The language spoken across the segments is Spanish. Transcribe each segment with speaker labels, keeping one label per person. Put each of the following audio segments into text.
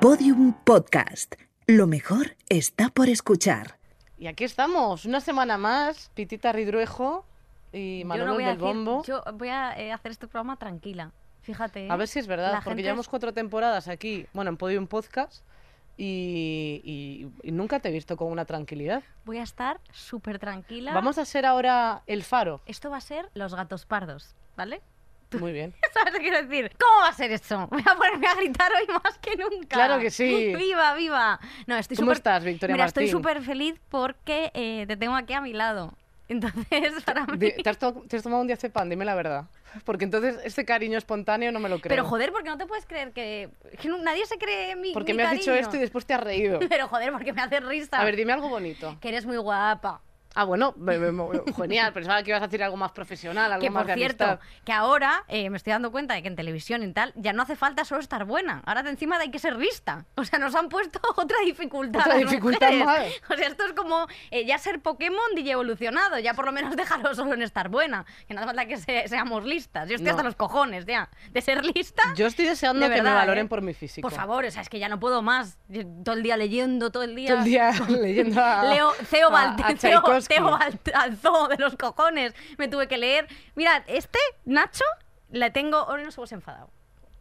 Speaker 1: Podium Podcast. Lo mejor está por escuchar.
Speaker 2: Y aquí estamos, una semana más, Pitita Ridruejo y
Speaker 3: Yo
Speaker 2: Manuel
Speaker 3: no voy a
Speaker 2: del
Speaker 3: decir-
Speaker 2: Bombo.
Speaker 3: Yo voy a eh, hacer este programa tranquila. Fíjate. ¿eh?
Speaker 2: A ver si es verdad,
Speaker 3: la
Speaker 2: porque
Speaker 3: gente
Speaker 2: llevamos
Speaker 3: es-
Speaker 2: cuatro temporadas aquí, bueno, en Podium Podcast, y, y- y nunca te he visto con una tranquilidad.
Speaker 3: Voy a estar súper tranquila.
Speaker 2: Vamos a ser ahora el faro.
Speaker 3: Esto va a ser los gatos pardos, ¿vale?
Speaker 2: Muy bien.
Speaker 3: ¿Sabes lo que quiero decir? ¿Cómo va a ser eso? Voy a ponerme a gritar hoy más que nunca.
Speaker 2: Claro que sí.
Speaker 3: ¡Viva, viva! No, estoy
Speaker 2: ¿Cómo
Speaker 3: súper-
Speaker 2: estás, Victoria
Speaker 3: Mira,
Speaker 2: Martín?
Speaker 3: estoy súper feliz porque eh, te tengo aquí a mi lado. Entonces, para mí...
Speaker 2: Di- ¿Te has, to- te has tomado un día pan? Dime la verdad. Porque entonces este cariño espontáneo no me lo creo.
Speaker 3: Pero joder, porque no te puedes creer que... que no- nadie se cree mi
Speaker 2: porque
Speaker 3: mi
Speaker 2: me has dicho
Speaker 3: cariño.
Speaker 2: esto y después te has reído.
Speaker 3: Pero joder, porque me hace risa.
Speaker 2: A ver, dime algo bonito.
Speaker 3: Que eres muy guapa.
Speaker 2: Ah, bueno, me- me- me- genial. Pensaba que ibas a decir algo más profesional, algo
Speaker 3: Que
Speaker 2: más
Speaker 3: por
Speaker 2: de
Speaker 3: cierto,
Speaker 2: amistad.
Speaker 3: que ahora eh, me estoy dando cuenta de que en televisión y tal ya no hace falta solo estar buena. Ahora de encima hay que ser lista. O sea, nos han puesto otra dificultad.
Speaker 2: Otra
Speaker 3: a las
Speaker 2: dificultad
Speaker 3: mujeres. O sea, esto es como eh, ya ser Pokémon DJ evolucionado. Ya por lo menos déjalo solo en estar buena. Que no hace falta que se- seamos listas. Yo estoy
Speaker 2: No.
Speaker 3: hasta los cojones ya. De ser lista.
Speaker 2: Yo estoy deseando
Speaker 3: de
Speaker 2: que me
Speaker 3: verdad,
Speaker 2: valoren
Speaker 3: ¿eh?
Speaker 2: por mi físico.
Speaker 3: Por favor, o sea, es que ya no puedo más. Yo Todo el día leyendo, todo el día.
Speaker 2: Todo el día leyendo a.
Speaker 3: Leo, Ceo
Speaker 2: a-
Speaker 3: Balte-
Speaker 2: Ah, a
Speaker 3: Ceo-
Speaker 2: Tchaikovsky.
Speaker 3: Ceo Balt- Alzó de los cojones. Me tuve que leer. Mirad, este, Nacho, le tengo. Hoy nos hemos enfadado.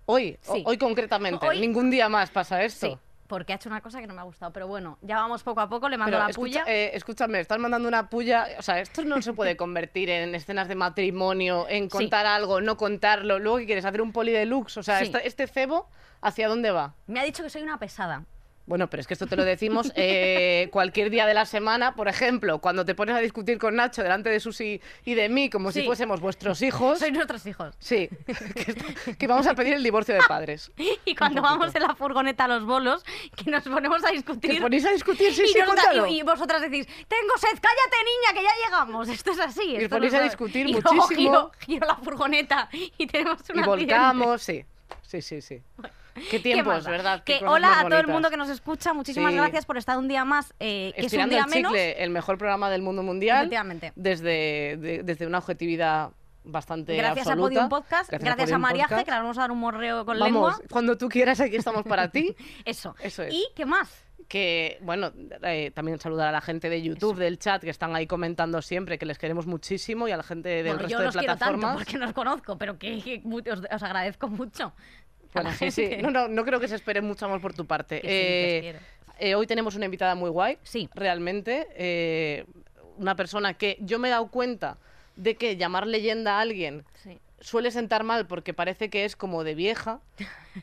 Speaker 2: Hoy, o-
Speaker 3: Sí.
Speaker 2: hoy concretamente.
Speaker 3: Hoy-
Speaker 2: Ningún día más pasa esto.
Speaker 3: Sí. Porque ha hecho una cosa que no me ha gustado. Pero bueno, ya vamos poco a poco, le mando
Speaker 2: Pero
Speaker 3: la
Speaker 2: escucha-
Speaker 3: puya.
Speaker 2: eh, escúchame, estás mandando una puya. O sea, esto no se puede convertir en escenas de matrimonio, en contar algo, no contarlo. Luego, ¿qué quieres? ¿Hacer un poli deluxe? O sea,
Speaker 3: Sí.
Speaker 2: esta- este cebo, ¿hacia dónde va?
Speaker 3: Me ha dicho que soy una pesada.
Speaker 2: Bueno, pero es que esto te lo decimos eh, cualquier día de la semana, por ejemplo, cuando te pones a discutir con Nacho delante de Susi y de mí, como si
Speaker 3: Sí.
Speaker 2: fuésemos vuestros hijos.
Speaker 3: Soy nuestros hijos.
Speaker 2: Sí, que, esto- que vamos a pedir el divorcio
Speaker 3: Ah,
Speaker 2: de padres.
Speaker 3: Y cuando
Speaker 2: poquito.
Speaker 3: vamos en la furgoneta a los bolos, que nos ponemos a discutir.
Speaker 2: ¿Te ponéis a discutir? Sí,
Speaker 3: y,
Speaker 2: sí,
Speaker 3: nos da-
Speaker 2: cuéntalo.
Speaker 3: y- y vosotras decís, tengo sed, cállate niña, que ya llegamos. Esto es así.
Speaker 2: os
Speaker 3: esto lo
Speaker 2: ponéis a
Speaker 3: sabes.
Speaker 2: discutir
Speaker 3: y luego
Speaker 2: muchísimo.
Speaker 3: giro, giro la furgoneta y tenemos
Speaker 2: Y
Speaker 3: un accidente.
Speaker 2: volcamos, sí. Sí, sí, sí. Qué
Speaker 3: ¿Qué
Speaker 2: tiempos,
Speaker 3: más da?
Speaker 2: ¿verdad? Qué
Speaker 3: Que
Speaker 2: cosas
Speaker 3: hola
Speaker 2: más
Speaker 3: a todo el
Speaker 2: bonitas.
Speaker 3: mundo que nos escucha. Muchísimas
Speaker 2: Sí.
Speaker 3: gracias por estar un día más, eh, que es un
Speaker 2: Estirando
Speaker 3: día
Speaker 2: el
Speaker 3: menos.
Speaker 2: chicle, el mejor programa del mundo mundial.
Speaker 3: Efectivamente.
Speaker 2: Desde, de- desde una objetividad bastante
Speaker 3: Gracias a
Speaker 2: absoluta.
Speaker 3: Podium Podcast, gracias, a,
Speaker 2: Podium
Speaker 3: Mariaje,
Speaker 2: Podcast.
Speaker 3: que la vamos a dar un morreo con
Speaker 2: Vamos,
Speaker 3: lengua.
Speaker 2: cuando tú quieras, aquí estamos para ti.
Speaker 3: Eso.
Speaker 2: Eso es.
Speaker 3: ¿Y qué más?
Speaker 2: que, bueno, eh, también saludar a la gente de YouTube, del chat, que están ahí comentando siempre, que les queremos muchísimo, y a la gente del
Speaker 3: bueno,
Speaker 2: resto
Speaker 3: yo
Speaker 2: de
Speaker 3: los quiero tanto
Speaker 2: plataformas.
Speaker 3: porque no los conozco, pero que, que mu- os, os agradezco mucho. a
Speaker 2: Bueno,
Speaker 3: la
Speaker 2: sí, sí.
Speaker 3: gente.
Speaker 2: No, no, no creo que se espere mucho amor por tu parte.
Speaker 3: Que sí, que os
Speaker 2: Eh,
Speaker 3: quiero.
Speaker 2: eh, hoy tenemos una invitada muy guay,
Speaker 3: Sí.
Speaker 2: realmente. eh, una persona que yo me he dado cuenta de que llamar leyenda a alguien
Speaker 3: Sí.
Speaker 2: suele sentar mal porque parece que es como de vieja.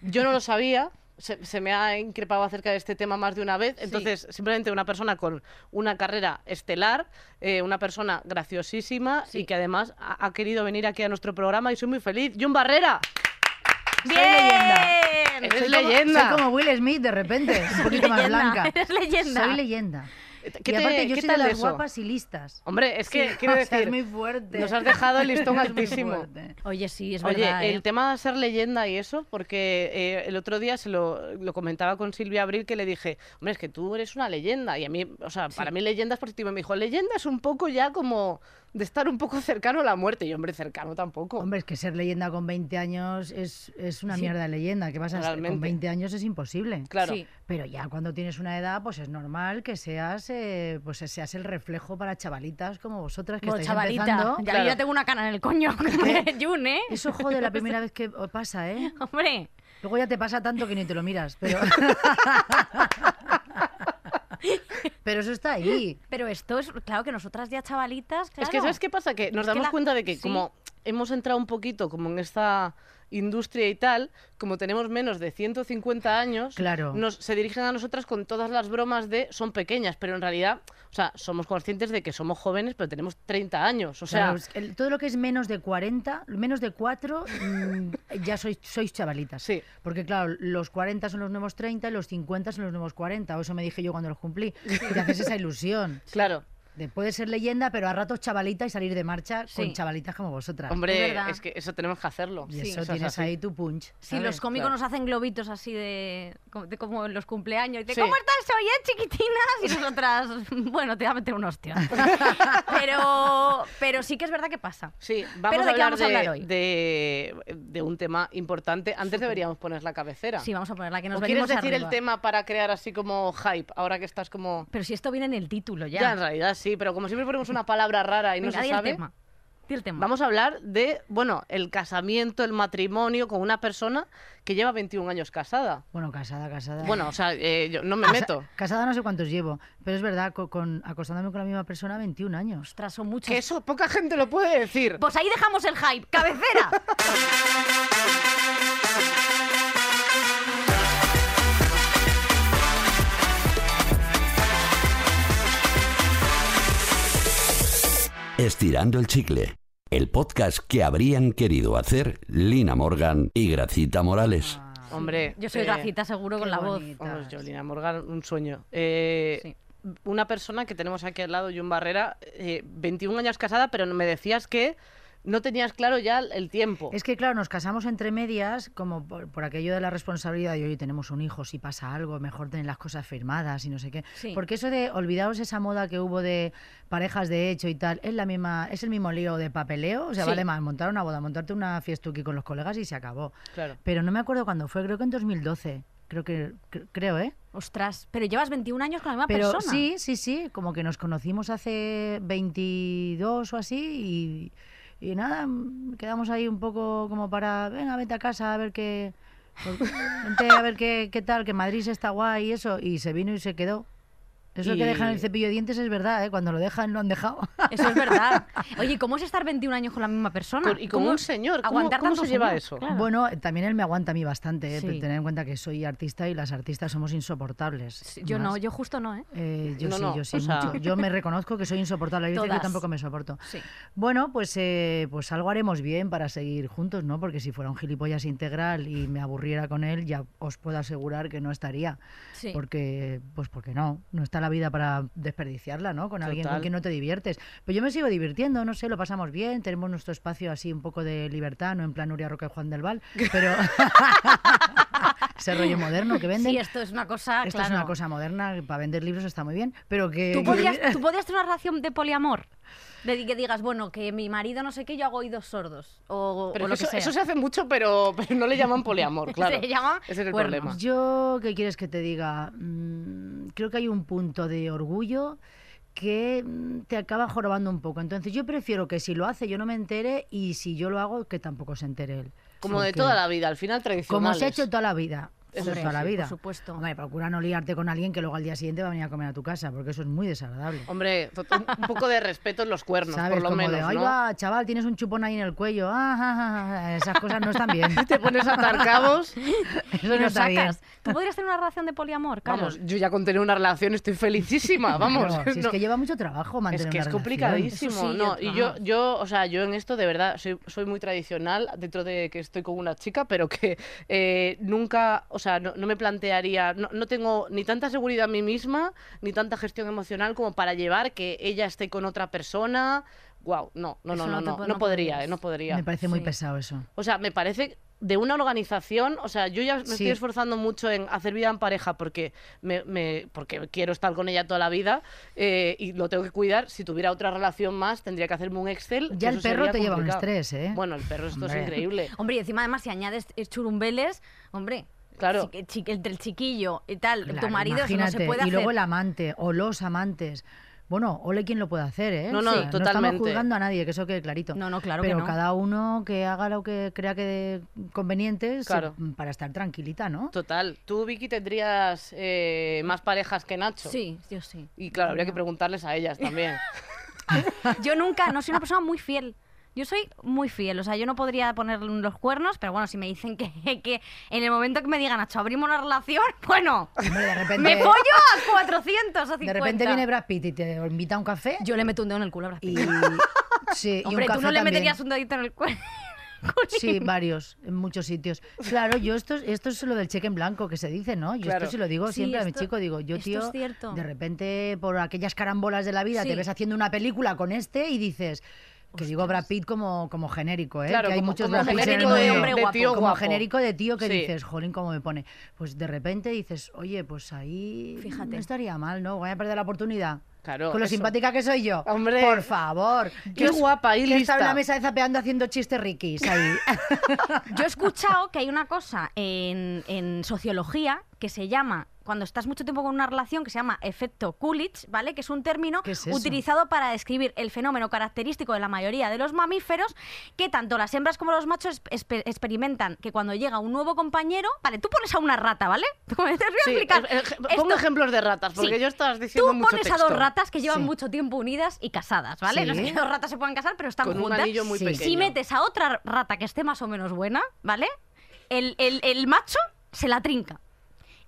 Speaker 2: Yo no lo sabía. Se, se me ha increpado acerca de este tema más de una vez. Entonces, simplemente una persona con una carrera estelar, eh, una persona graciosísima y
Speaker 3: Sí.
Speaker 2: que además ha, ha querido venir aquí a nuestro programa y soy muy feliz. ¡Jun Barrera!
Speaker 3: ¡Bien!
Speaker 2: Eres
Speaker 4: Soy como-
Speaker 2: leyenda.
Speaker 4: soy como Will Smith de repente, un poquito más
Speaker 3: Leyenda,
Speaker 4: blanca.
Speaker 3: eres leyenda.
Speaker 4: Soy leyenda.
Speaker 2: ¿Qué
Speaker 4: y
Speaker 2: te-
Speaker 4: aparte yo
Speaker 2: qué
Speaker 4: soy de
Speaker 2: tal
Speaker 4: las
Speaker 2: eso?
Speaker 4: guapas y listas.
Speaker 2: Hombre, es que
Speaker 4: Sí,
Speaker 2: quiero
Speaker 4: o sea, es
Speaker 2: decir,
Speaker 4: muy fuerte.
Speaker 2: nos has dejado el listón
Speaker 4: Es muy
Speaker 2: altísimo.
Speaker 4: fuerte.
Speaker 3: Oye, sí, es
Speaker 2: Oye,
Speaker 3: verdad. ¿eh?
Speaker 2: el tema de ser leyenda y eso, porque eh, el otro día se lo, lo comentaba con Silvia Abril que le dije, hombre, es que tú eres una leyenda. Y a mí, o sea, para mí leyenda es positivo. Y me dijo, leyenda es un poco ya como de estar un poco cercano a la muerte. Y yo, hombre, cercano tampoco.
Speaker 4: Hombre, es que ser leyenda con 20 años es, es una mierda de leyenda. ¿Qué pasa?
Speaker 2: Realmente.
Speaker 4: Con 20 años es imposible.
Speaker 2: claro.
Speaker 3: Sí.
Speaker 4: Pero ya cuando tienes una edad, pues es normal que seas, eh, pues seas el reflejo para chavalitas como vosotras que
Speaker 3: Bueno,
Speaker 4: estáis
Speaker 3: chavalita,
Speaker 4: empezando.
Speaker 3: ya,
Speaker 2: Claro.
Speaker 3: yo ya tengo una cana en el coño, hombre, Jun, ¿eh?
Speaker 4: Eso jode la primera vez que pasa, ¿eh?
Speaker 3: Hombre,
Speaker 4: Luego ya te pasa tanto que ni te lo miras, pero. pero eso está ahí.
Speaker 3: pero esto es, claro que nosotras ya chavalitas, claro.
Speaker 2: Es que, ¿sabes qué pasa? Que nos
Speaker 3: Es que
Speaker 2: damos
Speaker 3: la-
Speaker 2: cuenta de que
Speaker 3: sí.
Speaker 2: como hemos entrado un poquito como en esta industria y tal, como tenemos menos de 150 años,
Speaker 4: Claro.
Speaker 2: nos, se dirigen a nosotras con todas las bromas de son pequeñas, pero en realidad, o sea, somos conscientes de que somos jóvenes, pero tenemos 30 años, o sea,
Speaker 4: Claro, es que el- todo lo que es menos de 40, menos de 4, mm, ya sois, sois chavalitas.
Speaker 2: Sí.
Speaker 4: Porque, claro, los 40 son los nuevos 30 y los 50 son los nuevos 40. O eso me dije yo cuando los cumplí. Te haces esa ilusión.
Speaker 2: claro.
Speaker 4: de puede ser leyenda, pero a ratos chavalita y salir de marcha con
Speaker 3: Sí.
Speaker 4: chavalitas como vosotras.
Speaker 3: Es
Speaker 2: Hombre,
Speaker 3: verdad.
Speaker 2: es que eso tenemos que hacerlo.
Speaker 4: y eso
Speaker 2: es
Speaker 4: tienes
Speaker 2: así.
Speaker 4: ahí tu punch.
Speaker 3: Si
Speaker 4: ¿sabes?
Speaker 3: los cómicos
Speaker 2: Claro.
Speaker 3: nos hacen globitos así de, como- de como en los cumpleaños, y te,
Speaker 2: Sí.
Speaker 3: ¿cómo estás hoy, eh, chiquitinas? Y nosotras, bueno, te voy a meter un hostia. pero, pero sí que es verdad que pasa.
Speaker 2: Sí, vamos,
Speaker 3: ¿de qué
Speaker 2: a, hablar
Speaker 3: vamos a
Speaker 2: de,
Speaker 3: hablar hoy?
Speaker 2: de- de un tema importante. Antes deberíamos poner la cabecera.
Speaker 3: Sí, vamos a ponerla que nos
Speaker 2: ¿O quieres
Speaker 3: venimos
Speaker 2: decir el
Speaker 3: arriba.
Speaker 2: tema para crear así como hype? Ahora que estás como...
Speaker 3: Pero si esto viene en el título ya.
Speaker 2: Ya, en realidad sí, pero como siempre ponemos una palabra rara y no
Speaker 3: Venga,
Speaker 2: se
Speaker 3: di el
Speaker 2: sabe...
Speaker 3: tema. Di el tema.
Speaker 2: Vamos a hablar de, bueno, el casamiento, el matrimonio con una persona que lleva 21 años casada.
Speaker 4: Bueno, casada, casada.
Speaker 2: Bueno, o sea, eh, yo
Speaker 3: Ah,
Speaker 2: no me
Speaker 4: Casa-
Speaker 2: meto.
Speaker 4: Casada no sé cuántos llevo, pero es verdad, co- con, acostándome con la misma persona 21 años.
Speaker 3: Ostras, son muchos.
Speaker 2: Que eso poca gente lo puede decir.
Speaker 3: Pues ahí dejamos el hype. ¡Cabecera!
Speaker 5: Estirando el chicle, el podcast que habrían querido hacer Lina Morgan y Gracita Morales.
Speaker 2: Hombre,
Speaker 3: Yo soy
Speaker 2: eh,
Speaker 3: gracita, seguro, con
Speaker 4: qué
Speaker 3: la voz.
Speaker 4: bonito.
Speaker 2: Vamos, Jolina Morgan, un sueño. Eh,
Speaker 3: Sí.
Speaker 2: Una persona que tenemos aquí al lado, Jun Barrera, eh, 21 años casada, pero me decías que no tenías claro ya el tiempo.
Speaker 4: Es que, claro, nos casamos entre medias, como por, por aquello de la responsabilidad de, oye, tenemos un hijo, si pasa algo, mejor tener las cosas firmadas y no sé qué.
Speaker 3: Sí.
Speaker 4: Porque eso de, olvidaos esa moda que hubo de parejas de hecho y tal, es la misma es el mismo lío de papeleo, o sea,
Speaker 3: Sí.
Speaker 4: vale más montar una boda, montarte una fiestuki con los colegas y se acabó.
Speaker 2: Claro.
Speaker 4: Pero no me acuerdo cuándo fue, creo que en 2012, creo que, cre- creo, ¿eh?
Speaker 3: Ostras, pero llevas 21 años con la misma
Speaker 4: Pero
Speaker 3: persona.
Speaker 4: sí, sí, sí, como que nos conocimos hace 22 o así y, y nada, mm, quedamos ahí un poco como para, venga, vete a casa a ver qué, por- vente a ver qué, qué tal, que Madrid se está guay y eso, y se vino y se quedó. Eso
Speaker 2: Y-
Speaker 4: que dejan el cepillo de dientes es verdad, ¿eh? cuando lo dejan lo han dejado.
Speaker 3: Eso es verdad. Oye, ¿cómo es estar 21 años con la misma persona?
Speaker 2: Con- y con un señor, ¿cómo-
Speaker 3: aguantar
Speaker 2: cómo
Speaker 3: tantos
Speaker 2: se lleva
Speaker 3: años?
Speaker 2: eso?
Speaker 3: Claro.
Speaker 4: Bueno, eh, también él me aguanta a mí bastante, ¿eh?
Speaker 3: Sí.
Speaker 4: tener en cuenta que soy artista y las artistas somos insoportables.
Speaker 3: Sí, yo
Speaker 4: más.
Speaker 3: no, yo justo no, ¿eh?
Speaker 4: Eh, yo
Speaker 2: No,
Speaker 4: sí,
Speaker 2: no,
Speaker 4: yo sí.
Speaker 2: o sea-
Speaker 4: mucho. Yo me reconozco que soy insoportable. Hay veces que
Speaker 3: Todas.
Speaker 4: yo tampoco me soporto.
Speaker 3: Sí.
Speaker 4: Bueno, pues, eh, pues algo haremos bien para seguir juntos, ¿no? Porque si fuera un gilipollas integral y me aburriera con él, ya os puedo asegurar que no estaría.
Speaker 3: Sí.
Speaker 4: Porque, pues porque no, no está la vida para desperdiciarla, ¿no? Con alguien
Speaker 2: Total.
Speaker 4: con quien no te diviertes. Pero yo me sigo divirtiendo, no sé, lo pasamos bien, tenemos nuestro espacio así un poco de libertad, no en plan Nuria Roca y Juan del Val, pero ese rollo moderno que venden.
Speaker 3: Sí, esto es una cosa,
Speaker 4: Esto es
Speaker 3: claro.
Speaker 4: una cosa moderna, para vender libros está muy bien, pero que...
Speaker 3: ¿Tú podrías, tú podrías tener una relación de poliamor. De que digas, bueno, que mi marido no sé qué, yo hago oídos sordos. O,
Speaker 2: Pero
Speaker 3: o lo
Speaker 2: eso,
Speaker 3: que sea.
Speaker 2: eso se hace mucho, pero, pero no le llaman poliamor, claro.
Speaker 3: Se llama
Speaker 2: Ese es el
Speaker 3: cuernos.
Speaker 2: problema.
Speaker 4: Yo, ¿qué quieres que te diga? Mm, creo que hay un punto de orgullo que mm, te acaba jorobando un poco. Entonces yo prefiero que si lo hace yo no me entere y si yo lo hago que tampoco se entere él.
Speaker 2: Como de
Speaker 4: Porque-
Speaker 2: toda la vida, al final tradicional.
Speaker 4: Como se ha hecho toda la vida.
Speaker 2: Eso
Speaker 4: Hombre,
Speaker 2: sí,
Speaker 4: toda la
Speaker 3: por
Speaker 4: vida.
Speaker 3: supuesto.
Speaker 4: Hombre, procura no liarte con alguien que luego al día siguiente va a venir a comer a tu casa, porque eso es muy desagradable.
Speaker 2: Hombre, to- to- un poco de respeto en los cuernos,
Speaker 4: ¿Sabes?
Speaker 2: por lo
Speaker 4: Como de,
Speaker 2: menos,
Speaker 4: "Ay,
Speaker 2: ¿no?
Speaker 4: va, chaval, tienes un chupón ahí en el cuello. Ah, ah, ah, ah". Esas cosas no están bien.
Speaker 2: Te pones a atar cabos.
Speaker 4: Eso
Speaker 3: Y
Speaker 4: no
Speaker 3: lo
Speaker 4: está bien.
Speaker 3: sacas. ¿Tú podrías tener una relación de poliamor, Carlos?
Speaker 2: Vamos, yo ya con tener una relación estoy felicísima, vamos.
Speaker 4: Claro, si
Speaker 2: no-
Speaker 4: es que lleva mucho trabajo
Speaker 2: Es
Speaker 4: mantener
Speaker 2: que
Speaker 4: una
Speaker 2: es
Speaker 4: relación.
Speaker 2: complicadísimo,
Speaker 3: Eso sí,
Speaker 2: ¿no?
Speaker 3: yo-
Speaker 2: Y yo,
Speaker 3: vamos.
Speaker 2: yo, o sea, yo en esto de verdad soy, soy muy tradicional dentro de que estoy con una chica, pero que eh, nunca, o sea, no, no me plantearía, no, no tengo ni tanta seguridad en mí misma, ni tanta gestión emocional como para llevar que ella esté con otra persona. Wow, no, no, no,
Speaker 3: Eso
Speaker 2: no,
Speaker 3: no te
Speaker 2: no,
Speaker 3: po-
Speaker 2: no podría,
Speaker 3: no podrías.
Speaker 2: eh, no podría.
Speaker 4: Me parece muy
Speaker 3: Sí.
Speaker 4: pesado eso.
Speaker 2: O sea, me parece de una organización, o sea, yo ya me estoy
Speaker 4: Sí.
Speaker 2: esforzando mucho en hacer vida en pareja porque me, me- porque quiero estar con ella toda la vida eh, y lo tengo que cuidar. Si tuviera otra relación más, tendría que hacerme un Excel. que
Speaker 4: Ya el
Speaker 2: eso
Speaker 4: perro
Speaker 2: sería
Speaker 4: te lleva un
Speaker 2: complicado.
Speaker 4: estrés, ¿eh?
Speaker 2: Bueno, el perro esto
Speaker 4: Hombre.
Speaker 2: es increíble.
Speaker 3: Hombre, y encima además si añades eh, churumbeles, hombre,
Speaker 2: Claro.
Speaker 3: chi- chi- entre el chiquillo y tal,
Speaker 4: Claro,
Speaker 3: tu marido eso no se
Speaker 4: imagínate.
Speaker 3: puede
Speaker 4: Y
Speaker 3: hacer.
Speaker 4: luego el amante o los amantes. Bueno, ole quien lo pueda hacer, ¿eh?
Speaker 2: No, no,
Speaker 4: O sea, No
Speaker 2: totalmente.
Speaker 4: estamos juzgando a nadie, que eso quede clarito.
Speaker 3: No, no, claro que
Speaker 4: Pero
Speaker 3: no.
Speaker 4: cada uno que haga lo que crea que de- conveniente se-
Speaker 2: Claro.
Speaker 4: para estar tranquilita, ¿no?
Speaker 2: Total, tú, Vicky, tendrías eh, más parejas que Nacho.
Speaker 3: Sí, yo sí.
Speaker 2: Y claro, habría que preguntarles a ellas también.
Speaker 3: Yo nunca, no soy una persona muy fiel. Yo soy muy fiel, o sea, yo no podría poner los cuernos, pero bueno, si me dicen que, que en el momento que me digan, Nacho, abrimos una relación, bueno,
Speaker 4: Hombre, de repente,
Speaker 3: me pollo a 400 o 50.
Speaker 4: de repente viene Brad Pitt y te invita a un café
Speaker 3: Yo le meto un dedo en el culo a Brad Pitt.
Speaker 4: y... sí, y un
Speaker 3: Hombre, tú
Speaker 4: café
Speaker 3: no le
Speaker 4: también.
Speaker 3: meterías un dedito en el culo. con
Speaker 4: Sí, varios, en muchos sitios. Claro, yo esto, esto es lo del cheque en blanco que se dice, ¿no? Yo
Speaker 2: Claro.
Speaker 4: esto se lo digo
Speaker 3: Sí,
Speaker 4: siempre a mi
Speaker 3: esto-
Speaker 4: chico, digo, yo
Speaker 3: esto
Speaker 4: tío,
Speaker 3: es cierto.
Speaker 4: de repente por aquellas carambolas de la vida te
Speaker 3: Sí.
Speaker 4: ves haciendo una película con este y dices, que digo Brad Pitt como, como genérico, ¿eh?
Speaker 2: Claro,
Speaker 4: que hay
Speaker 2: como-
Speaker 4: muchos
Speaker 2: como
Speaker 4: Brad Pitts en el
Speaker 2: genérico de
Speaker 4: mundo.
Speaker 3: hombre guapo.
Speaker 2: tío
Speaker 4: como
Speaker 2: guapo.
Speaker 4: genérico de tío que
Speaker 2: Sí.
Speaker 4: dices, jolín, cómo me pone. Pues de repente dices, oye, pues ahí
Speaker 3: Fíjate.
Speaker 4: no estaría mal, ¿no? Voy a perder la oportunidad.
Speaker 2: Claro,
Speaker 4: Con lo
Speaker 2: eso.
Speaker 4: simpática que soy yo.
Speaker 2: Hombre.
Speaker 4: Por favor.
Speaker 2: Qué
Speaker 4: Que-
Speaker 2: guapa y
Speaker 4: que estaba en
Speaker 2: lista.
Speaker 4: la mesa de zapeando haciendo chistes riquis ahí.
Speaker 3: Yo he escuchado que hay una cosa en, en sociología que se llama, cuando estás mucho tiempo con una relación, que se llama efecto Coolidge, ¿vale? Que es un término
Speaker 4: ¿Qué es eso?
Speaker 3: utilizado para describir el fenómeno característico de la mayoría de los mamíferos, que tanto las hembras como los machos espe- experimentan que cuando llega un nuevo compañero, vale, tú pones a una rata, ¿ale? Te voy a
Speaker 2: Sí,
Speaker 3: explicar.
Speaker 2: eh, eh,
Speaker 3: Esto-
Speaker 2: pongo ejemplos de ratas, porque
Speaker 3: Sí.
Speaker 2: yo estabas
Speaker 3: Tú
Speaker 2: diciendo mucho
Speaker 3: pones a
Speaker 2: texto.
Speaker 3: dos ratas que llevan
Speaker 4: Sí.
Speaker 3: mucho tiempo unidas y casadas, ¿vale?
Speaker 4: Sí.
Speaker 3: No sé que dos ratas se puedan casar, pero están
Speaker 2: Con un
Speaker 3: juntas.
Speaker 2: anillo muy
Speaker 4: Sí.
Speaker 2: pequeño.
Speaker 3: Si metes a otra rata que esté más o menos buena, ¿vale? El, el- el macho se la trinca.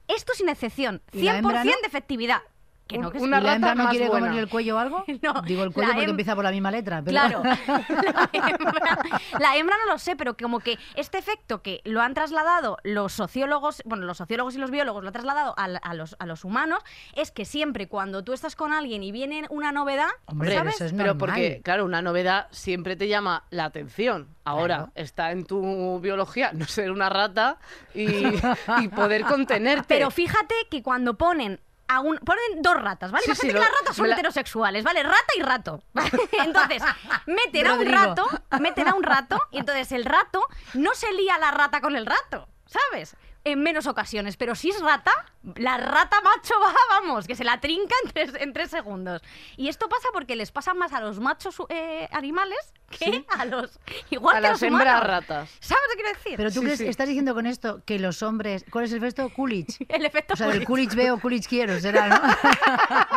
Speaker 3: Esto sin excepción.
Speaker 4: ¿Y la
Speaker 3: 100%
Speaker 4: hembra no?
Speaker 3: de efectividad. Que no, que
Speaker 2: Una
Speaker 4: ¿Y la hembra
Speaker 2: rata
Speaker 4: no
Speaker 2: más
Speaker 4: quiere
Speaker 2: buena.
Speaker 4: comerle el cuello o algo?
Speaker 3: No,
Speaker 4: Digo el
Speaker 3: la
Speaker 4: cuello porque
Speaker 3: hem-
Speaker 4: empieza por la misma letra. pero-
Speaker 3: Claro. La hembra, la hembra no lo sé, pero como que este efecto que lo han trasladado los sociólogos, bueno, los sociólogos y los biólogos lo han trasladado al- a, los, a los humanos, es que siempre cuando tú estás con alguien y viene una novedad,
Speaker 4: Hombre,
Speaker 3: ¿sabes?
Speaker 4: eso es
Speaker 2: Pero
Speaker 4: normal.
Speaker 2: porque, claro, una novedad siempre te llama la atención. Ahora
Speaker 4: Claro.
Speaker 2: está en tu biología no ser una rata y, y poder contenerte.
Speaker 3: Pero fíjate que cuando ponen a un, ponen dos ratas, ¿vale?
Speaker 2: Sí,
Speaker 3: Imagínate
Speaker 2: sí,
Speaker 3: que
Speaker 2: lo-
Speaker 3: las ratas son
Speaker 2: me la-
Speaker 3: heterosexuales, ¿vale? Rata y rato. entonces, meten a un
Speaker 4: Rodrigo.
Speaker 3: rato, meten a un rato, y entonces el rato no se lía la rata con el rato, ¿sabes? En menos ocasiones, pero si es rata, la rata macho va, vamos, que se la trinca en tres, en tres segundos. Y esto pasa porque les pasa más a los machos eh, animales que a los. Igual
Speaker 2: a
Speaker 3: que a
Speaker 2: las
Speaker 3: los
Speaker 2: hembras
Speaker 3: humanos.
Speaker 2: ratas.
Speaker 3: ¿Sabes lo que quiero decir?
Speaker 4: Pero tú
Speaker 2: Sí,
Speaker 4: crees,
Speaker 2: sí.
Speaker 4: estás diciendo con esto que los hombres... ¿Cuál es el efecto? Coolidge.
Speaker 3: el efecto
Speaker 4: O sea, del
Speaker 3: Coolidge.
Speaker 4: Coolidge veo, Coolidge quiero, será, ¿no?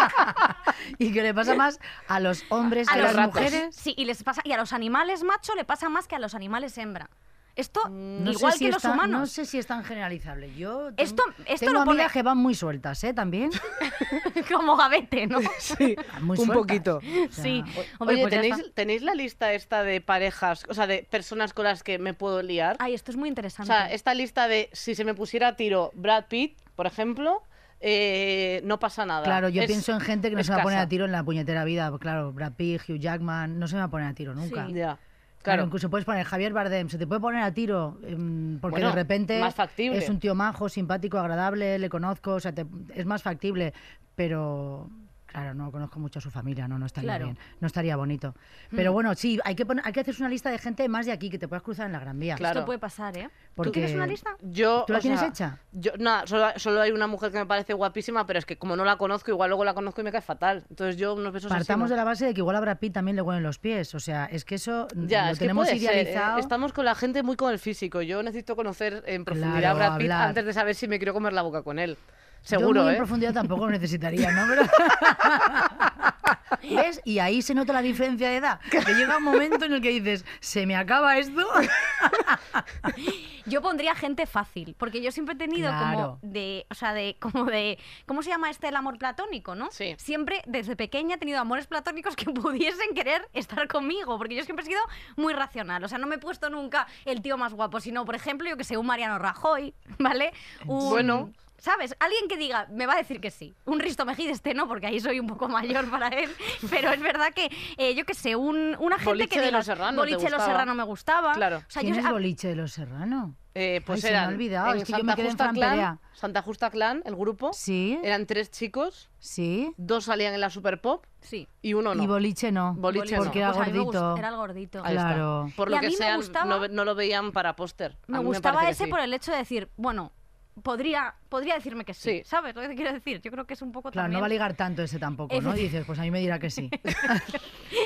Speaker 4: y que le pasa más a los hombres
Speaker 3: a
Speaker 4: que a
Speaker 3: los
Speaker 4: las
Speaker 2: ratos.
Speaker 4: mujeres.
Speaker 3: Sí, y les pasa y a los animales macho le pasa más que a los animales hembra. Esto
Speaker 4: Mm, No sé
Speaker 3: igual
Speaker 4: si
Speaker 3: que
Speaker 4: es
Speaker 3: los
Speaker 4: tan-
Speaker 3: humanos.
Speaker 4: No sé si es tan generalizable. Yo ten-
Speaker 3: Esto- esto
Speaker 4: tengo
Speaker 3: lo pone-
Speaker 4: amigas que van muy sueltas, ¿eh? También.
Speaker 3: Como gavete, ¿no?
Speaker 2: Sí,
Speaker 4: Muy
Speaker 2: un
Speaker 4: sueltas.
Speaker 2: poquito.
Speaker 4: O sea,
Speaker 3: Sí. Hombre,
Speaker 2: Oye,
Speaker 3: pues ya
Speaker 2: ¿tenéis,
Speaker 3: está.
Speaker 2: ¿tenéis la lista esta de parejas, o sea, de personas con las que me puedo liar?
Speaker 3: Ay, esto es muy
Speaker 2: O
Speaker 3: interesante.
Speaker 2: sea, esta lista de si se me pusiera a tiro Brad Pitt, por ejemplo, eh, no pasa nada.
Speaker 4: Claro, yo
Speaker 2: Es-
Speaker 4: pienso en gente que no
Speaker 2: es
Speaker 4: se va a poner
Speaker 2: casa.
Speaker 4: a tiro en la puñetera vida. Claro, Brad Pitt, Hugh Jackman, no se me va a poner a tiro nunca.
Speaker 3: Sí.
Speaker 2: Ya,
Speaker 4: Claro,
Speaker 2: claro.
Speaker 4: incluso puedes poner Javier Bardem, se te puede poner a tiro, em, porque
Speaker 2: Bueno,
Speaker 4: de repente
Speaker 2: más factible.
Speaker 4: es un tío majo, simpático, agradable, le conozco, o sea, te- es más factible, pero claro, no conozco mucho a su familia, no, no estaría
Speaker 3: Claro. Mm.
Speaker 4: bien, no estaría bonito. Pero bueno, sí, hay que poner, hay que hacerse una lista de gente más de aquí que te puedas cruzar en la Gran Vía.
Speaker 2: Claro.
Speaker 3: Esto puede pasar, ¿eh?
Speaker 4: Porque-
Speaker 3: ¿Tú tienes una lista?
Speaker 2: Yo,
Speaker 4: ¿Tú la
Speaker 2: o
Speaker 4: tienes
Speaker 2: sea,
Speaker 4: hecha?
Speaker 2: Yo, nada, solo, solo hay una mujer que me parece guapísima, pero es que como no la conozco, igual luego la conozco y me cae fatal. Entonces yo unos besos así
Speaker 4: Partamos
Speaker 2: no.
Speaker 4: de la base de que igual a Brad Pitt también le huelen los pies, o sea, es que eso mm,
Speaker 2: Ya,
Speaker 4: lo
Speaker 2: es que
Speaker 4: tenemos
Speaker 2: puede ser, ¿eh?
Speaker 4: idealizado.
Speaker 2: Estamos con la gente muy con el físico. Yo necesito conocer en profundidad a
Speaker 4: Claro,
Speaker 2: Brad Pitt
Speaker 4: hablar.
Speaker 2: antes de saber si me quiero comer la boca con él.
Speaker 4: Yo
Speaker 2: Seguro,
Speaker 4: muy en
Speaker 2: ¿eh?
Speaker 4: profundidad tampoco lo necesitaría, ¿no? Pero- ¿Ves? Y ahí se nota la diferencia de edad. Que llega un momento en el que dices, ¿se me acaba esto?
Speaker 3: Yo pondría gente fácil, porque yo siempre he tenido como
Speaker 4: Claro.
Speaker 3: de, o sea, de como de ¿cómo se llama este el amor platónico, no?
Speaker 2: Sí.
Speaker 3: Siempre desde pequeña he tenido amores platónicos que pudiesen querer estar conmigo, porque yo siempre he sido muy racional, o sea, no me he puesto nunca el tío más guapo, sino por ejemplo, yo que sé, un Mariano Rajoy, ¿vale? Un-
Speaker 2: Bueno.
Speaker 3: ¿Sabes? Alguien que diga, me va a decir que sí. Un Risto Mejide este no, porque ahí soy un poco mayor para él. Pero es verdad que, eh, yo que sé, un, una gente
Speaker 2: Boliche
Speaker 3: que
Speaker 2: de
Speaker 3: diga...
Speaker 2: los Serrano, ¿te
Speaker 3: Boliche de los
Speaker 2: gustaba?
Speaker 3: Serrano me gustaba.
Speaker 2: Claro.
Speaker 3: O sea, yo,
Speaker 4: ¿Quién es
Speaker 3: a-
Speaker 4: boliche de los Serrano?
Speaker 2: Eh, pues
Speaker 4: Ay, se me ha
Speaker 2: eran
Speaker 4: olvidado,
Speaker 2: en
Speaker 4: es que yo
Speaker 2: Santa
Speaker 4: me quedé en
Speaker 2: Justa
Speaker 4: Fran
Speaker 2: Clan,
Speaker 4: Perea.
Speaker 2: Santa Justa Clan, el grupo,
Speaker 4: Sí,
Speaker 2: eran tres chicos,
Speaker 4: sí.
Speaker 2: dos salían en la Super Pop
Speaker 3: sí.
Speaker 2: y uno no.
Speaker 4: Y boliche no.
Speaker 2: Boliche
Speaker 4: porque
Speaker 2: no.
Speaker 4: era
Speaker 3: Pues a mí me
Speaker 4: gordito.
Speaker 3: gust- Era el gordito.
Speaker 2: Ahí está.
Speaker 4: Claro.
Speaker 2: Por
Speaker 3: Y
Speaker 2: lo
Speaker 3: a
Speaker 2: que
Speaker 3: mí me
Speaker 2: sea,
Speaker 3: gustaba-
Speaker 2: no, ve- no lo veían para póster. A
Speaker 3: Me
Speaker 2: mí
Speaker 3: gustaba
Speaker 2: parece que
Speaker 3: ese
Speaker 2: sí.
Speaker 3: por el hecho de decir, bueno, podría, podría decirme que sí,
Speaker 2: Sí.
Speaker 3: ¿Sabes lo que te quiero decir? Yo creo que es un poco
Speaker 4: Claro,
Speaker 3: también...
Speaker 4: no va a ligar tanto ese tampoco, ¿no?
Speaker 3: Efecti-
Speaker 4: Y dices, pues a mí me dirá que sí.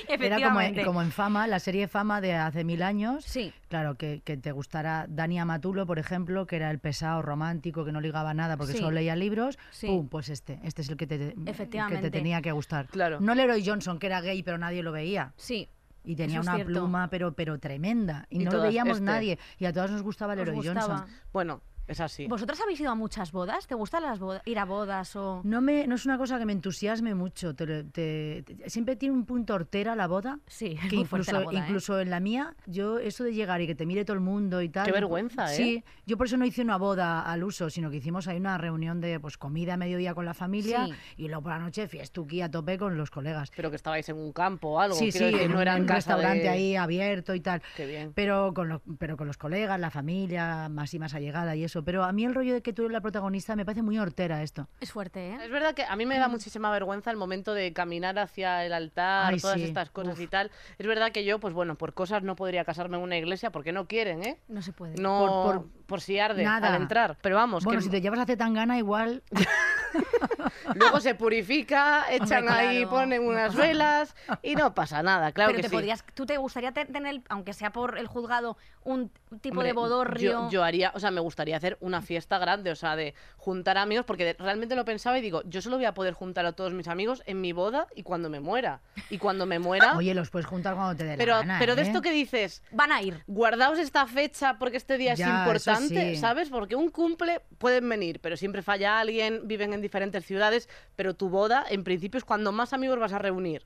Speaker 4: Era como, eh,
Speaker 3: Efectivamente.
Speaker 4: como en Fama, la serie Fama de hace mil años.
Speaker 3: Sí.
Speaker 4: Claro, que, que te gustara Dani Amatulo, por ejemplo, que era el pesado romántico, que no ligaba nada porque
Speaker 3: Sí.
Speaker 4: solo leía libros.
Speaker 3: Sí.
Speaker 4: Pum, pues este. Este es el que te, que
Speaker 3: Efectivamente.
Speaker 4: te tenía que gustar.
Speaker 2: Claro.
Speaker 4: No Leroy Johnson, que era gay, pero nadie lo veía.
Speaker 3: Sí.
Speaker 4: Y tenía
Speaker 3: Eso es
Speaker 4: una
Speaker 3: cierto.
Speaker 4: pluma, pero, pero tremenda. Y,
Speaker 2: Y
Speaker 4: no lo
Speaker 2: todas,
Speaker 4: veíamos
Speaker 2: este.
Speaker 4: nadie. Y a todas nos gustaba
Speaker 3: Os
Speaker 4: Leroy
Speaker 3: gustaba.
Speaker 4: Johnson.
Speaker 2: Bueno, Es así.
Speaker 3: ¿Vosotras habéis ido a muchas bodas? ¿Te gustan las bodas? Ir a bodas o.
Speaker 4: No, me, no es una cosa que me entusiasme mucho. te lo- te- te- siempre tiene un punto hortera la boda.
Speaker 3: Sí, es
Speaker 4: que
Speaker 3: muy fuerte
Speaker 4: incluso,
Speaker 3: la boda, ¿eh?
Speaker 4: incluso en la mía, yo eso de llegar y que te mire todo el mundo y tal.
Speaker 2: Qué vergüenza, ¿eh?
Speaker 4: Sí, yo por eso no hice una boda al uso, sino que hicimos ahí una reunión de pues comida a mediodía con la familia
Speaker 3: Sí.
Speaker 4: y luego por la noche fiestuqui a tope con los colegas.
Speaker 2: Pero que estabais en un campo o algo.
Speaker 4: sí, sí,
Speaker 2: quiero decir,
Speaker 4: en
Speaker 2: no
Speaker 4: un,
Speaker 2: era
Speaker 4: en
Speaker 2: en
Speaker 4: un
Speaker 2: casa
Speaker 4: restaurante
Speaker 2: de-
Speaker 4: ahí abierto y tal.
Speaker 2: Qué bien.
Speaker 4: Pero con, los, pero con los colegas, la familia, más y más allegada y eso. Pero a mí el rollo de que tú eres la protagonista me parece muy hortera esto.
Speaker 3: Es fuerte, ¿eh?
Speaker 2: Es verdad que a mí me
Speaker 4: Mm.
Speaker 2: da muchísima vergüenza el momento de caminar hacia el altar,
Speaker 4: Ay,
Speaker 2: todas
Speaker 4: sí.
Speaker 2: estas cosas
Speaker 4: Uf.
Speaker 2: y tal. Es verdad que yo, pues bueno, por cosas no podría casarme en una iglesia porque no quieren, ¿eh?
Speaker 3: No se puede.
Speaker 2: No, por,
Speaker 4: Por- por-
Speaker 2: si arde
Speaker 4: Nada.
Speaker 2: al entrar. Pero vamos,
Speaker 4: bueno,
Speaker 2: que
Speaker 4: si te llevas a Zetangana igual...
Speaker 2: luego se purifica, echan
Speaker 3: Hombre,
Speaker 2: ahí,
Speaker 3: claro,
Speaker 2: ponen
Speaker 3: no
Speaker 2: unas
Speaker 3: pasa nada.
Speaker 2: velas y no pasa nada, claro
Speaker 3: pero
Speaker 2: que
Speaker 3: te
Speaker 2: sí.
Speaker 3: podrías, tú te gustaría te- tener, aunque sea por el juzgado, un tipo
Speaker 2: Hombre,
Speaker 3: de bodorrio.
Speaker 2: Yo, yo haría, o sea, me gustaría hacer una fiesta grande, o sea, de juntar amigos, porque de- realmente lo pensaba y digo, yo solo voy a poder juntar a todos mis amigos en mi boda y cuando me muera. Y cuando me muera.
Speaker 4: Oye, los puedes juntar cuando te dé
Speaker 2: Ah. pero,
Speaker 4: la gana,
Speaker 2: pero de
Speaker 4: ¿eh?
Speaker 2: esto que dices,
Speaker 3: Van a ir.
Speaker 2: guardaos esta fecha porque este día es
Speaker 4: Ya,
Speaker 2: importante,
Speaker 4: eso sí.
Speaker 2: ¿sabes? Porque un cumple pueden venir, pero siempre falla alguien, viven en diferentes ciudades, pero tu boda en principio es cuando más amigos vas a reunir.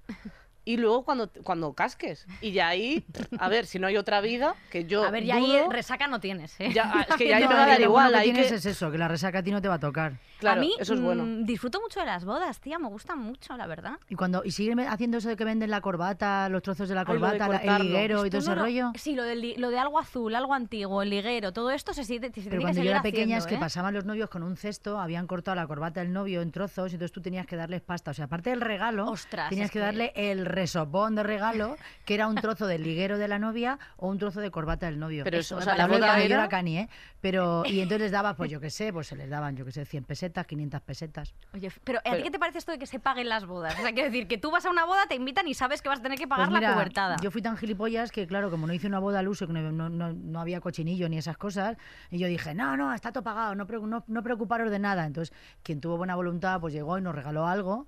Speaker 2: Y luego cuando, cuando casques. Y ya ahí, a ver, si no hay otra vida, que yo...
Speaker 3: A ver, ya ahí
Speaker 2: dudo,
Speaker 3: resaca no tienes, ¿eh?
Speaker 2: ya- ah, es que ya ahí
Speaker 4: No,
Speaker 2: me va a dar
Speaker 4: lo
Speaker 2: igual.
Speaker 4: bueno que
Speaker 2: ahí
Speaker 4: tienes
Speaker 2: que-
Speaker 4: es eso, que la resaca a ti no te va a tocar.
Speaker 2: claro,
Speaker 3: a mí
Speaker 2: eso es bueno.
Speaker 3: mm, disfruto mucho de las bodas, tía, me gustan mucho, la verdad.
Speaker 4: Y cuando y siguen haciendo eso de que venden la corbata, los trozos de la
Speaker 2: Ay, lo de
Speaker 4: corbata, la- el
Speaker 2: cortarlo.
Speaker 4: liguero y
Speaker 3: Esto
Speaker 4: todo ese
Speaker 3: no lo-
Speaker 4: rollo.
Speaker 3: Sí, lo, del li- lo de algo azul, algo antiguo, el liguero, todo esto se, sigue- se tiene
Speaker 4: Pero
Speaker 3: que
Speaker 4: cuando yo
Speaker 3: seguir
Speaker 4: era
Speaker 3: haciendo,
Speaker 4: pequeña es que
Speaker 3: ¿eh?
Speaker 4: pasaban los novios con un cesto, habían cortado la corbata del novio en trozos y entonces tú tenías que darles pasta. O sea, aparte del regalo,
Speaker 3: Ostras,
Speaker 4: tenías
Speaker 3: es
Speaker 4: que
Speaker 3: que-
Speaker 4: darle el resopón de regalo, que era un trozo del liguero de la novia o un trozo de corbata del novio.
Speaker 2: Pero eso, o
Speaker 4: me
Speaker 2: sea, la
Speaker 4: parece
Speaker 2: boda
Speaker 4: cuando yo
Speaker 2: era-
Speaker 4: era cani, ¿eh? Pero, y entonces les dabas, pues yo qué sé, pues se les daban, yo qué sé, 100 pesetas, 500 pesetas.
Speaker 3: Oye, pero, ¿a
Speaker 2: Pero-
Speaker 3: ti qué te parece esto de que se paguen las bodas? O sea, quiero decir, que tú vas a una boda, te invitan y sabes que vas a tener que pagar
Speaker 4: Pues mira,
Speaker 3: la cobertada.
Speaker 4: Yo fui tan gilipollas que, claro, como no hice una boda al uso, que no, no- no- no había cochinillo ni esas cosas, y yo dije, no, no, está todo pagado, no, preo- no, no preocuparos de nada. Entonces, quien tuvo buena voluntad, pues llegó y nos regaló algo.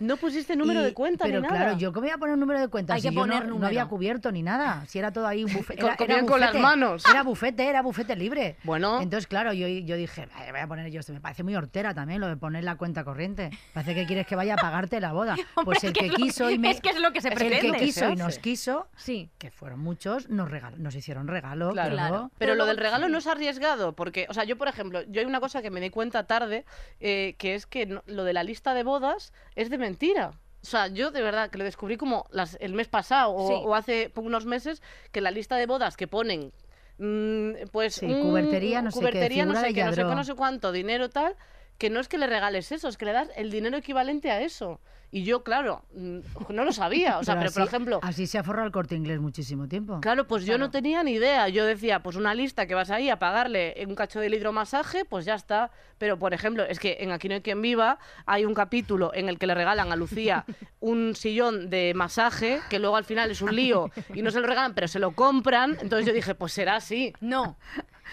Speaker 2: No pusiste número
Speaker 4: Y-
Speaker 2: de cuenta
Speaker 4: Pero
Speaker 2: ni nada.
Speaker 4: claro, yo que voy a poner un número de cuenta.
Speaker 3: Hay
Speaker 4: si
Speaker 3: que
Speaker 4: yo no-
Speaker 3: poner
Speaker 4: no,
Speaker 3: número.
Speaker 4: había cubierto ni nada. Si era todo ahí un bufete.
Speaker 2: Co-
Speaker 4: Era,
Speaker 2: comían
Speaker 4: era
Speaker 2: con las
Speaker 4: bufete,
Speaker 2: manos.
Speaker 4: Era bufete, era bufete libre.
Speaker 2: Bueno.
Speaker 4: Entonces, claro, yo, yo dije, "Ay, voy a poner yo, esto me parece muy hortera también lo de poner la cuenta corriente. Parece que quieres que vaya a pagarte la boda.
Speaker 3: Hombre,
Speaker 4: Pues el
Speaker 3: es que
Speaker 4: que
Speaker 3: es lo
Speaker 4: quiso
Speaker 3: que-
Speaker 4: y me.
Speaker 3: es que es lo que se
Speaker 4: El que
Speaker 3: pretende.
Speaker 4: quiso
Speaker 2: Se
Speaker 4: y nos
Speaker 2: hace.
Speaker 4: quiso
Speaker 3: Sí.
Speaker 4: que fueron muchos, nos, regalo, nos hicieron regalo.
Speaker 2: Claro.
Speaker 4: claro.
Speaker 2: Pero
Speaker 3: Pero
Speaker 2: lo
Speaker 3: luego-
Speaker 2: del regalo no es arriesgado, porque, o sea, yo, por ejemplo, yo hay una cosa que me di cuenta tarde, eh, que es que no- lo de la lista de bodas es de mentira. O sea, yo de verdad que lo descubrí como las- el mes pasado o,
Speaker 3: Sí.
Speaker 2: o hace unos meses, que la lista de bodas que ponen, mm, pues...
Speaker 4: Sí,
Speaker 2: un-
Speaker 4: cubertería, no sé qué,
Speaker 2: cubertería, no
Speaker 4: figura
Speaker 2: sé
Speaker 4: de
Speaker 2: qué, no sé qué,
Speaker 4: Lladró.
Speaker 2: no sé cuánto, dinero tal, que no es que le regales eso, es que le das el dinero equivalente a eso. Y yo, claro, mm, no lo sabía. O sea, pero, por
Speaker 4: así-
Speaker 2: ejemplo...
Speaker 4: Así se ha forrado el corte inglés muchísimo tiempo.
Speaker 2: Claro, pues yo no tenía ni idea. Yo decía, pues una lista que vas ahí a pagarle un cacho del hidromasaje, pues ya está. Pero, por ejemplo, es que en Aquí no hay quien viva hay un capítulo en el que le regalan a Lucía un sillón de masaje, que luego al final es un lío y no se lo regalan, pero se lo compran. Entonces yo dije, pues será así.
Speaker 3: No.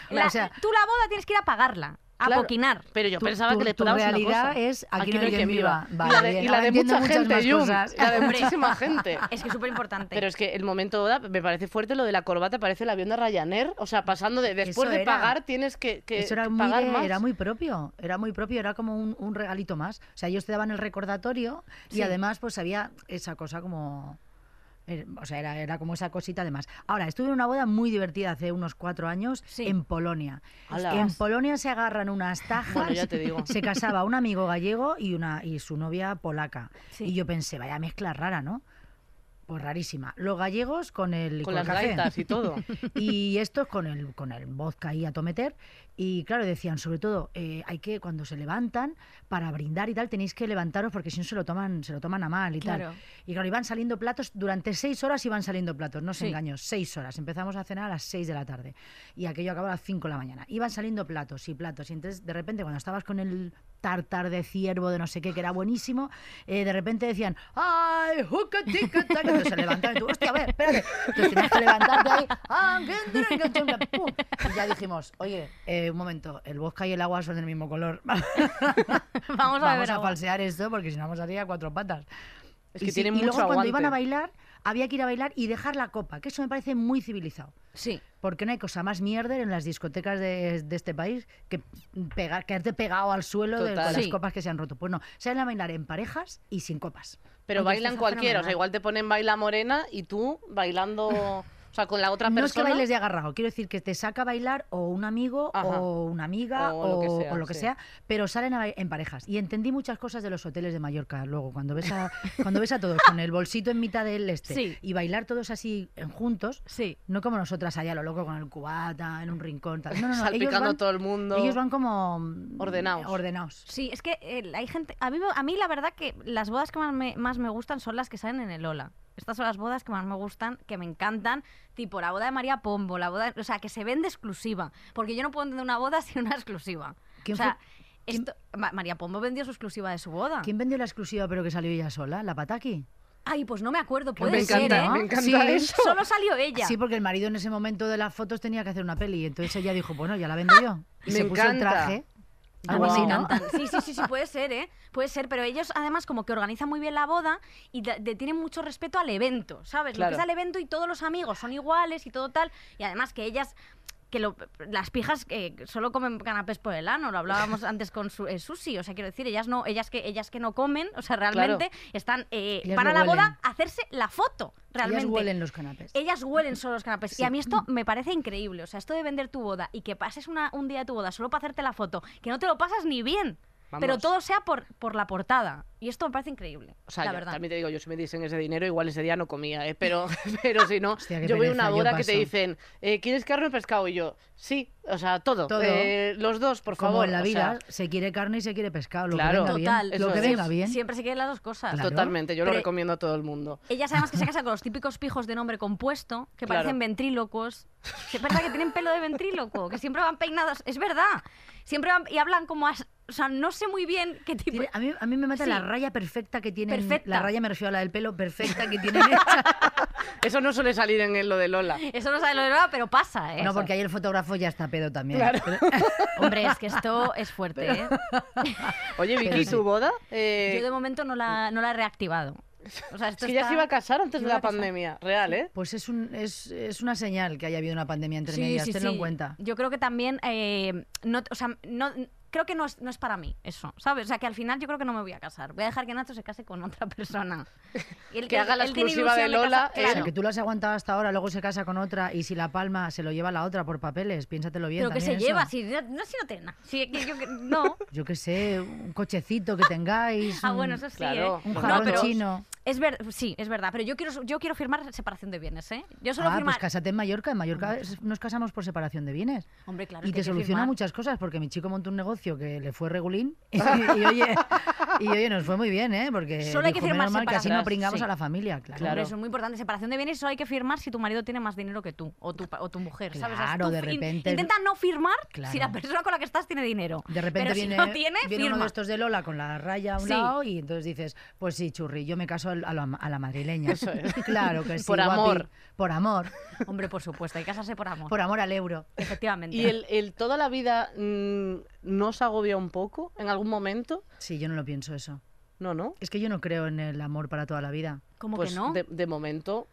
Speaker 4: Hombre,
Speaker 3: La-
Speaker 4: o sea-
Speaker 3: tú la boda tienes que ir a pagarla, a
Speaker 2: Claro,
Speaker 3: poquinar.
Speaker 2: Pero yo
Speaker 4: Tu-
Speaker 2: pensaba
Speaker 4: tu-
Speaker 2: que le
Speaker 4: tu
Speaker 2: dabas una
Speaker 4: realidad
Speaker 2: cosa.
Speaker 4: es Aquí no hay quien viva.
Speaker 2: Y
Speaker 4: Vale,
Speaker 2: la de, y
Speaker 4: bien,
Speaker 2: la
Speaker 4: ahora
Speaker 2: de
Speaker 4: entiendo
Speaker 2: mucha
Speaker 4: muchas
Speaker 2: gente,
Speaker 4: más
Speaker 2: Jung,
Speaker 4: cosas.
Speaker 2: La de muchísima gente.
Speaker 3: Es que es súper importante.
Speaker 2: Pero es que el momento boda me parece fuerte lo de la corbata, parece el avión de Ryanair. O sea, pasando de después
Speaker 4: Eso
Speaker 2: de
Speaker 4: era.
Speaker 2: pagar tienes que, que-
Speaker 4: Eso era
Speaker 2: que
Speaker 4: muy,
Speaker 2: pagar
Speaker 4: de-
Speaker 2: más.
Speaker 4: era muy propio, era muy propio, era como un, un regalito más. O sea, ellos te daban el recordatorio y
Speaker 3: Sí.
Speaker 4: además pues había esa cosa como... er- O sea, era, era como esa cosita además. Ahora, estuve en una boda muy divertida hace unos cuatro años
Speaker 3: Sí.
Speaker 4: en Polonia.
Speaker 2: Ala.
Speaker 4: En Polonia se agarran unas tajas.
Speaker 2: Bueno, ya te digo.
Speaker 4: Se casaba un amigo gallego y, una, y su novia polaca.
Speaker 3: Sí.
Speaker 4: Y yo pensé, vaya mezcla rara, ¿no? Pues rarísima. Los gallegos con el
Speaker 2: con
Speaker 4: el
Speaker 2: las
Speaker 4: café.
Speaker 2: gaitas y todo.
Speaker 4: Y estos con el, con el vodka ahí a tometer. Y claro, decían, sobre todo, eh, hay que, cuando se levantan, para brindar y tal, tenéis que levantaros porque si no se lo toman, se lo toman a mal y
Speaker 3: Claro.
Speaker 4: tal. Y claro, iban saliendo platos, durante seis horas iban saliendo platos, no os
Speaker 3: Sí.
Speaker 4: engaño, seis horas. Empezamos a cenar a las seis de la tarde. Y aquello acababa a las cinco de la mañana. Iban saliendo platos y platos. Y entonces, de repente, cuando estabas con el tartar de ciervo de no sé qué, que era buenísimo, eh, de repente decían, ¡ay, juca, tica, taca". Entonces se levantaban y tú, hostia, a ver, espérate. Entonces tenías que levantarte ahí, "Ah, que entra, que entra", ¡pum! Y ya dijimos, oye, eh, un momento, el bosque y el agua son del mismo color. vamos
Speaker 3: Vamos a beber agua.
Speaker 4: falsear esto porque si no vamos a salir a cuatro patas.
Speaker 2: Es
Speaker 4: Y
Speaker 2: que
Speaker 4: sí,
Speaker 2: tiene
Speaker 4: y
Speaker 2: mucho
Speaker 4: luego cuando
Speaker 2: aguante.
Speaker 4: iban a bailar, había que ir a bailar y dejar la copa, que eso me parece muy civilizado.
Speaker 3: Sí.
Speaker 4: Porque no hay cosa más mierder en las discotecas de, de este país que pegar, quedarte pegado al suelo de,
Speaker 2: Total.
Speaker 4: con las
Speaker 3: Sí.
Speaker 4: copas que se han roto. Pues no, salen a bailar en parejas y sin copas.
Speaker 2: Pero
Speaker 3: Oye, esto
Speaker 2: bailan
Speaker 3: está
Speaker 2: cualquiera, o sea,
Speaker 3: fenomenal.
Speaker 2: igual te ponen baila morena y tú bailando, o sea, con la otra
Speaker 4: No
Speaker 2: persona.
Speaker 4: es que bailes de agarrado, quiero decir que te saca a bailar o un amigo
Speaker 2: Ajá.
Speaker 4: o una amiga o, o lo que sea,
Speaker 2: sí.
Speaker 4: pero salen a ba- en parejas. Y entendí muchas cosas de los hoteles de Mallorca luego, cuando ves a, cuando ves a todos con el bolsito en mitad del este
Speaker 3: Sí.
Speaker 4: y bailar todos así eh, juntos,
Speaker 3: Sí.
Speaker 4: no como nosotras allá lo loco con el cubata, en un rincón, tal. No, no, no, ellos
Speaker 2: salpicando
Speaker 4: van,
Speaker 2: todo el mundo.
Speaker 4: ellos van como... mm,
Speaker 2: Ordenados.
Speaker 4: Ordenados.
Speaker 3: Sí, es que eh, hay gente. A mí, me- a mí la verdad que las bodas que más me, más me gustan son las que salen en el Ola. Estas son las bodas que más me gustan, que me encantan, tipo la boda de María Pombo, la boda. O sea, que se vende exclusiva. Porque yo no puedo entender una boda sin una exclusiva.
Speaker 4: ¿Quién
Speaker 3: o sea,
Speaker 4: quién-
Speaker 3: esto- Ma- María Pombo vendió su exclusiva de su boda.
Speaker 4: ¿Quién vendió la exclusiva pero que salió ella sola? ¿La Pataki?
Speaker 3: Ay, pues no me acuerdo, puede
Speaker 2: me
Speaker 3: ser,
Speaker 2: encanta,
Speaker 3: ¿eh?
Speaker 2: me encanta
Speaker 4: Sí.
Speaker 2: eso.
Speaker 3: Solo salió ella.
Speaker 4: Sí, porque el marido en ese momento de las fotos tenía que hacer una peli. Entonces ella dijo, bueno, ya la vendo yo. Y
Speaker 2: Me
Speaker 4: se puso el
Speaker 2: encanta.
Speaker 4: traje.
Speaker 2: Ah,
Speaker 3: A mí
Speaker 2: Wow.
Speaker 4: Algo
Speaker 3: me
Speaker 4: así, ¿no?
Speaker 3: encantan. Sí, sí, sí, sí, puede ser, ¿eh? Puede ser, pero ellos además como que organizan muy bien la boda y da- de- tienen mucho respeto al evento, ¿sabes? Lo
Speaker 2: Claro.
Speaker 3: que es al evento y todos los amigos son iguales y todo tal. Y además que ellas, que lo- las pijas eh, solo comen canapés por el ano, lo hablábamos antes con su, eh, Susi, o sea, quiero decir, ellas no ellas que ellas que no comen, o sea, realmente están eh,
Speaker 4: Ellas
Speaker 3: para la
Speaker 4: lo huelen.
Speaker 3: boda a hacerse la foto, realmente. Eh,
Speaker 4: Ellas huelen los canapés.
Speaker 3: Ellas huelen solo los canapés. Y a mí
Speaker 2: Mm.
Speaker 3: esto me parece increíble. O sea, esto de vender tu boda y que pases una- un día de tu boda solo para hacerte la foto, que no te lo pasas ni bien.
Speaker 2: Vamos.
Speaker 3: Pero todo sea por, por la portada. Y esto me parece increíble.
Speaker 2: O sea,
Speaker 3: la
Speaker 2: yo
Speaker 3: verdad.
Speaker 2: también te digo, yo si me dicen ese dinero, igual ese día no comía, ¿eh? pero, pero si no,
Speaker 4: Hostia, qué
Speaker 2: yo veo
Speaker 4: pereza,
Speaker 2: una
Speaker 4: yo
Speaker 2: boda que te
Speaker 4: paso.
Speaker 2: dicen, eh, ¿quieres carne o pescado? Y yo, sí, o sea, todo.
Speaker 4: Todo.
Speaker 2: Eh, los dos, por
Speaker 4: Como
Speaker 2: favor.
Speaker 4: en la
Speaker 2: o
Speaker 4: vida,
Speaker 2: sea,
Speaker 4: se quiere carne y se quiere pescado. Lo
Speaker 2: Claro.
Speaker 4: que venga
Speaker 3: Total,
Speaker 4: bien.
Speaker 2: eso
Speaker 4: Lo que
Speaker 2: es.
Speaker 4: venga bien.
Speaker 3: Siempre se quieren las dos cosas.
Speaker 4: Claro.
Speaker 2: Totalmente, yo lo
Speaker 3: Pero-
Speaker 2: recomiendo a todo el mundo.
Speaker 3: Ellas además que se casan con los típicos pijos de nombre compuesto, que
Speaker 2: Claro.
Speaker 3: parecen ventrílocos. Es verdad que tienen pelo de ventríloco, que siempre van peinados. Es verdad. Siempre van y hablan como... as- o sea, no sé muy bien qué tipo...
Speaker 4: Tiene- a, mí, a mí me mata
Speaker 3: Sí.
Speaker 4: la raya perfecta que tienen.
Speaker 3: Perfecta.
Speaker 4: La raya me refiero a la del pelo perfecta que tienen hecha.
Speaker 2: Eso no suele salir en el- lo de Lola.
Speaker 4: Eh,
Speaker 3: Eso no sabe lo de nada, pero pasa, ¿eh?
Speaker 4: no, porque ahí el fotógrafo ya está pedo también.
Speaker 3: Hombre, es que esto es fuerte, ¿eh?
Speaker 2: Oye,
Speaker 4: Pero
Speaker 2: Vicky,
Speaker 4: sí.
Speaker 2: ¿tu boda? Eh,
Speaker 3: Yo de momento no la, no la he reactivado. O sea, esto
Speaker 2: es que ya
Speaker 3: está-
Speaker 2: se iba a casar antes
Speaker 3: Yo
Speaker 2: de
Speaker 3: iba
Speaker 2: la
Speaker 3: a casar.
Speaker 2: pandemia, real, ¿eh?
Speaker 4: Pues es, un, es, es una señal que haya habido una pandemia entre medias. tenlo en cuenta.
Speaker 3: Yo creo que también, eh, no, o sea, no, creo que no es, no es para mí eso, ¿sabes? O sea, que al final yo creo que no me voy a casar. Voy a dejar que Nacho se case con otra persona. Y él-
Speaker 2: Que
Speaker 3: él-
Speaker 2: haga la
Speaker 3: él tiene
Speaker 2: exclusiva
Speaker 3: ilusión
Speaker 2: de Lola,
Speaker 3: casar-
Speaker 2: eh,
Speaker 4: O
Speaker 3: claro.
Speaker 4: sea, que tú lo has aguantado hasta ahora, luego se casa con otra y si la palma se lo lleva la otra por papeles, piénsatelo bien.
Speaker 3: Pero que se
Speaker 4: también eso.
Speaker 3: lleva, si no, no, si no tiene nada. Si- que yo- que- no.
Speaker 4: Yo qué sé, un cochecito que tengáis.
Speaker 3: Ah,
Speaker 4: un-
Speaker 3: bueno, eso sí,
Speaker 2: Claro.
Speaker 3: ¿eh?
Speaker 4: Un
Speaker 2: No,
Speaker 4: jarrón
Speaker 3: pero-
Speaker 4: chino.
Speaker 3: Es ver, sí, es verdad, pero yo quiero, yo quiero firmar separación de bienes, ¿eh? Yo solo
Speaker 4: Ah,
Speaker 3: firmar...
Speaker 4: pues cásate en Mallorca. En Mallorca es- nos casamos por separación de bienes.
Speaker 3: Hombre, claro,
Speaker 4: y
Speaker 3: es que
Speaker 4: te
Speaker 3: hay que
Speaker 4: soluciona
Speaker 3: firmar.
Speaker 4: muchas cosas, porque mi chico montó un negocio que le fue regulín. Y, oye, y oye, nos fue muy bien, ¿eh? Porque
Speaker 3: Solo hay que
Speaker 4: dijo, menos
Speaker 3: firmar
Speaker 4: mal que así no
Speaker 3: separación.
Speaker 4: pringamos
Speaker 3: Sí.
Speaker 4: a la familia, claro.
Speaker 2: Claro.
Speaker 3: Hombre, eso es muy importante. Separación de bienes solo hay que firmar si tu marido tiene más dinero que tú o tu, pa- o tu mujer. ¿sabes? O sea,
Speaker 4: Claro,
Speaker 3: tú
Speaker 4: de
Speaker 3: fin-
Speaker 4: repente-
Speaker 3: Intenta no firmar
Speaker 4: Claro.
Speaker 3: si la persona con la que estás tiene dinero.
Speaker 4: De repente
Speaker 3: Pero
Speaker 4: viene,
Speaker 3: si no tiene,
Speaker 4: viene
Speaker 3: firma.
Speaker 4: uno de estos de Lola con la raya a un
Speaker 3: Sí.
Speaker 4: lado y entonces dices, pues sí, churri, yo me caso al- a la, a la madrileña.
Speaker 2: Eso es.
Speaker 4: Claro que sí.
Speaker 2: Por
Speaker 4: guapi,
Speaker 2: amor.
Speaker 4: Por amor.
Speaker 3: Hombre, por supuesto, hay que casarse por amor.
Speaker 4: Por amor al euro.
Speaker 3: Efectivamente.
Speaker 2: ¿Y el, el toda la vida mm, no os agobia un poco en algún momento?
Speaker 4: Sí, yo no lo pienso eso.
Speaker 2: No, ¿no?
Speaker 4: Es que yo no creo en el amor para toda la vida.
Speaker 3: ¿Cómo
Speaker 2: pues
Speaker 3: que no?
Speaker 2: de, de momento,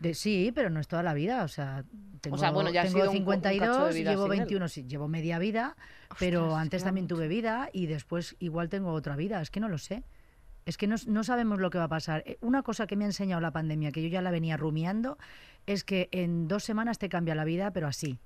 Speaker 4: De- sí, pero no es toda la vida, o sea, tengo,
Speaker 2: sea, bueno, ya ha
Speaker 4: tengo
Speaker 2: sido un cu- un cacho de
Speaker 4: 52 y
Speaker 2: vida
Speaker 4: llevo
Speaker 2: sin él.
Speaker 4: 21, sí, llevo media vida, pero
Speaker 3: Ostras,
Speaker 4: antes
Speaker 3: queda
Speaker 4: también
Speaker 3: mucho.
Speaker 4: tuve vida y después igual tengo otra vida, es que no lo sé. Es que no, no sabemos lo que va a pasar. Eh, Una cosa que me ha enseñado la pandemia, que yo ya la venía rumiando, es que en dos semanas te cambia la vida, pero así.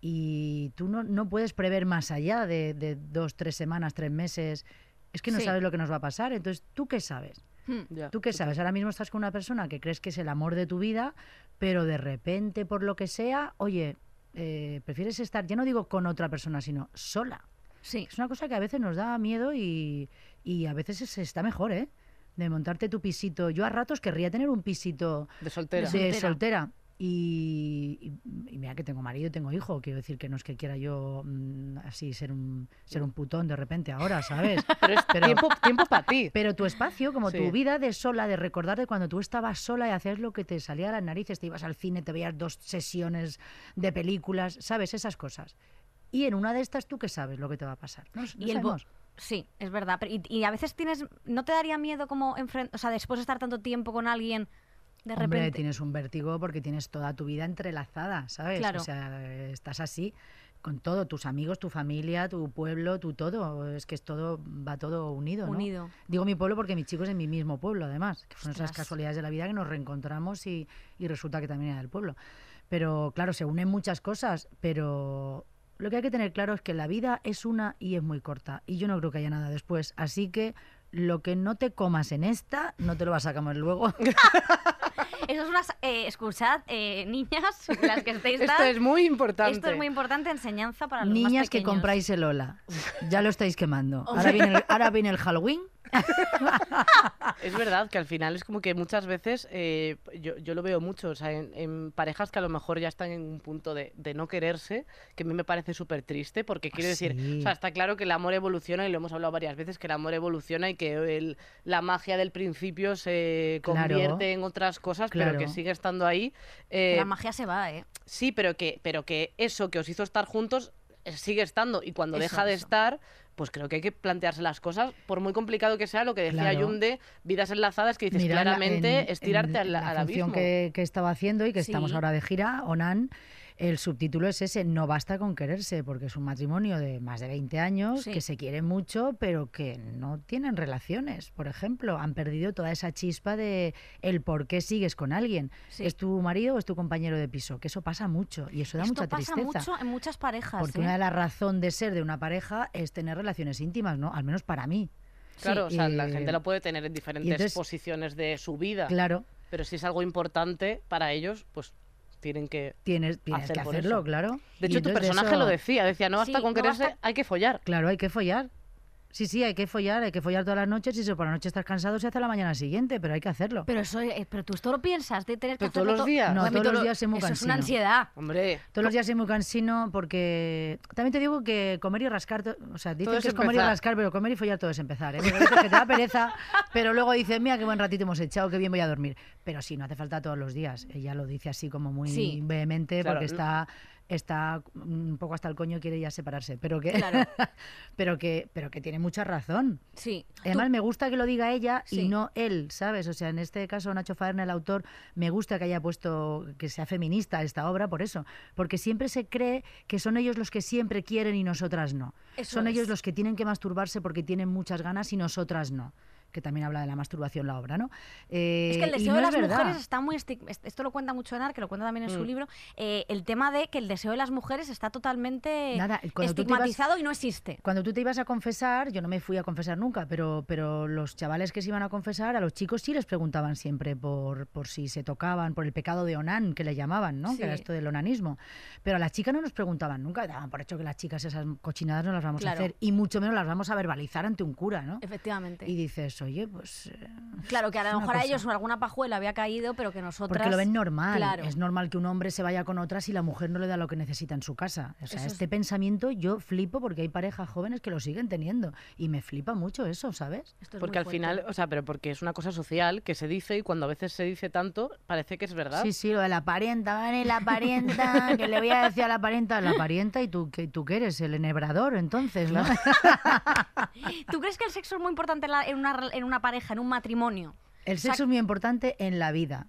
Speaker 4: Y tú no, no puedes prever más allá de, de dos, tres semanas, tres meses. Es que no
Speaker 3: Sí.
Speaker 4: sabes lo que nos va a pasar. Entonces, ¿tú qué sabes?
Speaker 3: Hmm.
Speaker 2: ya.
Speaker 4: ¿Tú qué sabes? Ahora mismo estás con una persona que crees que es el amor de tu vida, pero de repente, por lo que sea, oye, eh, prefieres estar, ya no digo con otra persona, sino sola.
Speaker 3: Sí.
Speaker 4: Es una cosa que a veces nos da miedo y, y a veces es- está mejor, ¿eh? De montarte tu pisito. Yo a ratos querría tener un pisito
Speaker 2: de soltera.
Speaker 4: de
Speaker 3: soltera.
Speaker 4: soltera. Y, y- y mira que tengo marido, y tengo hijo. Quiero decir que no es que quiera yo mm, así ser un, ser un putón de repente ahora, ¿sabes?
Speaker 2: Pero es
Speaker 4: Pero-
Speaker 2: tiempo, tiempo para ti.
Speaker 4: Pero tu espacio, como
Speaker 2: Sí.
Speaker 4: tu vida de sola, de recordar de cuando tú estabas sola y hacías lo que te salía a las narices, te ibas al cine, te veías dos sesiones de películas, ¿sabes? Esas cosas. Y en una de estas tú que sabes lo que te va a pasar. No, no
Speaker 3: Y el bo-
Speaker 4: sabemos.
Speaker 3: Sí, es verdad. pero- y, y a veces tienes... ¿No te daría miedo como enfren- O sea, después de estar tanto tiempo con alguien, De
Speaker 4: Hombre,
Speaker 3: repente.
Speaker 4: tienes un vértigo porque tienes toda tu vida entrelazada, ¿sabes?
Speaker 3: Claro.
Speaker 4: O sea, estás así con todo, tus amigos, tu familia, tu pueblo, tu todo. Es que es todo, va todo unido, ¿no?
Speaker 3: Unido.
Speaker 4: Digo mi pueblo porque mis chicos es en mi mismo pueblo, además. Que son esas
Speaker 3: Ostras.
Speaker 4: casualidades de la vida que nos reencontramos y, y resulta que también era del pueblo. Pero claro, se unen muchas cosas, pero lo que hay que tener claro es que la vida es una y es muy corta. Y yo no creo que haya nada después. Así que lo que no te comas en esta, no te lo vas a comer luego.
Speaker 3: Eso es una... sa- eh, escuchad, eh, niñas, las que estáis
Speaker 2: Esto
Speaker 3: tal,
Speaker 2: es muy importante.
Speaker 3: esto es muy importante, enseñanza para los más
Speaker 4: Niñas que
Speaker 3: pequeños.
Speaker 4: compráis el Ola, ya lo estáis quemando. Ahora viene el, ahora viene el Halloween.
Speaker 2: Es verdad que al final es como que muchas veces, eh, yo, yo lo veo mucho, o sea, en, en parejas que a lo mejor ya están en un punto de, de no quererse, que a mí me parece súper triste, porque quiero decir,
Speaker 4: sí.
Speaker 2: o sea, está claro que el amor evoluciona, y lo hemos hablado varias veces, que el amor evoluciona y que el- la magia del principio se
Speaker 4: Claro.
Speaker 2: convierte en otras cosas, pero que
Speaker 4: Claro.
Speaker 2: sigue estando ahí. eh,
Speaker 3: La magia se va, ¿eh?
Speaker 2: Sí, pero que, pero que eso que os hizo estar juntos eh, sigue estando y cuando
Speaker 3: Eso,
Speaker 2: deja de
Speaker 3: eso.
Speaker 2: estar, pues creo que hay que plantearse las cosas, por muy complicado que sea lo que decía
Speaker 4: Claro.
Speaker 2: Jung de vidas enlazadas, que dices
Speaker 4: Mira, en la-
Speaker 2: claramente
Speaker 4: en-
Speaker 2: estirarte
Speaker 4: en
Speaker 2: al,
Speaker 4: la
Speaker 2: al
Speaker 4: función
Speaker 2: abismo.
Speaker 4: que, que estaba haciendo y que estamos
Speaker 3: Sí.
Speaker 4: ahora de gira, Onan, el subtítulo es ese, no basta con quererse, porque es un matrimonio de más de 20 años,
Speaker 3: Sí.
Speaker 4: que se quiere mucho, pero que no tienen relaciones, por ejemplo. Han perdido toda esa chispa de el por qué sigues con alguien.
Speaker 3: Sí.
Speaker 4: ¿Es tu marido o es tu compañero de piso? Que eso pasa mucho y eso da
Speaker 3: Esto
Speaker 4: mucha
Speaker 3: pasa
Speaker 4: tristeza.
Speaker 3: mucho en muchas parejas.
Speaker 4: Porque
Speaker 3: ¿eh?
Speaker 4: una de las razones de ser de una pareja es tener relaciones íntimas, ¿no? Al menos para mí.
Speaker 2: Claro, o sea, la
Speaker 4: eh,
Speaker 2: gente lo puede tener en diferentes
Speaker 4: entonces-
Speaker 2: posiciones de su vida,
Speaker 4: Claro,
Speaker 2: pero si es algo importante para ellos, pues tienen que...
Speaker 4: tienes, tienes
Speaker 2: Hacer
Speaker 4: que
Speaker 2: por
Speaker 4: hacerlo,
Speaker 2: eso.
Speaker 4: claro.
Speaker 2: De
Speaker 4: Y
Speaker 2: hecho, tu
Speaker 4: entonces
Speaker 2: personaje
Speaker 4: eso-
Speaker 2: lo decía, decía, no
Speaker 3: Sí,
Speaker 2: basta con
Speaker 3: no
Speaker 2: quererse,
Speaker 3: basta-
Speaker 2: hay que follar.
Speaker 4: Claro, hay que follar. Sí, sí, hay que follar, hay que follar todas las noches y si por la noche estás cansado se hace la mañana siguiente, pero hay que hacerlo.
Speaker 3: Pero eso, eh, pero tú esto lo piensas de tener que
Speaker 2: Pero todos
Speaker 3: hacerlo
Speaker 2: los
Speaker 3: to-
Speaker 2: días.
Speaker 4: No,
Speaker 3: Bueno,
Speaker 4: todos
Speaker 3: todo-
Speaker 4: los días es muy
Speaker 3: Eso es una
Speaker 4: cansino.
Speaker 3: ansiedad.
Speaker 2: Hombre,
Speaker 4: Todos los días soy muy cansino porque también te digo que comer y rascar, to- o sea,
Speaker 2: Todo
Speaker 4: dicen
Speaker 2: es
Speaker 4: que es comer y
Speaker 2: empezar.
Speaker 4: rascar, pero comer y follar todo es empezar, ¿eh? Porque a veces que te da pereza, pero luego dices, mira qué buen ratito hemos echado, qué bien voy a dormir. Pero sí, no hace falta todos los días. Ella lo dice así como muy
Speaker 3: Sí.
Speaker 4: vehemente
Speaker 2: Claro,
Speaker 4: porque
Speaker 2: no-
Speaker 4: está está un poco hasta el coño y quiere ya separarse, pero
Speaker 3: Claro.
Speaker 4: que pero que pero que tiene mucha razón.
Speaker 3: Sí. Tú-
Speaker 4: Además, me gusta que lo diga ella
Speaker 3: Sí.
Speaker 4: y no él, ¿sabes? O sea, en este caso, Nacho Farner, el autor, me gusta que haya puesto que sea feminista esta obra por eso. Porque siempre se cree que son ellos los que siempre quieren y nosotras no.
Speaker 3: Eso
Speaker 4: son ellos
Speaker 3: es.
Speaker 4: los que tienen que masturbarse porque tienen muchas ganas y nosotras no. Que también habla de la masturbación la obra, ¿no? Eh,
Speaker 3: Es que el
Speaker 4: y
Speaker 3: deseo
Speaker 4: no
Speaker 3: de
Speaker 4: es
Speaker 3: las
Speaker 4: verdad.
Speaker 3: mujeres está muy estigmatizado. Esto lo cuenta mucho Enar, que lo cuenta también en su
Speaker 2: Mm.
Speaker 3: libro. eh, el tema de que el deseo de las mujeres está totalmente
Speaker 4: Nada, cuando tú te ibas-
Speaker 3: estigmatizado y no existe.
Speaker 4: Cuando tú te ibas a confesar, yo no me fui a confesar nunca, pero, pero los chavales que se iban a confesar, a los chicos sí les preguntaban siempre por, por si se tocaban, por el pecado de onan, que le llamaban, ¿no?
Speaker 3: Sí.
Speaker 4: Que era esto del onanismo. Pero a las chicas no nos preguntaban nunca, daban por hecho que las chicas esas cochinadas no las vamos
Speaker 3: Claro.
Speaker 4: a hacer, y mucho menos las vamos a verbalizar ante un cura, ¿no?
Speaker 3: Efectivamente.
Speaker 4: Y dices, oye, pues... eh,
Speaker 3: claro, que a
Speaker 4: es
Speaker 3: lo
Speaker 4: una
Speaker 3: mejor a
Speaker 4: cosa.
Speaker 3: ellos alguna pajuela había caído, pero que nosotras.
Speaker 4: Porque lo ven normal.
Speaker 3: Claro.
Speaker 4: Es normal que un hombre se vaya con otra si la mujer no le da lo que necesita en su casa. O sea,
Speaker 3: Eso es-
Speaker 4: este pensamiento yo flipo porque hay parejas jóvenes que lo siguen teniendo. Y me flipa mucho eso, ¿sabes?
Speaker 3: Esto es muy
Speaker 2: porque al
Speaker 3: fuerte.
Speaker 2: final, o sea, pero porque es una cosa social que se dice y cuando a veces se dice tanto, parece que es verdad.
Speaker 4: Sí, sí, lo de la parienta, ¿vale? La parienta, que le voy a decir a la parienta, la parienta, y tú, que, tú que eres el enhebrador, entonces, ¿no?
Speaker 3: ¿Tú crees que el sexo es muy importante en, la- en una, re- en una pareja, en un matrimonio?
Speaker 4: El sexo es muy importante en la vida.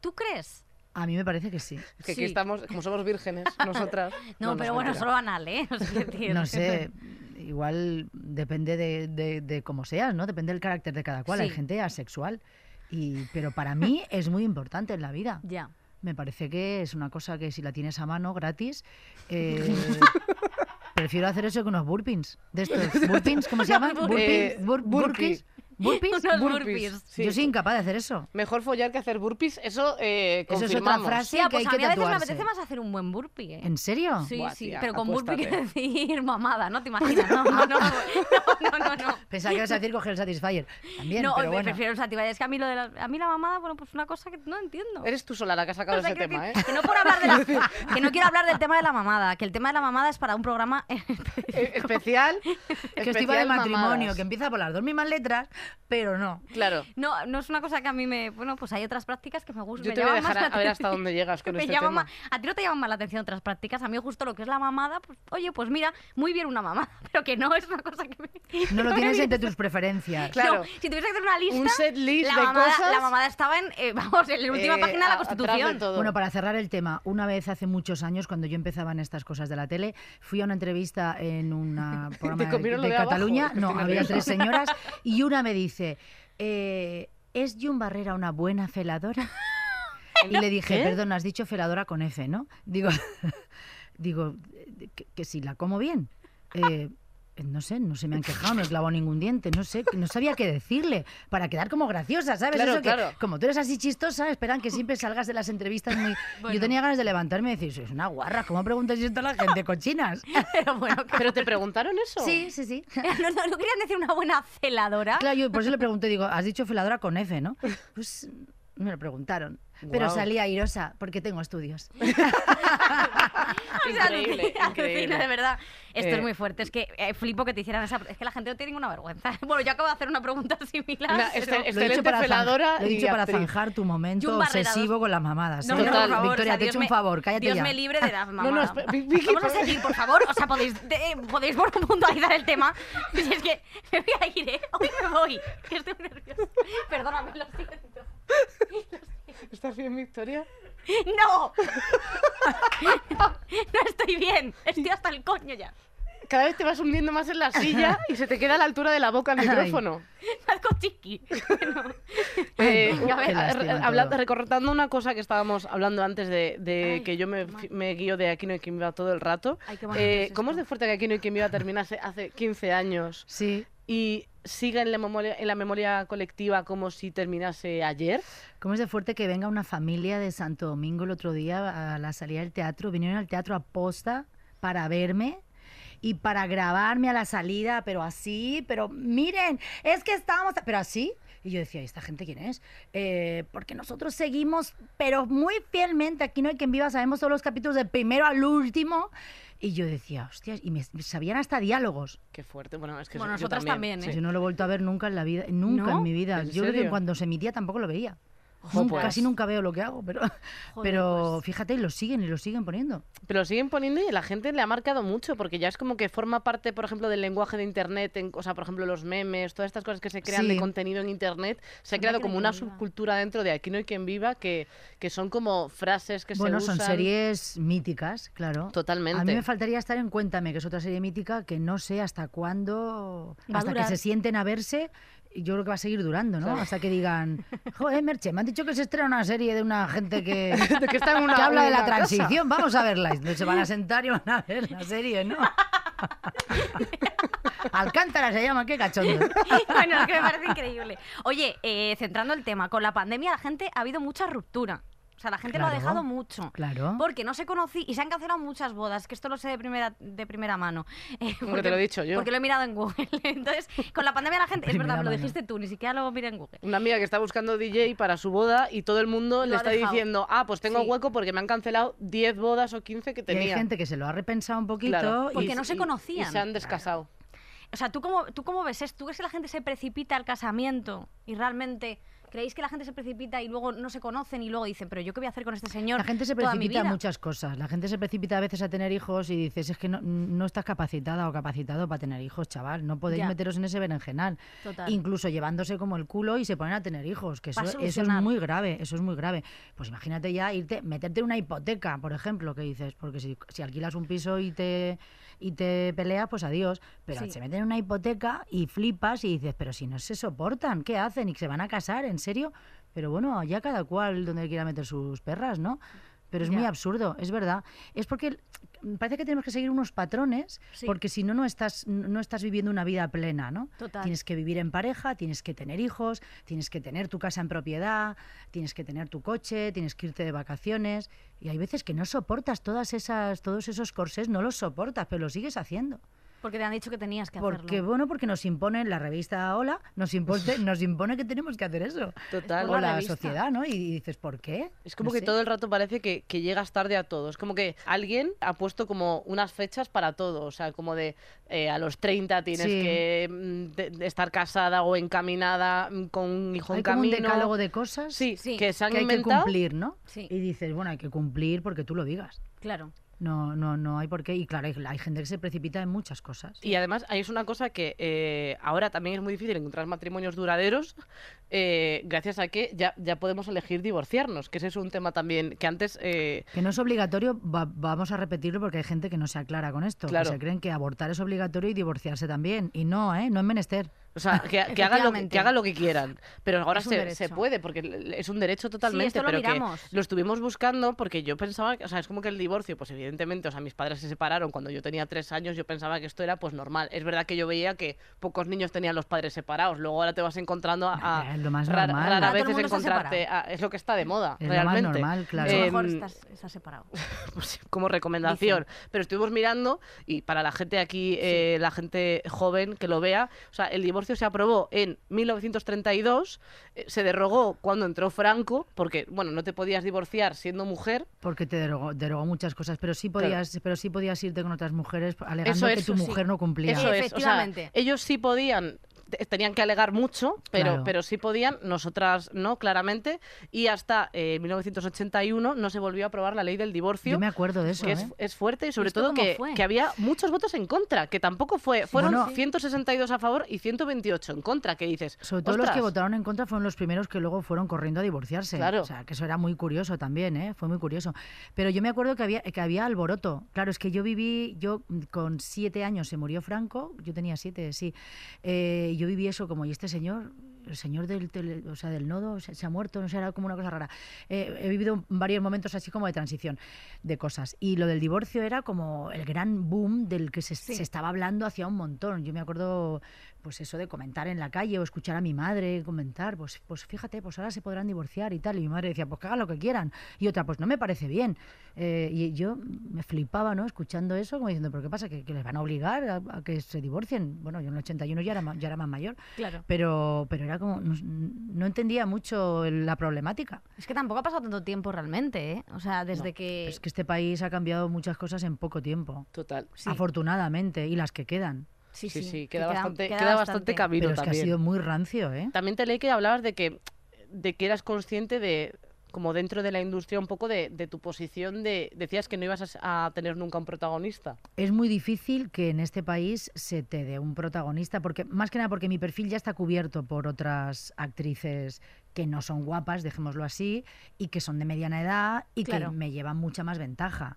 Speaker 3: ¿Tú crees?
Speaker 4: A mí me parece que sí.
Speaker 2: Es que
Speaker 3: Sí.
Speaker 2: aquí estamos, como somos vírgenes, nosotras.
Speaker 3: No,
Speaker 2: es
Speaker 3: pero bueno,
Speaker 2: mentira.
Speaker 3: solo anal, ¿eh? O sea, quiero decir-
Speaker 4: No sé, igual depende de, de- de cómo seas, ¿no? Depende del carácter de cada cual. Hay
Speaker 3: Sí.
Speaker 4: gente asexual. Y, pero para mí es muy importante en la vida.
Speaker 3: Ya.
Speaker 4: Me parece que es una cosa que si la tienes a mano gratis, eh, prefiero hacer eso que unos burpees. De estos burpees, ¿cómo se llaman?
Speaker 3: Unos
Speaker 4: Burpees,
Speaker 2: burpees.
Speaker 4: bur- burpees, burpees.
Speaker 3: Unos
Speaker 2: Burpees,
Speaker 3: burpees.
Speaker 2: sí.
Speaker 4: Yo soy incapaz de hacer eso.
Speaker 2: Mejor follar que hacer burpees, eso eh,
Speaker 4: Eso es otra
Speaker 2: confirmamos.
Speaker 4: frase. Sí,
Speaker 3: Tía,
Speaker 4: que hay
Speaker 3: pues a
Speaker 4: que
Speaker 3: mí a veces me
Speaker 4: tatuarse.
Speaker 3: apetece más hacer un buen burpee, ¿eh?
Speaker 4: ¿En serio?
Speaker 3: Sí,
Speaker 2: Buah,
Speaker 3: sí,
Speaker 2: tía,
Speaker 3: pero con burpee quiero
Speaker 2: acuéstate. Pues
Speaker 3: decir mamada, ¿no? ¿Te imaginas? No, no, no, no, no, no.
Speaker 4: Pensaba que ibas a decir coger el Satisfyer. También,
Speaker 3: no,
Speaker 4: pero
Speaker 3: me
Speaker 4: bueno.
Speaker 3: prefiero el Sativa. Es que a mí, lo de la, a mí la mamada, bueno, pues una cosa que no entiendo.
Speaker 2: Eres tú sola la que ha sacado
Speaker 3: O sea,
Speaker 2: ese
Speaker 3: quiero
Speaker 2: tema, ¿eh?
Speaker 3: decir, que no por hablar de la- que no quiero hablar del tema de la mamada, que el tema de la mamada es para un programa
Speaker 2: Eh, Especial.
Speaker 4: que estoy
Speaker 2: especial
Speaker 4: de matrimonio,
Speaker 2: mamadas.
Speaker 4: que empieza por las dos mismas letras, pero no.
Speaker 2: Claro.
Speaker 3: No, no es una cosa que a mí me. Bueno, pues hay otras prácticas que me gustan.
Speaker 2: Yo
Speaker 3: Pues me
Speaker 2: te voy a
Speaker 3: llaman más
Speaker 2: dejar a,
Speaker 3: la
Speaker 2: a ver
Speaker 3: atención.
Speaker 2: hasta dónde llegas con
Speaker 3: me
Speaker 2: este
Speaker 3: llama
Speaker 2: tema.
Speaker 3: ma- A ti no te llaman más la atención otras prácticas. A mí justo lo que es la mamada, pues, oye, pues mira, muy bien una mamada, pero que no es una cosa que me...
Speaker 4: No lo
Speaker 3: me
Speaker 4: tienes entre
Speaker 3: gusta.
Speaker 4: tus preferencias.
Speaker 2: Claro.
Speaker 3: No, si tuviese que hacer una lista,
Speaker 2: Un set list
Speaker 3: la,
Speaker 2: de
Speaker 3: mamada,
Speaker 2: cosas.
Speaker 3: la mamada estaba en, eh, vamos, en la última
Speaker 2: eh,
Speaker 3: página de
Speaker 2: a-
Speaker 3: la
Speaker 2: atrás
Speaker 3: Constitución.
Speaker 2: todo.
Speaker 4: Bueno, para cerrar el tema, una vez hace muchos años, cuando yo empezaba en estas cosas de la tele, fui a una entrevista en un programa
Speaker 2: Te comieron lo
Speaker 4: de,
Speaker 2: de abajo,
Speaker 4: Cataluña.
Speaker 2: es que
Speaker 4: no,
Speaker 2: estoy
Speaker 4: había
Speaker 2: nerviosa.
Speaker 4: tres señoras y una me dice, eh, ¿es Jun Barrera una buena feladora? Y le dije,
Speaker 2: ¿Qué?
Speaker 4: perdón, has dicho feladora con F, ¿no? Digo, digo eh, que, que si la como bien. Eh, no sé, no se me han quejado, no he clavado ningún diente, no sé, no sabía qué decirle para quedar como graciosa, ¿sabes?
Speaker 2: Claro,
Speaker 4: Eso que-
Speaker 2: claro.
Speaker 4: como tú eres así chistosa, esperan que siempre salgas de las entrevistas muy...
Speaker 3: Bueno.
Speaker 4: Yo tenía ganas de levantarme y decir, sois una guarra, ¿cómo preguntas esto a la gente, cochinas?
Speaker 3: Pero bueno, que-
Speaker 2: ¿Pero te preguntaron eso?
Speaker 4: Sí, sí, sí.
Speaker 3: no, no, no querían decir una buena celadora.
Speaker 4: Claro, yo por eso le pregunté, digo, has dicho filadora con F, ¿no? Pues me lo preguntaron. Pero
Speaker 2: Guau.
Speaker 4: salía airosa, porque tengo estudios.
Speaker 3: O sea,
Speaker 2: Increíble,
Speaker 3: alucina-
Speaker 2: increíble.
Speaker 3: alucina, de verdad. Esto
Speaker 2: Eh,
Speaker 3: es muy fuerte. Es que eh, flipo que te hicieran esa. Es que la gente no tiene ninguna vergüenza. Bueno, yo acabo de hacer una pregunta similar.
Speaker 2: Una-
Speaker 3: pero-
Speaker 2: este-
Speaker 4: Lo he
Speaker 2: Excelente
Speaker 4: dicho para, zan-
Speaker 2: feladora
Speaker 4: lo he
Speaker 2: y
Speaker 4: dicho para
Speaker 2: actriz.
Speaker 4: zanjar tu momento
Speaker 3: Jun Barrera,
Speaker 4: obsesivo
Speaker 3: dos-
Speaker 4: con las mamadas.
Speaker 3: No,
Speaker 4: ¿eh?
Speaker 3: no, por
Speaker 2: Total.
Speaker 3: favor, o
Speaker 4: Victoria,
Speaker 3: sea,
Speaker 4: te he
Speaker 3: Dios
Speaker 4: hecho un
Speaker 3: me-
Speaker 4: favor, cállate
Speaker 3: Dios
Speaker 4: ya. Ah,
Speaker 3: me libre de la mamá.
Speaker 2: no, espe- Vi- Vicky,
Speaker 3: Vamos a
Speaker 2: por-
Speaker 3: seguir, por favor. O sea, podéis, de- eh, podéis por puntualizar el tema. Si es que me voy a ir, ¿eh? Hoy me voy. Que estoy nerviosa. Perdóname, lo siento.
Speaker 2: ¿Estás bien, Victoria?
Speaker 3: ¡No! No, no estoy bien. Estoy hasta el coño ya.
Speaker 2: Cada vez te vas hundiendo más en la silla y se te queda a la altura de la boca el
Speaker 4: Ay.
Speaker 2: micrófono.
Speaker 3: Algo chiqui.
Speaker 2: Eh,
Speaker 4: Qué
Speaker 2: a ver,
Speaker 4: lástima
Speaker 2: re- habla-
Speaker 4: todo.
Speaker 2: recortando una cosa que estábamos hablando antes de, de
Speaker 3: Ay,
Speaker 2: que yo me,
Speaker 3: mamá.
Speaker 2: fi- me guío de Aquino y Quien Viva todo el rato.
Speaker 3: Ay, qué bonito
Speaker 2: Eh,
Speaker 3: es
Speaker 2: ¿Cómo es
Speaker 3: esto.
Speaker 2: de fuerte que Aquino y Quien Viva terminase hace 15 años
Speaker 4: Sí,
Speaker 2: y siga en la memoria, en la memoria colectiva como si terminase ayer?
Speaker 4: ¿Cómo es de fuerte que venga una familia de Santo Domingo el otro día a la salida del teatro? Vinieron al teatro a posta para verme y para grabarme a la salida, pero así, pero miren, es que estábamos, pero así. Y yo decía, ¿y esta gente quién es? Eh, porque nosotros seguimos, pero muy fielmente, aquí no hay quien viva, sabemos todos los capítulos del primero al último. Y yo decía, hostias, y me me sabían hasta diálogos.
Speaker 2: Qué fuerte. Bueno, es que
Speaker 3: Bueno,
Speaker 2: yo
Speaker 3: nosotras
Speaker 2: también.
Speaker 3: también,
Speaker 2: sí.
Speaker 3: ¿eh?
Speaker 4: Yo no lo he vuelto a ver nunca en la vida, nunca
Speaker 3: ¿No?
Speaker 4: en mi vida.
Speaker 2: ¿En
Speaker 4: Yo creo que
Speaker 2: serio?
Speaker 4: cuando se emitía tampoco lo veía.
Speaker 2: Ojo,
Speaker 4: Nunca,
Speaker 2: pues.
Speaker 4: Casi nunca veo lo que hago, pero,
Speaker 3: Joder,
Speaker 4: pero
Speaker 3: pues.
Speaker 4: fíjate, y lo siguen y lo siguen poniendo.
Speaker 2: Pero lo siguen poniendo y a la gente le ha marcado mucho, porque ya es como que forma parte, por ejemplo, del lenguaje de Internet, en, o sea, por ejemplo, los memes, todas estas cosas que se crean
Speaker 4: Sí.
Speaker 2: de contenido en Internet, se ha
Speaker 3: Una
Speaker 2: creado como una
Speaker 3: creatividad.
Speaker 2: subcultura dentro de Aquí no hay quien viva, que, que son como frases que
Speaker 4: bueno,
Speaker 2: se
Speaker 4: son
Speaker 2: usan.
Speaker 4: series míticas, claro.
Speaker 2: Totalmente.
Speaker 4: A mí me faltaría estar en Cuéntame, que es otra serie mítica que no sé hasta cuándo,
Speaker 3: Va a
Speaker 4: hasta que
Speaker 3: durar.
Speaker 4: se sienten a verse, y yo creo que va a seguir durando, ¿no?
Speaker 2: Claro.
Speaker 4: Hasta que digan, joder, Merche, me han dicho que se estrena una serie de una gente que,
Speaker 2: que está en una-
Speaker 4: que habla de
Speaker 2: en
Speaker 4: la
Speaker 2: una casa.
Speaker 4: transición, vamos a verla. Y entonces se van a sentar y van a ver la serie, ¿no? Alcántara se llama, qué cachondo.
Speaker 3: bueno, es que me parece increíble. Oye, eh, centrando el tema, con la pandemia la gente ha habido mucha ruptura. O sea, la gente lo ha
Speaker 4: Claro,
Speaker 3: dejado mucho.
Speaker 4: Claro.
Speaker 3: Porque no se conocí y se han cancelado muchas bodas, que esto lo sé de primera, de primera mano. Eh,
Speaker 2: Como que te lo he dicho yo.
Speaker 3: Porque lo he mirado en Google. Entonces, con la pandemia la gente, es
Speaker 4: Primera
Speaker 3: verdad, me lo
Speaker 4: mano.
Speaker 3: dijiste tú, ni siquiera lo miré en Google.
Speaker 2: Una amiga que está buscando DJ para su boda y todo el mundo
Speaker 3: Lo
Speaker 2: le
Speaker 3: ha
Speaker 2: está
Speaker 3: dejado.
Speaker 2: diciendo, ah, pues tengo
Speaker 3: Sí.
Speaker 2: hueco porque me han cancelado 10 bodas o 15 que
Speaker 4: Y
Speaker 2: tenía.
Speaker 4: hay gente que se lo ha repensado un poquito
Speaker 2: Claro.
Speaker 4: y
Speaker 3: Porque no se
Speaker 2: y- Y
Speaker 3: conocían.
Speaker 2: se han descasado.
Speaker 3: O sea, ¿tú cómo, ¿tú cómo ves esto? ¿Tú crees que la gente se precipita al casamiento y realmente creéis que la gente se precipita y luego no se conocen y luego dicen, pero yo qué voy a hacer con este señor?
Speaker 4: La gente se
Speaker 3: toda mi
Speaker 4: precipita a
Speaker 3: vida?"
Speaker 4: muchas cosas. La gente se precipita a veces a tener hijos y dices, es que no, no estás capacitada o capacitado para tener hijos, chaval. No podéis
Speaker 3: Ya.
Speaker 4: meteros en ese berenjenal.
Speaker 3: Total.
Speaker 4: Incluso llevándose como el culo y se ponen a tener hijos, que eso,
Speaker 3: Para
Speaker 4: eso es
Speaker 3: solucionar.
Speaker 4: muy grave, eso es muy grave. Pues imagínate ya irte, meterte en una hipoteca, por ejemplo, que dices, porque si, si alquilas un piso y te y te peleas, pues adiós. Pero
Speaker 3: Sí.
Speaker 4: se meten en una hipoteca y flipas y dices, pero si no se soportan, ¿qué hacen? Y que se van a casar, ¿en serio? Pero bueno, ya cada cual donde quiera meter sus perras, ¿no? Pero es muy
Speaker 3: Ya.
Speaker 4: absurdo, es verdad. Es porque el- parece que tenemos que seguir unos patrones,
Speaker 3: Sí.
Speaker 4: porque si no, no estás, no estás viviendo una vida plena, ¿no?
Speaker 3: Total.
Speaker 4: Tienes que vivir en pareja, tienes que tener hijos, tienes que tener tu casa en propiedad, tienes que tener tu coche, tienes que irte de vacaciones. Y hay veces que no soportas todas esas, todos esos corsés, no los soportas, pero los sigues haciendo.
Speaker 3: Porque te han dicho que tenías que
Speaker 4: Porque,
Speaker 3: hacerlo.
Speaker 4: bueno, porque nos impone la revista Hola, nos impone, nos impone que tenemos que hacer eso.
Speaker 2: Total.
Speaker 4: O
Speaker 3: Una
Speaker 4: la
Speaker 3: revista.
Speaker 4: sociedad, ¿no? Y dices, ¿por qué?
Speaker 2: Es como
Speaker 4: No
Speaker 2: que
Speaker 4: sé.
Speaker 2: todo el rato parece que, que llegas tarde a todo. Es como que alguien ha puesto como unas fechas para todo. O sea, como de eh, a los 30 tienes
Speaker 4: Sí.
Speaker 2: que mm, de- de estar casada o encaminada mm, con un hijo
Speaker 4: Hay
Speaker 2: en
Speaker 4: como un
Speaker 2: camino.
Speaker 4: decálogo de cosas
Speaker 2: Sí,
Speaker 3: Sí,
Speaker 2: que se han
Speaker 4: que hay que
Speaker 2: inventado.
Speaker 4: cumplir, ¿no?
Speaker 3: Sí.
Speaker 4: Y dices, bueno, hay que cumplir porque tú lo digas.
Speaker 3: Claro.
Speaker 4: No, no, no hay por qué. Y claro, hay, hay gente que se precipita en muchas cosas.
Speaker 2: Y además ahí es una cosa que eh, ahora también es muy difícil encontrar matrimonios duraderos, eh, gracias a que ya, ya podemos elegir divorciarnos, que ese es un tema también que antes... eh,
Speaker 4: Que no es obligatorio, va- vamos a repetirlo porque hay gente que no se aclara con esto.
Speaker 2: Claro.
Speaker 4: Que se creen que abortar es obligatorio y divorciarse también. Y no, ¿eh? No es menester.
Speaker 2: o sea, que, que hagan lo que,
Speaker 3: Efectivamente.
Speaker 2: que hagan lo que quieran. Pero ahora
Speaker 3: Es un
Speaker 2: se,
Speaker 3: derecho.
Speaker 2: se puede, porque l- es un derecho totalmente.
Speaker 3: esto lo
Speaker 2: pero que
Speaker 3: miramos.
Speaker 2: lo estuvimos buscando porque yo pensaba, que- o sea, es como que el divorcio, pues evidentemente, o sea, mis padres se separaron cuando yo tenía tres años, yo pensaba que esto era pues normal. Es verdad que yo veía que pocos niños tenían los padres separados. Luego ahora te vas encontrando a, a-
Speaker 4: Nada, es eh, lo más
Speaker 2: Ah, rara,
Speaker 4: normal.
Speaker 2: rara
Speaker 4: Ahora
Speaker 3: todo el
Speaker 2: veces
Speaker 3: mundo está
Speaker 2: encontrarte. a- es lo que está de moda,
Speaker 4: Es lo más
Speaker 2: realmente.
Speaker 4: normal, claro.
Speaker 3: Es
Speaker 2: Eh,
Speaker 3: mejor estás, estás separado.
Speaker 2: pues, como recomendación. Pero estuvimos mirando, y para la gente aquí, eh, la gente joven que lo vea, o sea, el divorcio se aprobó en 1932, eh, se derogó cuando entró Franco, porque, bueno, no te podías divorciar siendo mujer.
Speaker 4: Porque te derogó, derogó muchas cosas, pero sí
Speaker 2: Claro.
Speaker 4: podías, pero sí podías irte con otras mujeres alegando
Speaker 2: Eso
Speaker 4: que
Speaker 2: es,
Speaker 4: tu
Speaker 2: sí.
Speaker 4: mujer no cumplía.
Speaker 2: Eso es, o sea,
Speaker 3: Efectivamente.
Speaker 2: ellos sí podían te- tenían que alegar mucho, pero,
Speaker 4: Claro.
Speaker 2: pero sí podían, nosotras no, claramente, y hasta eh, 1981 no se volvió a aprobar la ley del divorcio.
Speaker 4: Yo me acuerdo de eso.
Speaker 2: que
Speaker 4: ¿eh?
Speaker 2: es, es fuerte y sobre
Speaker 3: esto
Speaker 2: todo
Speaker 3: cómo
Speaker 2: que,
Speaker 3: fue?
Speaker 2: que había muchos votos en contra, que tampoco fue. Fueron
Speaker 4: Bueno.
Speaker 2: 162 a favor y 128 en contra, que dices.
Speaker 4: Sobre todo los que
Speaker 2: "Ostras".
Speaker 4: votaron en contra fueron los primeros que luego fueron corriendo a divorciarse.
Speaker 2: Claro.
Speaker 4: O sea, que eso era muy curioso también, ¿eh? Fue muy curioso. Pero yo me acuerdo que había, que había alboroto. Claro, es que yo viví, yo mm, con siete años se murió Franco, yo tenía siete, sí. Eh, yo viví eso como, y este señor, el señor del, tele- o sea, del nodo, se, se ha muerto, no sé, era como una cosa rara. Eh, he vivido varios momentos así como de transición de cosas. Y lo del divorcio era como el gran boom del que se, se estaba hablando hacía un montón. Yo me acuerdo pues eso de comentar en la calle o escuchar a mi madre comentar, pues, pues fíjate, pues ahora se podrán divorciar y tal. Y mi madre decía, pues que hagan lo que quieran. Y otra, pues no me parece bien. Eh, y yo me flipaba, ¿no? Escuchando eso, como diciendo, ¿pero qué pasa? ¿Que, que les van a obligar a, a que se divorcien? Bueno, yo en el 81 ya era, ma- ya era más mayor.
Speaker 3: Claro.
Speaker 4: Pero, pero era como, no, no entendía mucho el- la problemática.
Speaker 3: Es que tampoco ha pasado tanto tiempo realmente, ¿eh? O sea, desde que...
Speaker 4: Es que este país ha cambiado muchas cosas en poco tiempo.
Speaker 2: Total. Ah,
Speaker 3: Sí.
Speaker 4: afortunadamente, y las que quedan.
Speaker 3: Sí,
Speaker 2: Sí,
Speaker 3: sí,
Speaker 2: sí, queda, bastante, queda, bastante camino
Speaker 4: Pero es que
Speaker 2: también.
Speaker 4: ha sido muy rancio, ¿eh?
Speaker 2: También te leí que hablabas de que, de que eras consciente de como dentro de la industria un poco de, de tu posición de decías que no ibas a s- a, tener nunca un protagonista
Speaker 4: Es muy difícil que en este país se te dé un protagonista, porque más que nada porque mi perfil ya está cubierto por otras actrices que no son guapas, dejémoslo así, y que son de mediana edad y
Speaker 3: Claro.
Speaker 4: que me llevan mucha más ventaja.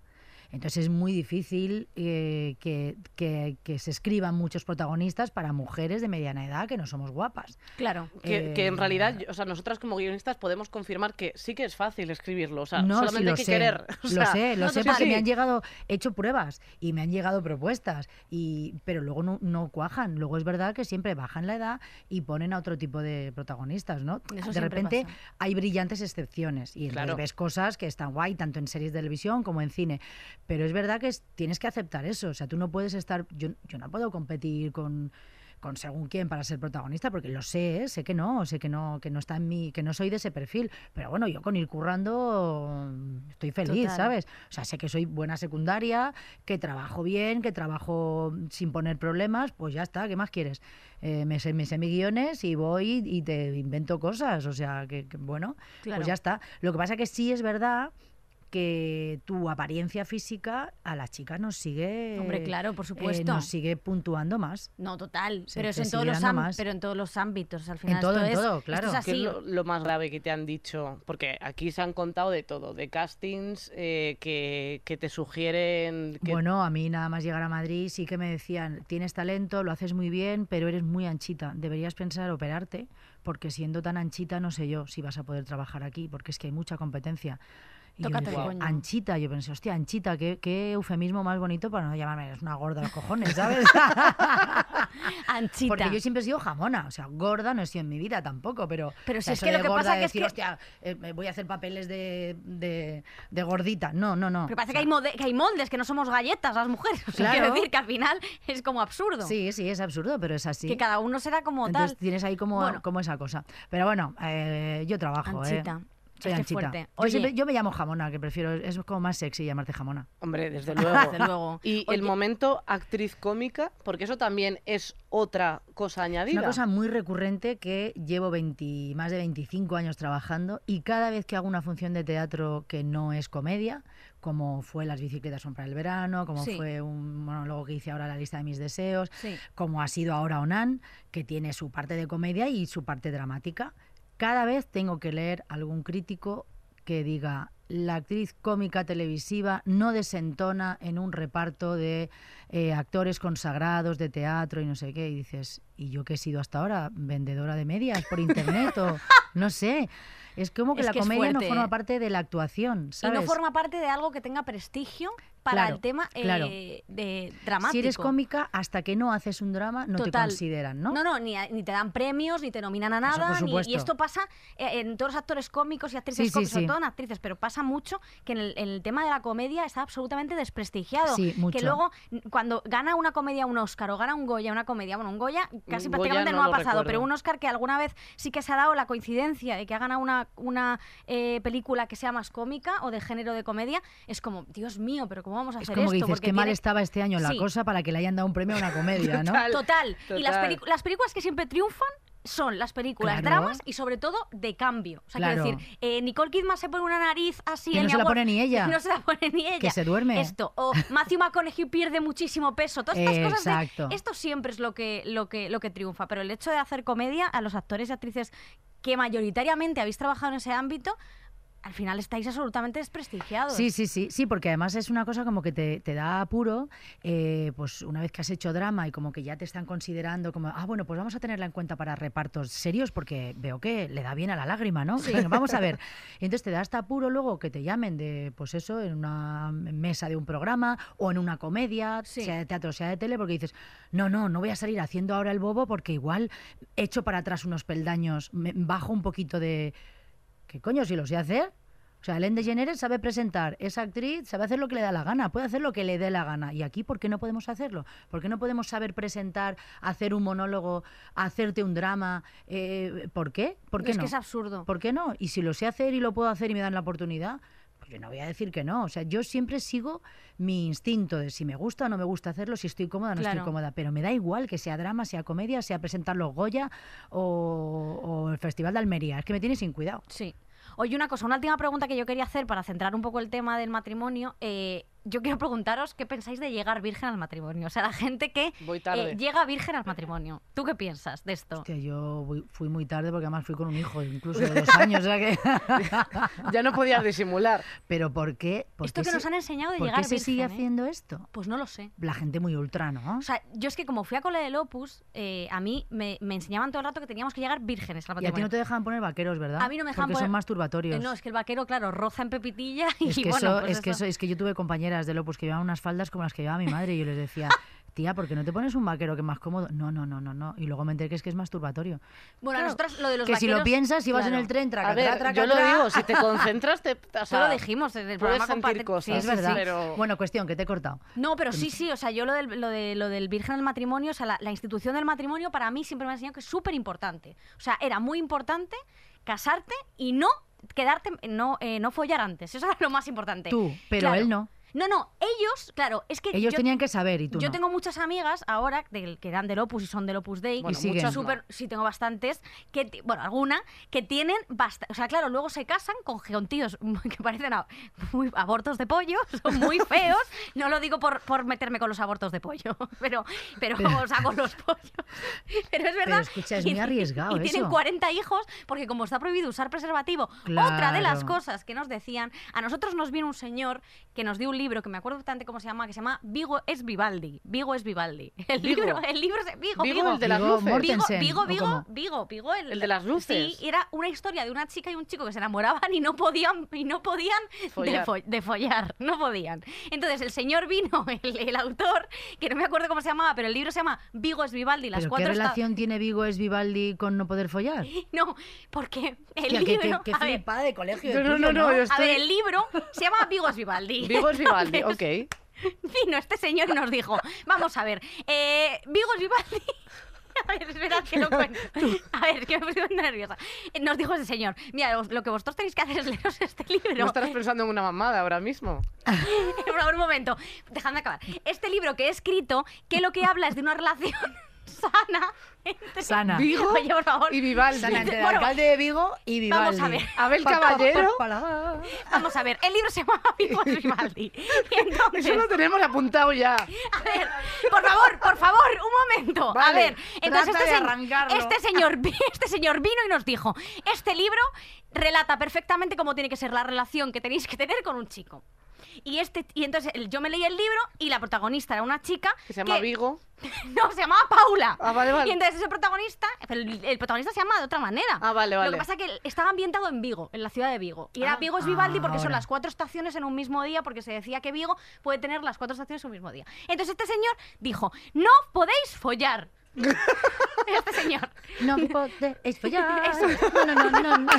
Speaker 4: Entonces es muy difícil eh, que, que- que se escriban muchos protagonistas para mujeres de mediana edad que no somos guapas.
Speaker 3: Claro.
Speaker 2: que, que en
Speaker 4: Eh,
Speaker 2: realidad yo- o sea nosotras como guionistas podemos confirmar que sí que es fácil escribirlo o sea
Speaker 4: no, sí,
Speaker 2: solamente
Speaker 4: lo
Speaker 2: hay que
Speaker 4: sé,
Speaker 2: querer o
Speaker 4: lo
Speaker 2: sea,
Speaker 4: sé, lo
Speaker 3: no,
Speaker 4: sé,
Speaker 3: total.
Speaker 4: porque
Speaker 2: Sí.
Speaker 4: me han llegado, he hecho pruebas y me han llegado propuestas, y, pero luego no, no cuajan. Luego es verdad que siempre bajan la edad y ponen a otro tipo de protagonistas, ¿no?
Speaker 3: Eso
Speaker 4: de
Speaker 3: siempre
Speaker 4: repente
Speaker 3: pasa.
Speaker 4: hay brillantes excepciones y entonces
Speaker 2: Claro.
Speaker 4: ves cosas que están guay, tanto en series de televisión como en cine. Pero es verdad que es- tienes que aceptar eso. O sea, tú no puedes estar. Yo, yo no puedo competir con con según quién para ser protagonista, porque lo sé, ¿eh? sé que no, sé que no, que no está en mí, que no soy de ese perfil. Pero bueno, yo con ir currando mm, estoy feliz,
Speaker 3: Total.
Speaker 4: ¿sabes? O sea, sé que soy buena secundaria, que trabajo bien, que trabajo mm, sin poner problemas, pues ya está, ¿qué más quieres? Eh, me, sé, me sé mis guiones y voy y te invento cosas, o sea, que, que bueno,
Speaker 3: Claro.
Speaker 4: pues ya está. Lo que pasa que sí es verdad que tu apariencia física a las chicas nos sigue
Speaker 3: Hombre, claro, por
Speaker 4: eh,
Speaker 3: supuesto.
Speaker 4: nos sigue puntuando más
Speaker 3: No, total.
Speaker 4: Se
Speaker 3: Pero es
Speaker 4: te
Speaker 3: en todos
Speaker 4: sigue
Speaker 3: los
Speaker 4: dando
Speaker 3: am-
Speaker 4: más.
Speaker 3: pero en todos los ámbitos. Al final
Speaker 4: todo,
Speaker 3: esto
Speaker 4: en
Speaker 3: es-
Speaker 4: todo,
Speaker 3: esto
Speaker 4: claro.
Speaker 3: es
Speaker 2: ¿Qué
Speaker 4: Que
Speaker 2: es
Speaker 3: así.
Speaker 2: lo, lo más grave que te han dicho? Porque aquí se han contado de todo, de castings eh, que, que te sugieren... Que...
Speaker 4: Bueno, a mí nada más llegar a Madrid sí que me decían, tienes talento, lo haces muy bien, pero eres muy anchita, deberías pensar operarte, porque siendo tan anchita no sé yo si vas a poder trabajar aquí, porque es que hay mucha competencia. Y yo
Speaker 3: Tócate
Speaker 4: dije,
Speaker 3: el coño.
Speaker 4: anchita, yo pensé, hostia, anchita, qué, qué eufemismo más bonito para no llamarme, es una gorda de los cojones, ¿sabes?
Speaker 3: Anchita.
Speaker 4: Porque yo siempre he sido jamona, o sea, gorda no he sido en mi vida tampoco, pero.
Speaker 3: Pero
Speaker 4: o
Speaker 3: si
Speaker 4: sea,
Speaker 3: es
Speaker 4: eso
Speaker 3: que lo
Speaker 4: de
Speaker 3: que
Speaker 4: gorda,
Speaker 3: pasa que es
Speaker 4: decir,
Speaker 3: que-
Speaker 4: "Hostia, eh, me voy a hacer papeles de, de, de gordita. No, no, no.
Speaker 3: Porque parece
Speaker 4: O
Speaker 3: que
Speaker 4: sea,
Speaker 3: hay, mode- que hay moldes, que no somos galletas las mujeres. O sea,
Speaker 4: Claro.
Speaker 3: Quiero decir que al final es como absurdo.
Speaker 4: Sí, sí, es absurdo, pero es así.
Speaker 3: Que cada uno será como
Speaker 4: Entonces
Speaker 3: tal.
Speaker 4: tienes ahí como,
Speaker 3: Bueno.
Speaker 4: como esa cosa. Pero bueno, eh, yo trabajo,
Speaker 3: Anchita.
Speaker 4: ¿eh? Soy
Speaker 3: Es que
Speaker 4: anchita.
Speaker 3: fuerte.
Speaker 4: Yo,
Speaker 3: Oye.
Speaker 4: siempre- yo me llamo jamona, que prefiero, es como más sexy llamarte jamona.
Speaker 2: Hombre, desde luego.
Speaker 3: Desde luego.
Speaker 2: Y el
Speaker 3: Oye,
Speaker 2: momento actriz cómica, porque eso también es otra cosa
Speaker 4: Es
Speaker 2: añadida.
Speaker 4: una cosa muy recurrente que llevo 20 más de 25 años trabajando y cada vez que hago una función de teatro que no es comedia, como fue Las bicicletas son para el verano, como
Speaker 3: Sí.
Speaker 4: fue un monólogo que hice ahora La lista de mis deseos,
Speaker 3: Sí.
Speaker 4: como ha sido ahora Onan, que tiene su parte de comedia y su parte dramática, cada vez tengo que leer algún crítico que diga la actriz cómica televisiva no desentona en un reparto de eh, actores consagrados de teatro y no sé qué. Y dices, ¿y yo qué he sido hasta ahora? ¿Vendedora de medias por internet o no sé? Es como que
Speaker 3: Es
Speaker 4: la
Speaker 3: que es
Speaker 4: comedia no
Speaker 3: fuerte,
Speaker 4: forma
Speaker 3: ¿eh?
Speaker 4: parte de la actuación, ¿sabes?
Speaker 3: Y no forma parte de algo que tenga prestigio para
Speaker 4: Claro,
Speaker 3: el tema eh,
Speaker 4: claro.
Speaker 3: de dramático.
Speaker 4: si eres cómica, hasta que no haces un drama no te
Speaker 3: Total.
Speaker 4: consideran, ¿no?
Speaker 3: No, no, ni, a- ni te dan premios, ni te nominan a
Speaker 4: Eso,
Speaker 3: nada.
Speaker 4: por
Speaker 3: ni- y
Speaker 4: supuesto.
Speaker 3: esto pasa eh, en todos los actores cómicos y actrices
Speaker 4: Sí, sí,
Speaker 3: cómicas, sobre
Speaker 4: sí.
Speaker 3: todo en actrices, pero pasa mucho que en el, en el tema de la comedia está absolutamente desprestigiado.
Speaker 4: Sí, mucho.
Speaker 3: Que luego, n- cuando gana una comedia un Oscar o gana un Goya una comedia, bueno, un Goya casi
Speaker 2: Un Goya
Speaker 3: prácticamente
Speaker 2: no
Speaker 3: no,
Speaker 2: lo
Speaker 3: ha pasado,
Speaker 2: recuerdo.
Speaker 3: pero un Oscar que alguna vez sí que se ha dado la coincidencia de que ha ganado una, una eh, película que sea más cómica o de género de comedia, es como, Dios mío, pero ¿cómo vamos a
Speaker 4: Es
Speaker 3: hacer
Speaker 4: como que
Speaker 3: esto?
Speaker 4: dices,
Speaker 3: Porque
Speaker 4: qué mal
Speaker 3: tiene-
Speaker 4: estaba este año la
Speaker 3: Sí.
Speaker 4: cosa para que le hayan dado un premio a una comedia, ¿no?
Speaker 2: Total.
Speaker 3: Total. Y las,
Speaker 2: Total.
Speaker 3: pelicu- las películas que siempre triunfan son las películas,
Speaker 4: Claro.
Speaker 3: dramas y sobre todo de cambio. O sea, quiero
Speaker 4: Claro.
Speaker 3: decir, eh, Nicole Kidman se pone una nariz así
Speaker 4: Que
Speaker 3: en
Speaker 4: no se la
Speaker 3: agua-
Speaker 4: pone ni ella.
Speaker 3: No se la pone ni ella.
Speaker 4: se duerme.
Speaker 3: Esto. O Matthew McConaughey pierde muchísimo peso. Todas estas cosas. de-
Speaker 4: Exacto.
Speaker 3: esto siempre es lo que, lo, que, lo que triunfa. Pero el hecho de hacer comedia a los actores y actrices que mayoritariamente habéis trabajado en ese ámbito, al final estáis absolutamente desprestigiados.
Speaker 4: Sí, sí, sí, sí, porque además es una cosa como que te, te da apuro, eh, pues una vez que has hecho drama y como que ya te están considerando como, ah, bueno, pues vamos a tenerla en cuenta para repartos serios porque veo que le da bien a la lágrima, ¿no? Venga, vamos a ver. Y entonces te da hasta apuro luego que te llamen de, pues eso, en una mesa de un programa o en una comedia,
Speaker 3: Sí.
Speaker 4: sea de teatro, sea de tele, porque dices, no, no, no voy a salir haciendo ahora el bobo porque igual echo para atrás unos peldaños, me- bajo un poquito de... ¿Qué coño si lo sé hacer? O sea, Ellen DeGeneres sabe presentar, es actriz, sabe hacer lo que le da la gana, puede hacer lo que le dé la gana. ¿Y aquí por qué no podemos hacerlo? ¿Por qué no podemos saber presentar, hacer un monólogo, hacerte un drama? Eh, ¿Por qué? ¿Por qué
Speaker 3: es
Speaker 4: no?
Speaker 3: que es absurdo.
Speaker 4: ¿Por qué no? Y si lo sé hacer y lo puedo hacer y me dan la oportunidad, pues yo no voy a decir que no. O sea, yo siempre sigo mi instinto de si me gusta o no me gusta hacerlo, si estoy cómoda o no
Speaker 3: Claro.
Speaker 4: estoy cómoda. Pero me da igual que sea drama, sea comedia, sea presentar los Goya o, o el Festival de Almería. Es que me tiene sin cuidado.
Speaker 3: Sí. Oye, una cosa, una última pregunta que yo quería hacer para centrar un poco el tema del matrimonio. Eh, yo quiero preguntaros qué pensáis de llegar virgen al matrimonio. O sea, la gente que
Speaker 2: Voy tarde.
Speaker 3: eh, llega virgen al matrimonio. ¿Tú qué piensas de esto?
Speaker 4: Hostia, yo voy- fui muy tarde porque además fui con un hijo, incluso de dos años. o sea que-
Speaker 2: Ya no podías disimular.
Speaker 4: Pero ¿por qué? por
Speaker 3: Esto
Speaker 4: qué
Speaker 3: que
Speaker 4: se-
Speaker 3: nos han enseñado de
Speaker 4: ¿Por
Speaker 3: llegar
Speaker 4: qué se
Speaker 3: virgen,
Speaker 4: sigue
Speaker 3: ¿eh?
Speaker 4: haciendo esto?
Speaker 3: Pues no lo sé.
Speaker 4: La gente muy ultra, ¿no?
Speaker 3: O sea, yo es que como fui a Cole del Opus, eh, a mí me, me enseñaban todo el rato que teníamos que llegar vírgenes al
Speaker 4: y a ti
Speaker 3: matrimonio.
Speaker 4: no te dejan poner vaqueros, ¿verdad?
Speaker 3: A mí no me dejan
Speaker 4: Porque
Speaker 3: poner-
Speaker 4: son masturbatorios.
Speaker 3: Eh, no, es que el vaquero, claro, roza en pepitilla y
Speaker 4: Es que,
Speaker 3: bueno,
Speaker 4: eso,
Speaker 3: pues
Speaker 4: es que
Speaker 3: eso.
Speaker 4: eso, es que yo tuve compañeras de Lopus que llevaban unas faldas como las que llevaba mi madre y yo les decía, tía, ¿por qué no te pones un vaquero que es más cómodo? No, no, no, no, no. Y luego me enteré que es que es masturbatorio.
Speaker 3: Bueno, a
Speaker 4: Claro,
Speaker 3: nosotras lo de los
Speaker 4: que si lo
Speaker 3: vaqueros,
Speaker 4: piensas, si vas en
Speaker 3: claro.
Speaker 4: el tren, traca,
Speaker 2: A ver,
Speaker 4: tra, traca,
Speaker 2: yo lo
Speaker 4: tra.
Speaker 2: digo, si te concentras, te. O
Speaker 3: Eso
Speaker 2: sea,
Speaker 3: lo dijimos en
Speaker 2: puedes
Speaker 3: el programa con
Speaker 2: sentir
Speaker 3: Patri-
Speaker 2: cosas,
Speaker 3: Sí,
Speaker 4: Sí, es verdad.
Speaker 2: pero-
Speaker 4: Bueno, cuestión, que te he cortado.
Speaker 3: No, pero sí, sí, o sea, yo lo del, lo de, lo del virgen al matrimonio, o sea, la, la institución del matrimonio para mí siempre me ha enseñado que es súper importante. O sea, era muy importante casarte y no quedarte, no, eh, no follar antes. Eso era lo más importante.
Speaker 4: Tú, pero
Speaker 3: Claro.
Speaker 4: él no.
Speaker 3: No, no, ellos, claro, es que
Speaker 4: Ellos
Speaker 3: yo,
Speaker 4: tenían que saber y tú
Speaker 3: yo
Speaker 4: no.
Speaker 3: tengo muchas amigas ahora del- que eran del Opus y son del Opus Dei.
Speaker 2: Bueno,
Speaker 4: Y siguen.
Speaker 2: muchas no.
Speaker 3: Súper- sí, tengo bastantes, que ti- bueno, alguna, que tienen bastante. O sea, claro, luego se casan con geontíos que parecen a- muy abortos de pollo, son muy feos. No lo digo por, por meterme con los abortos de pollo, pero, pero, o sea, con los pollos. Pero es verdad.
Speaker 4: escucha, es muy arriesgado
Speaker 3: Y tienen
Speaker 4: eso.
Speaker 3: 40 hijos, porque como está prohibido usar preservativo, otra de las
Speaker 4: Claro.
Speaker 3: cosas que nos decían, a nosotros nos vino un señor que nos dio un libro que me acuerdo bastante cómo se llama, que se llama Vigo es Vivaldi. Vigo es Vivaldi. El
Speaker 2: Vigo.
Speaker 3: libro, el libro es Vigo,
Speaker 2: Vigo, el de las
Speaker 4: Vigo
Speaker 2: luces.
Speaker 4: Mortensen.
Speaker 3: Vigo, Vigo,
Speaker 4: ¿o
Speaker 3: Vigo,
Speaker 4: cómo?
Speaker 3: Vigo, Vigo, el,
Speaker 2: El de las luces.
Speaker 3: Sí, era una historia de una chica y un chico que se enamoraban y no podían, y no podían
Speaker 2: Follar.
Speaker 3: De, fo- de follar, no podían. Entonces el señor vino, el, el autor, que no me acuerdo cómo se llamaba, pero el libro se llama Vigo es Vivaldi, las
Speaker 4: ¿Pero
Speaker 3: cuatro
Speaker 4: ¿Qué
Speaker 3: esta-
Speaker 4: relación tiene Vigo es Vivaldi con no poder follar?
Speaker 3: No, porque el
Speaker 4: Hostia, qué- qué-
Speaker 3: libro.
Speaker 4: qué
Speaker 3: a ver,
Speaker 4: flipada de colegio.
Speaker 2: No,
Speaker 4: el
Speaker 2: no,
Speaker 4: tuyo,
Speaker 2: no, no, yo
Speaker 3: a
Speaker 2: estoy...
Speaker 3: ver, el libro se llama Vigo es Vivaldi.
Speaker 2: Vigo es Vivaldi,
Speaker 3: Entonces,
Speaker 2: ok.
Speaker 3: Vino este señor y nos dijo, vamos a ver, eh, Vigo es Vivaldi. A ver, esperad que lo cuento. A ver, es que me puse muy nerviosa. Eh, Nos dijo ese señor, mira, os- lo que vosotros tenéis que hacer es leeros este
Speaker 2: No
Speaker 3: libro.
Speaker 2: estarás pensando en una mamada ahora mismo.
Speaker 3: Por favor, un momento, dejadme acabar. Este libro que he escrito, que lo que habla es de una relación sana entre...
Speaker 4: Sana.
Speaker 2: Vigo
Speaker 3: Oye, por favor.
Speaker 2: y Vivaldi.
Speaker 4: Sana entre el
Speaker 3: Bueno,
Speaker 4: alcalde de Vigo y Vivaldi.
Speaker 3: vamos a ver.
Speaker 2: Abel
Speaker 4: Pa, pa, pa,
Speaker 2: Caballero.
Speaker 4: pa, la.
Speaker 3: Vamos a ver, el libro se llama Vigo es Vivaldi. Y entonces...
Speaker 2: Eso lo tenemos apuntado ya.
Speaker 3: A ver, por favor, por favor, un momento. a
Speaker 2: Vale,
Speaker 3: ver, entonces este,
Speaker 4: trata de
Speaker 3: se-
Speaker 4: arrancarlo.
Speaker 3: este señor, vi- este señor vino y nos dijo, este libro relata perfectamente cómo tiene que ser la relación que tenéis que tener con un chico. Y, este, y entonces el- yo me leí el libro y la protagonista era una chica
Speaker 2: Que se llama Vigo.
Speaker 3: No, se llamaba Paula.
Speaker 2: Ah, vale, vale.
Speaker 3: Y entonces ese protagonista, el, el protagonista se llama de otra manera.
Speaker 2: Ah, vale,
Speaker 3: Lo
Speaker 2: vale.
Speaker 3: que pasa que estaba ambientado en Vigo, en la ciudad de Vigo. Y era
Speaker 2: Ah,
Speaker 3: Vigo es Vivaldi
Speaker 4: ah,
Speaker 3: porque son
Speaker 4: ahora.
Speaker 3: las cuatro estaciones en un mismo día, porque se decía que Vigo puede tener las cuatro estaciones en un mismo día. Entonces este señor dijo, no podéis follar. este señor.
Speaker 4: No podéis follar.
Speaker 3: Eso
Speaker 4: No, no, no, no, no.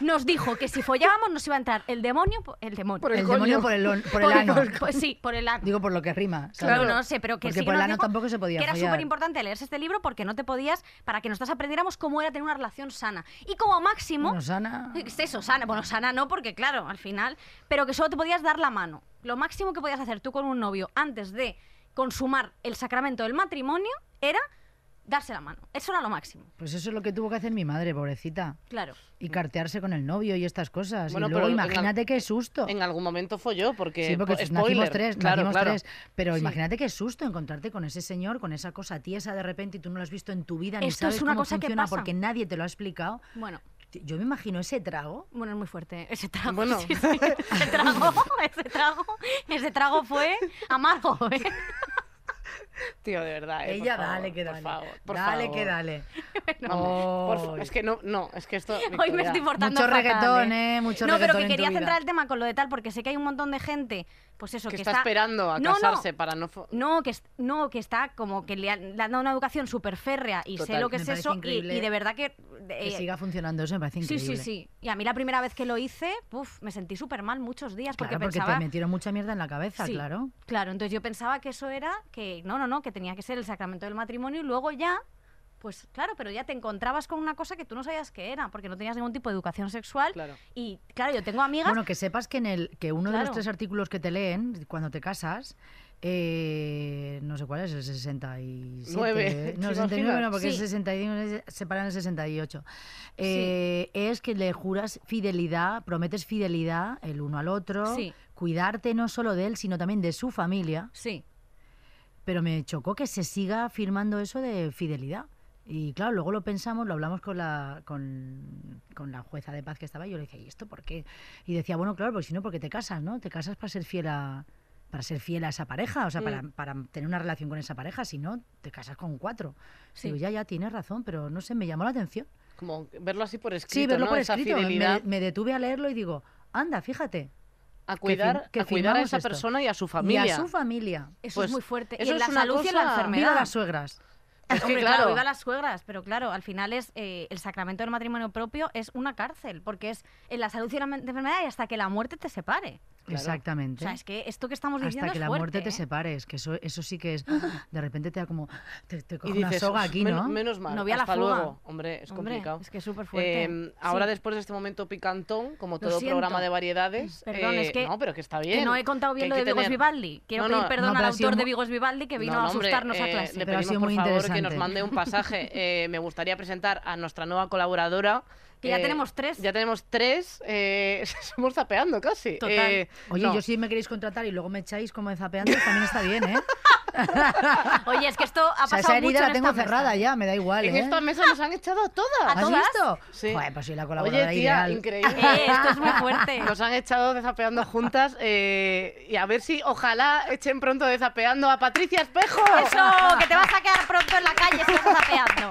Speaker 3: nos dijo que si follábamos nos iba a entrar el demonio, po- el demonio.
Speaker 2: Por
Speaker 4: El,
Speaker 2: coño.
Speaker 4: demonio por el, on- por el ano.
Speaker 3: Pues sí, por el ano.
Speaker 4: Digo, por lo que rima. ¿sabes?
Speaker 3: Claro, no sé, pero que
Speaker 4: Porque
Speaker 3: sí que
Speaker 4: por el
Speaker 3: nos
Speaker 4: ano
Speaker 3: dijo
Speaker 4: tampoco se podía
Speaker 3: Que era
Speaker 4: follar.
Speaker 3: súper importante leerse este libro porque no te podías, para que nosotras aprendiéramos cómo era tener una relación sana. Y como máximo,
Speaker 4: Bueno, sana.
Speaker 3: es eso, sana, bueno, sana no, porque claro, al final, pero que solo te podías dar la mano. Lo máximo que podías hacer tú con un novio antes de consumar el sacramento del matrimonio era darse la mano. Eso era lo máximo,
Speaker 4: Pues eso es lo que tuvo que hacer mi madre, pobrecita.
Speaker 3: claro.
Speaker 4: Y cartearse con el novio y estas cosas.
Speaker 2: Bueno,
Speaker 4: y luego
Speaker 2: pero en
Speaker 4: imagínate
Speaker 2: al-
Speaker 4: qué susto.
Speaker 2: En algún momento folló, porque.
Speaker 4: Sí, porque
Speaker 2: po-
Speaker 4: nacimos
Speaker 2: spoiler.
Speaker 4: tres,
Speaker 2: claro,
Speaker 4: nacimos
Speaker 2: claro.
Speaker 4: tres. Pero
Speaker 3: Sí.
Speaker 4: imagínate qué susto encontrarte con ese señor, con esa cosa tiesa de repente y tú no lo has visto en tu vida ni
Speaker 3: Esto es
Speaker 4: sabes
Speaker 3: una
Speaker 4: cómo
Speaker 3: cosa que
Speaker 4: funciona
Speaker 3: pasa.
Speaker 4: porque nadie te lo ha explicado.
Speaker 3: Bueno.
Speaker 4: Yo me imagino ese trago.
Speaker 3: Bueno, es muy fuerte. Ese trago.
Speaker 2: Bueno.
Speaker 3: sí, sí. Ese trago, ese trago, ese trago fue amargo, ¿eh?
Speaker 2: Tío, de verdad. eh, por
Speaker 4: Ella
Speaker 2: favor,
Speaker 4: dale que dale.
Speaker 2: Por favor. por
Speaker 4: dale que
Speaker 2: favor.
Speaker 4: dale.
Speaker 2: Vamos, por fa-
Speaker 4: Ay.
Speaker 2: Es que no, no, es que esto.
Speaker 3: Hoy me
Speaker 2: Victoria,
Speaker 3: estoy portando
Speaker 4: Mucho
Speaker 3: fatal,
Speaker 4: reggaetón, ¿eh? Mucho
Speaker 3: no, pero
Speaker 4: reggaetón
Speaker 3: que
Speaker 4: en tu
Speaker 3: quería
Speaker 4: vida.
Speaker 3: centrar el tema con lo de tal, porque sé que hay un montón de gente, pues eso,
Speaker 2: Que
Speaker 3: que,
Speaker 2: está, esperando a
Speaker 3: No, no.
Speaker 2: casarse para no. fo-
Speaker 3: No, que, es- no, que está como que le han, le han dado una educación súper férrea y sé
Speaker 2: Total.
Speaker 3: lo que
Speaker 4: Me
Speaker 3: es
Speaker 4: parece
Speaker 3: eso y- y,
Speaker 4: increíble
Speaker 3: de verdad que...
Speaker 4: Que
Speaker 3: eh,
Speaker 4: siga funcionando eso me parece
Speaker 3: sí,
Speaker 4: increíble.
Speaker 3: sí, sí. Y a mí la primera vez que lo hice, puf, me sentí súper mal muchos días porque
Speaker 4: Claro, porque
Speaker 3: pensaba...
Speaker 4: te metieron mucha mierda en la cabeza,
Speaker 3: Sí,
Speaker 4: claro.
Speaker 3: Claro, entonces yo pensaba que eso era que no, no, no, que tenía que ser el sacramento del matrimonio y luego ya, pues claro, pero ya te encontrabas con una cosa que tú no sabías que era, porque no tenías ningún tipo de educación sexual.
Speaker 2: Claro.
Speaker 3: Y claro, yo tengo amigas.
Speaker 4: Bueno, que sepas que en el que uno de
Speaker 3: Claro.
Speaker 4: los tres artículos que te leen cuando te casas, eh, no sé cuál es, el 67.
Speaker 2: Nueve,
Speaker 4: eh,
Speaker 2: ¿te
Speaker 4: No, 69 no,
Speaker 2: imaginas?
Speaker 4: porque
Speaker 3: Sí.
Speaker 4: es 65, se paran en el 68. Eh, Es que le juras fidelidad, prometes fidelidad el uno al otro,
Speaker 3: Sí.
Speaker 4: cuidarte no solo de él, sino también de su familia.
Speaker 3: Sí.
Speaker 4: Pero me chocó que se siga firmando eso de fidelidad. Y claro, luego lo pensamos, lo hablamos con la, con, con la jueza de paz que estaba y yo le decía, ¿y esto por qué? Y decía, bueno, claro, porque si no, porque te casas, ¿no? Te casas para ser fiel a, para ser fiel a esa pareja, o
Speaker 2: Mm.
Speaker 4: sea, para, para tener una relación con esa pareja, si no, te casas con cuatro.
Speaker 3: Sí.
Speaker 4: Digo, ya, ya, tienes razón, pero no sé, me llamó la atención.
Speaker 2: Como verlo así por escrito.
Speaker 4: Sí, verlo
Speaker 2: ¿no?
Speaker 4: por
Speaker 2: Esa
Speaker 4: escrito, me,
Speaker 2: fidelidad.
Speaker 4: me detuve a leerlo y digo, anda, fíjate.
Speaker 2: a cuidar,
Speaker 4: que
Speaker 2: a, cuidar a
Speaker 4: firmamos
Speaker 2: esa
Speaker 4: esto.
Speaker 2: persona y a su
Speaker 4: Y
Speaker 2: familia.
Speaker 4: a su familia.
Speaker 3: Eso
Speaker 2: Pues,
Speaker 3: es muy fuerte. y
Speaker 2: eso
Speaker 3: en
Speaker 2: es
Speaker 3: la
Speaker 2: una
Speaker 3: salud y en
Speaker 2: cosa-
Speaker 3: la
Speaker 4: Viva
Speaker 3: enfermedad.
Speaker 4: las suegras.
Speaker 2: Es que
Speaker 3: Hombre,
Speaker 2: claro.
Speaker 3: viva las suegras, pero claro, al final es eh, el sacramento del matrimonio propio es una cárcel, porque es en la salud y en la men- enfermedad y hasta que la muerte te separe.
Speaker 2: Claro.
Speaker 3: O
Speaker 4: Exactamente.
Speaker 3: sea, es que esto que estamos diciendo
Speaker 4: Hasta que
Speaker 3: es
Speaker 4: la
Speaker 3: fuerte,
Speaker 4: muerte te
Speaker 3: ¿eh?
Speaker 4: separes, que eso, eso sí que es. De repente te da como. Te, te
Speaker 2: Y
Speaker 4: coge una
Speaker 2: dices,
Speaker 4: soga
Speaker 2: "Uf,
Speaker 4: aquí,
Speaker 2: men-
Speaker 4: ¿no?
Speaker 2: menos mal.
Speaker 3: No voy a la
Speaker 2: hasta
Speaker 3: fuga".
Speaker 2: luego. Hombre, es
Speaker 3: Hombre,
Speaker 2: complicado.
Speaker 3: es que es súper fuerte.
Speaker 2: Eh, ahora,
Speaker 3: Sí.
Speaker 2: después de este momento picantón, como
Speaker 3: Lo
Speaker 2: todo programa
Speaker 3: siento. Mm,
Speaker 2: de variedades.
Speaker 3: Perdón,
Speaker 2: eh,
Speaker 3: es que-
Speaker 2: No, pero que está bien.
Speaker 3: Que no he contado
Speaker 2: que hay
Speaker 3: bien lo
Speaker 2: que
Speaker 3: de Vigos
Speaker 2: tener-
Speaker 3: Vivaldi. Quiero
Speaker 2: No,
Speaker 3: pedir
Speaker 2: no,
Speaker 3: perdón
Speaker 4: No,
Speaker 3: al
Speaker 4: pero ha sido
Speaker 3: autor de
Speaker 4: mu-
Speaker 3: Vigos Vivaldi que vino
Speaker 2: No,
Speaker 3: a
Speaker 2: no, hombre,
Speaker 3: asustarnos
Speaker 2: eh,
Speaker 3: a clase.
Speaker 2: Le
Speaker 4: Pero ha
Speaker 2: pedimos,
Speaker 4: sido
Speaker 2: por
Speaker 4: muy
Speaker 2: favor, que nos
Speaker 4: interesante.
Speaker 2: mande un pasaje. Eh, me gustaría presentar a nuestra nueva colaboradora.
Speaker 3: Que ya
Speaker 2: Eh,
Speaker 3: tenemos tres.
Speaker 2: Ya tenemos tres. eh, somos zapeando casi.
Speaker 3: Total.
Speaker 2: Eh,
Speaker 4: Oye,
Speaker 2: no.
Speaker 4: yo si me queréis contratar y luego me echáis como de zapeando, también está bien, ¿eh?
Speaker 3: Oye, es que esto ha
Speaker 4: O sea,
Speaker 3: pasado
Speaker 4: esa
Speaker 3: mucho
Speaker 4: herida
Speaker 3: en
Speaker 4: la tengo
Speaker 3: esta
Speaker 4: cerrada
Speaker 3: mesa.
Speaker 4: ya, me da igual.
Speaker 2: En
Speaker 4: ¿eh?
Speaker 2: esta mesa nos han echado a
Speaker 3: ¿A
Speaker 2: todas.
Speaker 4: ¿Has
Speaker 3: todas?
Speaker 4: visto?
Speaker 2: Sí.
Speaker 4: Joder, pues soy la colaboradora
Speaker 2: Oye, tía,
Speaker 4: ideal.
Speaker 2: increíble.
Speaker 3: Eh, esto es muy fuerte.
Speaker 2: Nos han echado desapeando juntas eh, y a ver si ojalá echen pronto desapeando a Patricia Espejo.
Speaker 3: Eso, que te vas a quedar pronto en la calle si estás zapeando.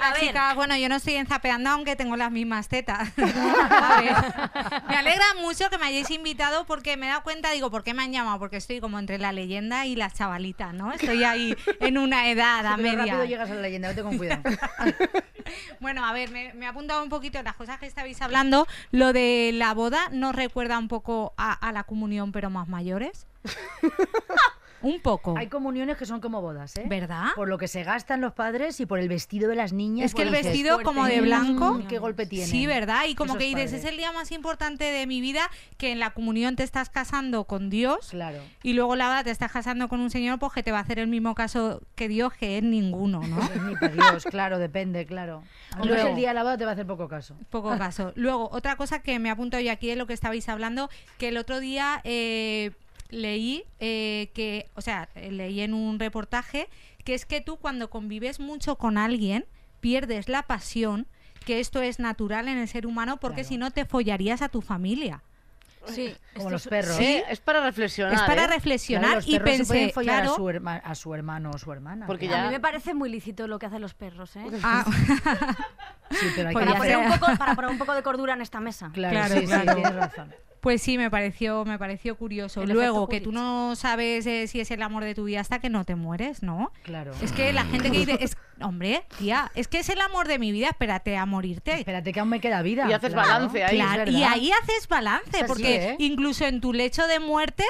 Speaker 3: A
Speaker 6: Hola,
Speaker 3: ver.
Speaker 6: chicas. Bueno, yo no estoy en zapeando, aunque tengo las mismas tetas. A ver, me alegra mucho que me hayáis invitado porque me he dado cuenta, digo, ¿por qué me han llamado? Porque estoy como entre la leyenda y la chavalita, ¿no? Estoy ahí en una edad a
Speaker 4: Pero rápido
Speaker 6: media.
Speaker 4: llegas a la leyenda, vete con cuidado.
Speaker 6: Bueno, a ver, me, me ha apuntado un poquito las cosas que estabais hablando. Lo de la boda nos recuerda un poco a, a la comunión, pero más mayores. un poco.
Speaker 4: Hay comuniones que son como bodas, ¿eh?
Speaker 6: ¿Verdad?
Speaker 4: Por lo que se gastan los padres y por el vestido de las niñas.
Speaker 6: Es que el
Speaker 4: pues dices,
Speaker 6: vestido como de
Speaker 4: "Mm,
Speaker 6: blanco.
Speaker 4: ¿Qué golpe tiene?
Speaker 6: Sí, ¿verdad? Y como
Speaker 4: Esos
Speaker 6: que dices,
Speaker 4: padres.
Speaker 6: es el día más importante de mi vida, que en la comunión te estás casando con Dios
Speaker 4: Claro.
Speaker 6: y luego la verdad te estás casando con un señor pues que te va a hacer el mismo caso que Dios, que es ninguno, ¿no?
Speaker 4: Ni por Dios, claro, depende, claro. No es
Speaker 6: Luego-
Speaker 4: el día lavado, te va a hacer poco caso.
Speaker 6: Poco caso. Luego, otra cosa que me apunto yo aquí es lo que estabais hablando, que el otro día eh, leí eh, que, o sea, leí en un reportaje que es que tú cuando convives mucho con alguien pierdes la pasión, que esto es natural en el ser humano porque
Speaker 4: Claro.
Speaker 6: si no te follarías a tu familia.
Speaker 3: Sí.
Speaker 4: Como los perros.
Speaker 2: Sí, es para reflexionar.
Speaker 6: es para
Speaker 2: ¿eh?
Speaker 4: Claro,
Speaker 6: reflexionar
Speaker 4: los
Speaker 6: y
Speaker 4: perros se pueden
Speaker 6: pensé,
Speaker 4: follar a,
Speaker 6: claro,
Speaker 4: su herma- a su hermano o su hermana.
Speaker 2: Porque
Speaker 4: claro.
Speaker 3: A mí
Speaker 2: ya-
Speaker 3: me parece muy lícito lo que hacen los perros, ¿eh?
Speaker 6: ah,
Speaker 4: Sí, pero hay que
Speaker 6: Para
Speaker 3: Para
Speaker 4: hacer-
Speaker 3: poner, un poco, para poner un poco de cordura en esta mesa.
Speaker 4: Claro,
Speaker 6: Claro,
Speaker 4: sí, sí,
Speaker 6: claro.
Speaker 4: tienes razón.
Speaker 6: pues sí, me pareció, me pareció curioso.
Speaker 3: El
Speaker 6: Luego,
Speaker 3: efecto
Speaker 6: que tú
Speaker 3: Coolidge.
Speaker 6: no sabes eh, si es el amor de tu vida hasta que no te mueres, ¿no?
Speaker 4: Claro.
Speaker 6: Es que la gente que dice, es, hombre, tía, es que es el amor de mi vida, espérate a morirte.
Speaker 4: Espérate que aún me queda vida.
Speaker 2: Y haces
Speaker 4: claro.
Speaker 2: balance ahí.
Speaker 6: Claro,
Speaker 4: es
Speaker 6: y
Speaker 4: verdad.
Speaker 6: ahí haces balance,
Speaker 4: Es así,
Speaker 6: porque
Speaker 4: ¿eh?
Speaker 6: incluso en tu lecho de muerte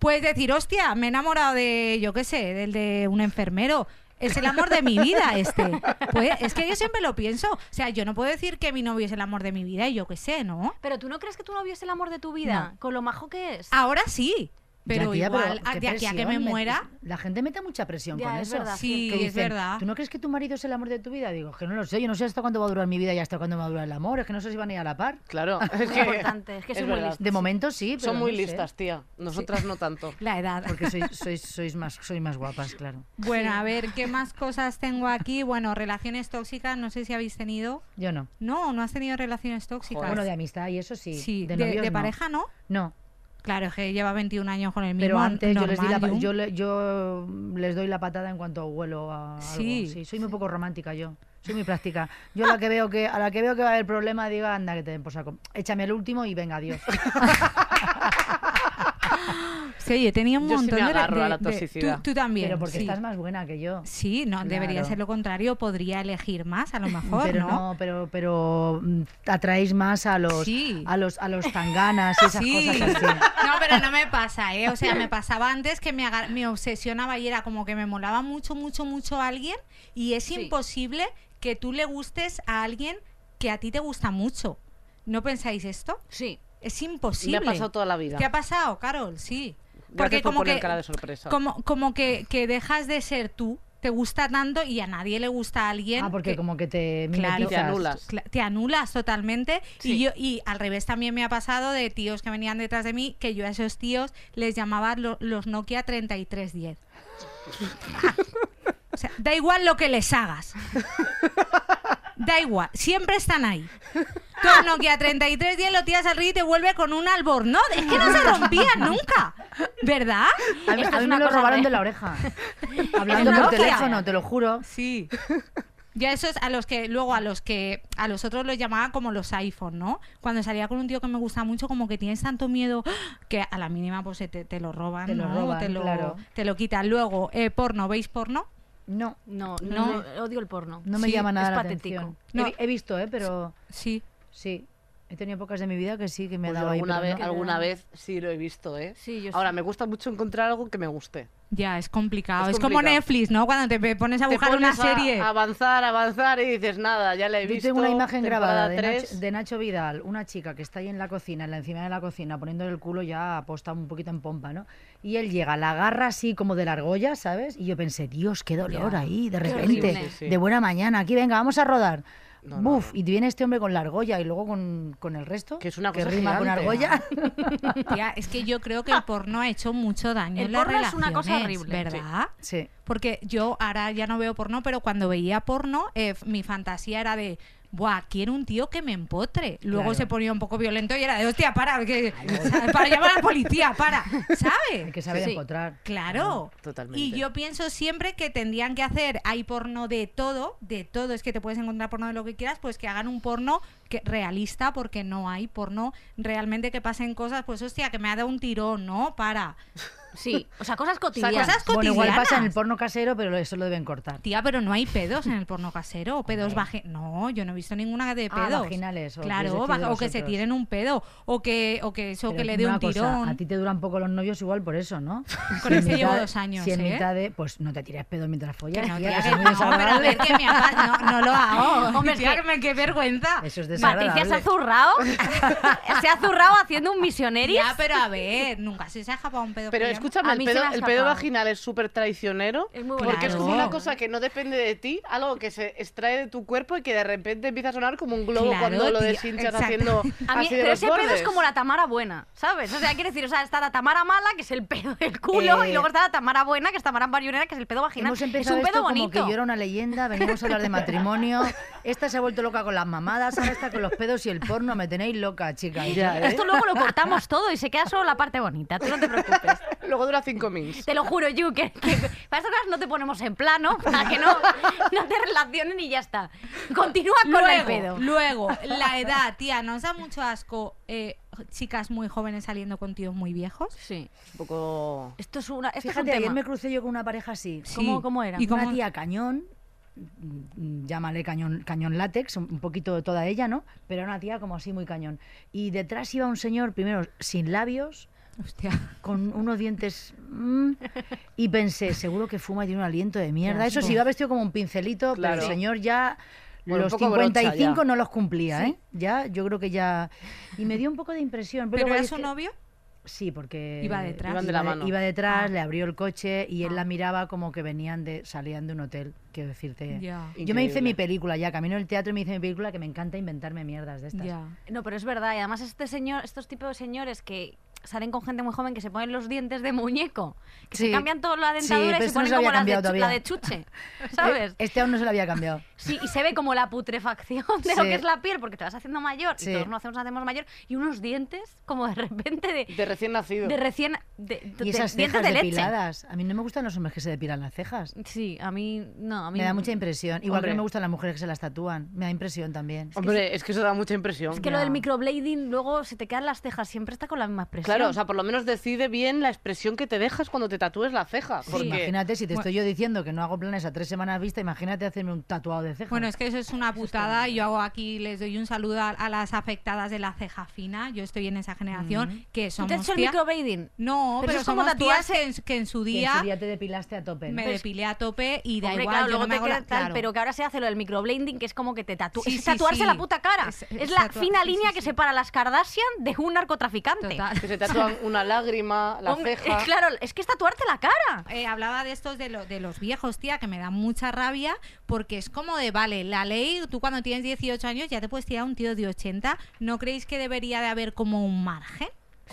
Speaker 6: puedes decir, hostia, me he enamorado de, yo qué sé, del de un enfermero. Es el amor de mi vida este. Pues, es que yo siempre lo pienso. O sea, yo no puedo decir que mi novio es el amor de mi vida y yo qué sé, ¿no?
Speaker 3: Pero tú no crees que tu novio es el amor de tu vida, con lo majo que
Speaker 4: Ah,
Speaker 3: es.
Speaker 6: Ahora sí, pero
Speaker 4: Ya, tía, pero
Speaker 6: igual, a-
Speaker 4: qué
Speaker 6: de aquí a que
Speaker 4: presión,
Speaker 6: me
Speaker 4: met-
Speaker 6: muera,
Speaker 4: La gente mete mucha presión
Speaker 3: Ya,
Speaker 4: con
Speaker 3: es
Speaker 4: eso.
Speaker 3: verdad.
Speaker 6: sí,
Speaker 4: Que
Speaker 6: es
Speaker 4: dicen,
Speaker 6: verdad.
Speaker 4: ¿Tú no crees que tu marido es el amor de tu vida? Digo, es que no lo sé, yo no sé hasta cuándo va a durar mi vida y hasta cuándo va a durar el amor, es que no sé si van a ir a la par.
Speaker 2: Claro, es
Speaker 3: Muy
Speaker 2: que,
Speaker 3: importante, es que soy muy
Speaker 2: verdad.
Speaker 4: De momento sí, pero
Speaker 2: Son muy
Speaker 4: no sé,
Speaker 2: listas, tía. Nosotras no tanto.
Speaker 6: La edad.
Speaker 4: Porque sois, sois, sois más, sois más guapas, claro.
Speaker 6: Bueno, a ver, ¿qué más cosas tengo aquí? Bueno, relaciones tóxicas, no sé si habéis tenido.
Speaker 4: Yo no.
Speaker 6: No, no has tenido relaciones tóxicas.
Speaker 4: Bueno, de amistad y eso sí.
Speaker 6: sí,
Speaker 4: de,
Speaker 6: de,
Speaker 4: novios
Speaker 6: de
Speaker 4: no.
Speaker 6: pareja no.
Speaker 4: No,
Speaker 6: Claro, es que lleva 21 años con el mismo.
Speaker 4: pero antes yo les, di la, pa-
Speaker 6: normal,
Speaker 4: yo,
Speaker 6: ¿no?
Speaker 4: le- yo les doy la patada en cuanto vuelo a algo.
Speaker 6: Sí.
Speaker 4: soy muy poco romántica yo. Soy muy práctica. Yo a la que veo que a la que veo que va a haber problema digo, anda que te den por saco. Échame el último y venga, adiós.
Speaker 6: Sí, yo tenía un
Speaker 2: Yo sí
Speaker 6: montón
Speaker 2: me
Speaker 6: de-
Speaker 2: agarro
Speaker 6: de.
Speaker 2: a la
Speaker 6: de-
Speaker 2: toxicidad.
Speaker 6: tú, tú también.
Speaker 4: Pero porque
Speaker 6: sí.
Speaker 4: estás más buena que yo.
Speaker 6: Sí, no, debería
Speaker 4: Claro.
Speaker 6: ser lo contrario. Podría elegir más, a lo mejor,
Speaker 4: pero
Speaker 6: ¿no?
Speaker 4: pero pero mm, atraéis más a los
Speaker 6: Sí.
Speaker 4: a los a los tanganas y esas
Speaker 6: Sí.
Speaker 4: cosas así.
Speaker 6: No, pero no me pasa, ¿eh? O sea, me pasaba antes que me, aga- me obsesionaba y era como que me molaba mucho, mucho, mucho a alguien y es imposible que tú le gustes a alguien que a ti te gusta mucho. ¿No pensáis esto?
Speaker 3: Sí.
Speaker 6: Es imposible.
Speaker 2: Me ha pasado toda la vida.
Speaker 6: ¿Te ha pasado, Carol? Sí.
Speaker 2: Gracias
Speaker 6: Porque
Speaker 2: por
Speaker 6: como
Speaker 2: poner
Speaker 6: que,
Speaker 2: cara de sorpresa.
Speaker 6: como, como que, que dejas de ser tú, te gusta tanto y a nadie le gusta a alguien.
Speaker 4: Ah, porque
Speaker 6: que-
Speaker 4: como que te
Speaker 6: Claro.
Speaker 4: mimetizas.
Speaker 2: Te anulas.
Speaker 6: Cla- te anulas totalmente
Speaker 3: Sí.
Speaker 6: y yo y al revés también me ha pasado de tíos que venían detrás de mí que yo a esos tíos les llamaba lo- los Nokia 3310 o sea, da igual lo que les hagas da igual siempre están ahí tú al Nokia 3310 lo tiras al río y te vuelve con un albornoz es que no se rompían nunca ¿verdad?
Speaker 4: A mí,
Speaker 3: Esta
Speaker 4: a
Speaker 3: es
Speaker 4: mí
Speaker 3: una
Speaker 4: me lo
Speaker 3: cosa
Speaker 4: robaron
Speaker 3: real.
Speaker 4: de la oreja. Hablando
Speaker 6: una
Speaker 4: por
Speaker 6: Nokia.
Speaker 4: teléfono, te lo juro.
Speaker 6: Sí. Ya esos a los que luego a los que a los otros los llamaba como los iPhone, ¿no? Cuando salía con un tío que me gusta mucho, como que tienes tanto miedo que a la mínima pues se te, te lo roban,
Speaker 4: Te lo
Speaker 6: ¿no?
Speaker 4: roban,
Speaker 6: te lo
Speaker 4: claro.
Speaker 6: te lo quitan. Luego eh, porno, ¿veis porno?
Speaker 4: No,
Speaker 3: No,
Speaker 6: No.
Speaker 3: no, no, odio el porno.
Speaker 4: no me
Speaker 6: Sí,
Speaker 4: llama nada
Speaker 3: es
Speaker 4: la
Speaker 3: patético.
Speaker 4: atención.
Speaker 6: No.
Speaker 4: He, vi- he visto, eh, pero
Speaker 6: Sí.
Speaker 4: sí, he tenido épocas de mi vida que sí que me
Speaker 2: Pues yo
Speaker 4: daba
Speaker 2: alguna vez,
Speaker 4: no.
Speaker 2: alguna vez sí lo he visto, ¿eh?
Speaker 3: Sí, yo
Speaker 2: Ahora
Speaker 3: sí.
Speaker 2: me gusta mucho encontrar algo que me guste.
Speaker 6: Ya, es complicado.
Speaker 2: Es
Speaker 6: Es, como
Speaker 2: complicado.
Speaker 6: Netflix, ¿no? Cuando te pe- pones a
Speaker 2: Te
Speaker 6: buscar
Speaker 2: pones
Speaker 6: una
Speaker 2: a
Speaker 6: serie.
Speaker 2: avanzar, avanzar y dices nada, ya la he
Speaker 4: Yo
Speaker 2: visto.
Speaker 4: tengo una imagen grabada de
Speaker 2: temporada
Speaker 4: Nacho,
Speaker 2: tres.
Speaker 4: de Nacho Vidal, una chica que está ahí en la cocina, en la encima de la cocina, poniendo el culo ya apostado un poquito en pompa, ¿no? Y él llega, la agarra así como de la argolla, ¿sabes? Y yo pensé, Dios, qué dolor ahí, de repente,
Speaker 3: horrible.
Speaker 2: Sí, sí, sí.
Speaker 4: de buena mañana, aquí venga, vamos a rodar.
Speaker 2: No, no,
Speaker 4: Buf, y viene este hombre con la argolla y luego con, con el resto.
Speaker 2: Que es una cosa
Speaker 4: rima con
Speaker 2: gigante.
Speaker 4: argolla.
Speaker 6: Tía, es que yo creo que el porno ha hecho mucho daño
Speaker 3: El
Speaker 6: en las
Speaker 3: porno es una cosa
Speaker 6: relaciones,
Speaker 3: horrible.
Speaker 6: ¿verdad?
Speaker 4: sí.
Speaker 6: Porque yo ahora ya no veo porno, pero cuando veía porno, eh, f- mi fantasía era de, buah, quiero un tío que me empotre. Luego
Speaker 4: Claro.
Speaker 6: se ponía un poco violento y era de, hostia, para, que, para llamar a la policía, para,
Speaker 4: Hay
Speaker 6: ¿sabes?
Speaker 4: que saber encontrar.
Speaker 6: Claro.
Speaker 2: Totalmente.
Speaker 6: Y yo pienso siempre que tendrían que hacer, hay porno de todo, de todo, es que te puedes encontrar porno de lo que quieras, pues que hagan un porno que, realista, porque no hay porno realmente que pasen cosas, pues hostia, que me ha dado un tirón, ¿no? Para.
Speaker 3: Sí, o sea, cosas
Speaker 6: O sea,
Speaker 3: cotidianas.
Speaker 6: cosas
Speaker 4: Bueno,
Speaker 6: cotidianas.
Speaker 4: igual pasa en el porno casero, pero eso lo deben cortar.
Speaker 6: Tía, pero no hay pedos en el porno casero, o pedos vaginales. No, yo no he visto ninguna de
Speaker 4: Ah,
Speaker 6: pedos.
Speaker 4: vaginales, o quieres
Speaker 6: claro,
Speaker 4: decir de
Speaker 6: va- o que se
Speaker 4: vosotros.
Speaker 6: tiren un pedo, o que, o que eso,
Speaker 4: Pero
Speaker 6: que le dé
Speaker 4: dime
Speaker 6: un
Speaker 4: una cosa,
Speaker 6: tirón.
Speaker 4: a ti te duran poco los novios igual por eso, ¿no?
Speaker 6: Con
Speaker 4: en
Speaker 6: ese llevo
Speaker 4: mitad-
Speaker 6: dos años,
Speaker 4: Si en
Speaker 6: ¿eh?
Speaker 4: mitad de... Pues no te tires pedo mientras follas.
Speaker 6: Que no,
Speaker 4: tía,
Speaker 6: tía,
Speaker 4: que
Speaker 6: que
Speaker 4: eso es muy
Speaker 6: no, pero a
Speaker 4: desagradable.
Speaker 6: ver, que me apa- no, no lo hago.
Speaker 3: Hombre, es
Speaker 6: Tía,
Speaker 3: que-
Speaker 6: que me- qué vergüenza.
Speaker 4: Eso es
Speaker 3: Patricia se ha
Speaker 4: desagradable.
Speaker 3: zurrado. se ha zurrado haciendo un misioneris.
Speaker 6: Ya, pero a ver, nunca se se ha escapado un pedo.
Speaker 2: Pero
Speaker 6: que yo
Speaker 2: escúchame,
Speaker 3: A
Speaker 2: el
Speaker 3: mí se
Speaker 2: pedo,
Speaker 3: me ha
Speaker 2: el pedo
Speaker 3: escapado.
Speaker 2: vaginal es súper traicionero.
Speaker 3: Es muy
Speaker 2: porque es como
Speaker 6: Claro.
Speaker 2: una cosa que no depende de ti, algo que se extrae de tu cuerpo y que de repente empieza a sonar como un globo
Speaker 6: Claro,
Speaker 2: cuando lo
Speaker 6: tía,
Speaker 2: deshinchas
Speaker 6: exacto.
Speaker 2: haciendo.
Speaker 3: A mí,
Speaker 2: así de
Speaker 3: pero
Speaker 2: los
Speaker 3: ese pedo es
Speaker 2: bordes.
Speaker 3: como la Tamara buena, ¿sabes? O sea, quiere decir, o sea, está la Tamara mala, que es el pedo del culo,
Speaker 4: Eh,
Speaker 3: y luego está la Tamara buena, que es Tamara marionera, que es el pedo vaginal.
Speaker 4: Hemos
Speaker 3: Es un
Speaker 4: empezado
Speaker 3: pedo
Speaker 4: esto como que
Speaker 3: bonito.
Speaker 4: yo era una leyenda, veníamos a hablar de matrimonio. Esta se ha vuelto loca con las mamadas, ahora está con los pedos y el porno. Me tenéis loca, chicas.
Speaker 2: Ya, ¿eh?
Speaker 3: Esto luego lo cortamos todo y se queda solo la parte bonita, tú no te preocupes.
Speaker 2: Luego dura cinco mins.
Speaker 3: Te lo juro, Yu, que, que para estas cosas no te ponemos en plano, para que no, no te relacionen y ya está. Continúa con el pedo.
Speaker 6: Luego, luego, la edad, tía, nos da mucho asco eh, chicas muy jóvenes saliendo con tíos muy viejos.
Speaker 3: Sí.
Speaker 2: Un poco.
Speaker 3: Esto es, una, esto es un
Speaker 4: Fíjate, ayer
Speaker 3: tema.
Speaker 4: me crucé yo con una pareja así.
Speaker 3: ¿Cómo- cómo era?
Speaker 6: ¿Y
Speaker 4: Una
Speaker 6: cómo-
Speaker 4: tía cañón, mm, mm, llámale cañón, cañón látex, un un poquito toda ella, ¿no? Pero era una tía como así muy cañón. Y detrás iba un señor, primero, sin labios,
Speaker 6: Hostia.
Speaker 4: con unos dientes... mm, y pensé, seguro que fuma y tiene un aliento de mierda.
Speaker 6: Qué
Speaker 4: Eso
Speaker 6: asco.
Speaker 4: sí, iba vestido como un pincelito,
Speaker 2: Claro.
Speaker 4: pero el señor ya...
Speaker 2: Bueno, un
Speaker 4: los
Speaker 2: poco brocha
Speaker 4: 55
Speaker 2: ya.
Speaker 4: no los cumplía, ¿eh? Ya, yo creo que ya... Y me dio un poco de impresión.
Speaker 6: ¿Pero
Speaker 4: luego
Speaker 6: era
Speaker 4: dije-
Speaker 6: su novio?
Speaker 4: Sí, porque
Speaker 6: Iba detrás. Ah.
Speaker 2: Iban de la
Speaker 4: iba
Speaker 2: mano.
Speaker 4: iba detrás, le abrió el coche y él la miraba como que venían de salían de un hotel, quiero decirte.
Speaker 6: Ya.
Speaker 4: Yo me hice
Speaker 2: Increíble.
Speaker 4: mi película ya, camino del teatro y me hice mi película que me encanta inventarme mierdas de estas.
Speaker 6: Ya.
Speaker 3: No, pero es verdad. Y además este señor, estos tipos de señores que salen con gente muy joven que se ponen los dientes de muñeco, que se
Speaker 4: Sí.
Speaker 3: cambian toda la
Speaker 4: Sí,
Speaker 3: dentadura
Speaker 4: pero
Speaker 3: y se
Speaker 4: esto no
Speaker 3: ponen
Speaker 4: se había
Speaker 3: como las de,
Speaker 4: cambiado
Speaker 3: chu- la
Speaker 4: todavía.
Speaker 3: de chuche, ¿sabes?
Speaker 4: Eh, Este aún no se lo había cambiado.
Speaker 3: Sí, y se ve como la putrefacción de lo
Speaker 4: Sí.
Speaker 3: que es la piel, porque te vas haciendo mayor, y
Speaker 4: Sí.
Speaker 3: todos nos hacemos, nos hacemos mayor, y unos dientes como de repente de,
Speaker 2: De recién nacido.
Speaker 3: de recién... De, de-
Speaker 4: Y esas
Speaker 3: de- dientes
Speaker 4: cejas
Speaker 3: de leche.
Speaker 4: depiladas. A mí no me gustan los hombres que se depilan las cejas.
Speaker 3: Sí, a mí... No, a mí...
Speaker 4: Me da mucha impresión. Igual
Speaker 2: Hombre.
Speaker 4: que no me gustan las mujeres que se las tatúan. Me da impresión también.
Speaker 2: Hombre, es que eso da mucha impresión.
Speaker 3: Es que lo del microblading luego se te quedan las cejas, siempre está con la misma expresión.
Speaker 2: Claro, o sea, por lo menos decide bien la expresión que te dejas cuando te tatúes la ceja.
Speaker 4: Pues
Speaker 2: Porque
Speaker 4: Imagínate, si te estoy yo diciendo que no hago planes a tres semanas vista, imagínate hacerme un tatuado de cejas.
Speaker 6: Bueno, es que eso es una putada. Yo hago aquí, les doy un saludo a, a las afectadas de la ceja fina. Yo estoy en esa generación que
Speaker 3: ¿Tú
Speaker 6: somos.
Speaker 3: te has hecho el
Speaker 6: tía-
Speaker 3: microblading?
Speaker 6: No,
Speaker 3: Pero eso
Speaker 6: pero,
Speaker 3: es como
Speaker 6: somos tías
Speaker 3: tatuarse-
Speaker 6: que en, que en su
Speaker 4: Que en
Speaker 6: día,
Speaker 4: su día te depilaste a tope. ¿no?
Speaker 6: me depilé a tope y da
Speaker 3: Hombre,
Speaker 6: igual.
Speaker 3: claro,
Speaker 6: yo
Speaker 3: luego
Speaker 6: no me
Speaker 3: te
Speaker 6: hago
Speaker 3: queda
Speaker 6: la-
Speaker 3: tal,
Speaker 6: claro.
Speaker 3: pero que ahora se hace lo del microblending, que es como que te tatúas.
Speaker 6: Sí,
Speaker 3: es
Speaker 6: sí,
Speaker 3: tatuarse
Speaker 6: sí.
Speaker 3: la puta cara. Es,
Speaker 6: Es- es
Speaker 3: la
Speaker 6: tatua-
Speaker 3: fina
Speaker 6: sí,
Speaker 3: línea
Speaker 6: sí,
Speaker 3: que
Speaker 6: sí.
Speaker 3: separa las Kardashian de un narcotraficante.
Speaker 6: Total.
Speaker 2: que se tatúan una lágrima, la
Speaker 3: Hombre,
Speaker 2: ceja.
Speaker 3: es claro, es que es tatuarte la cara.
Speaker 6: Eh, hablaba de estos de, lo- de los viejos, tía, que me da mucha rabia, porque es como de, vale, la ley, tú cuando tienes 18 años ya te puedes tirar a un tío de 80, ¿no creéis que debería de haber como un margen?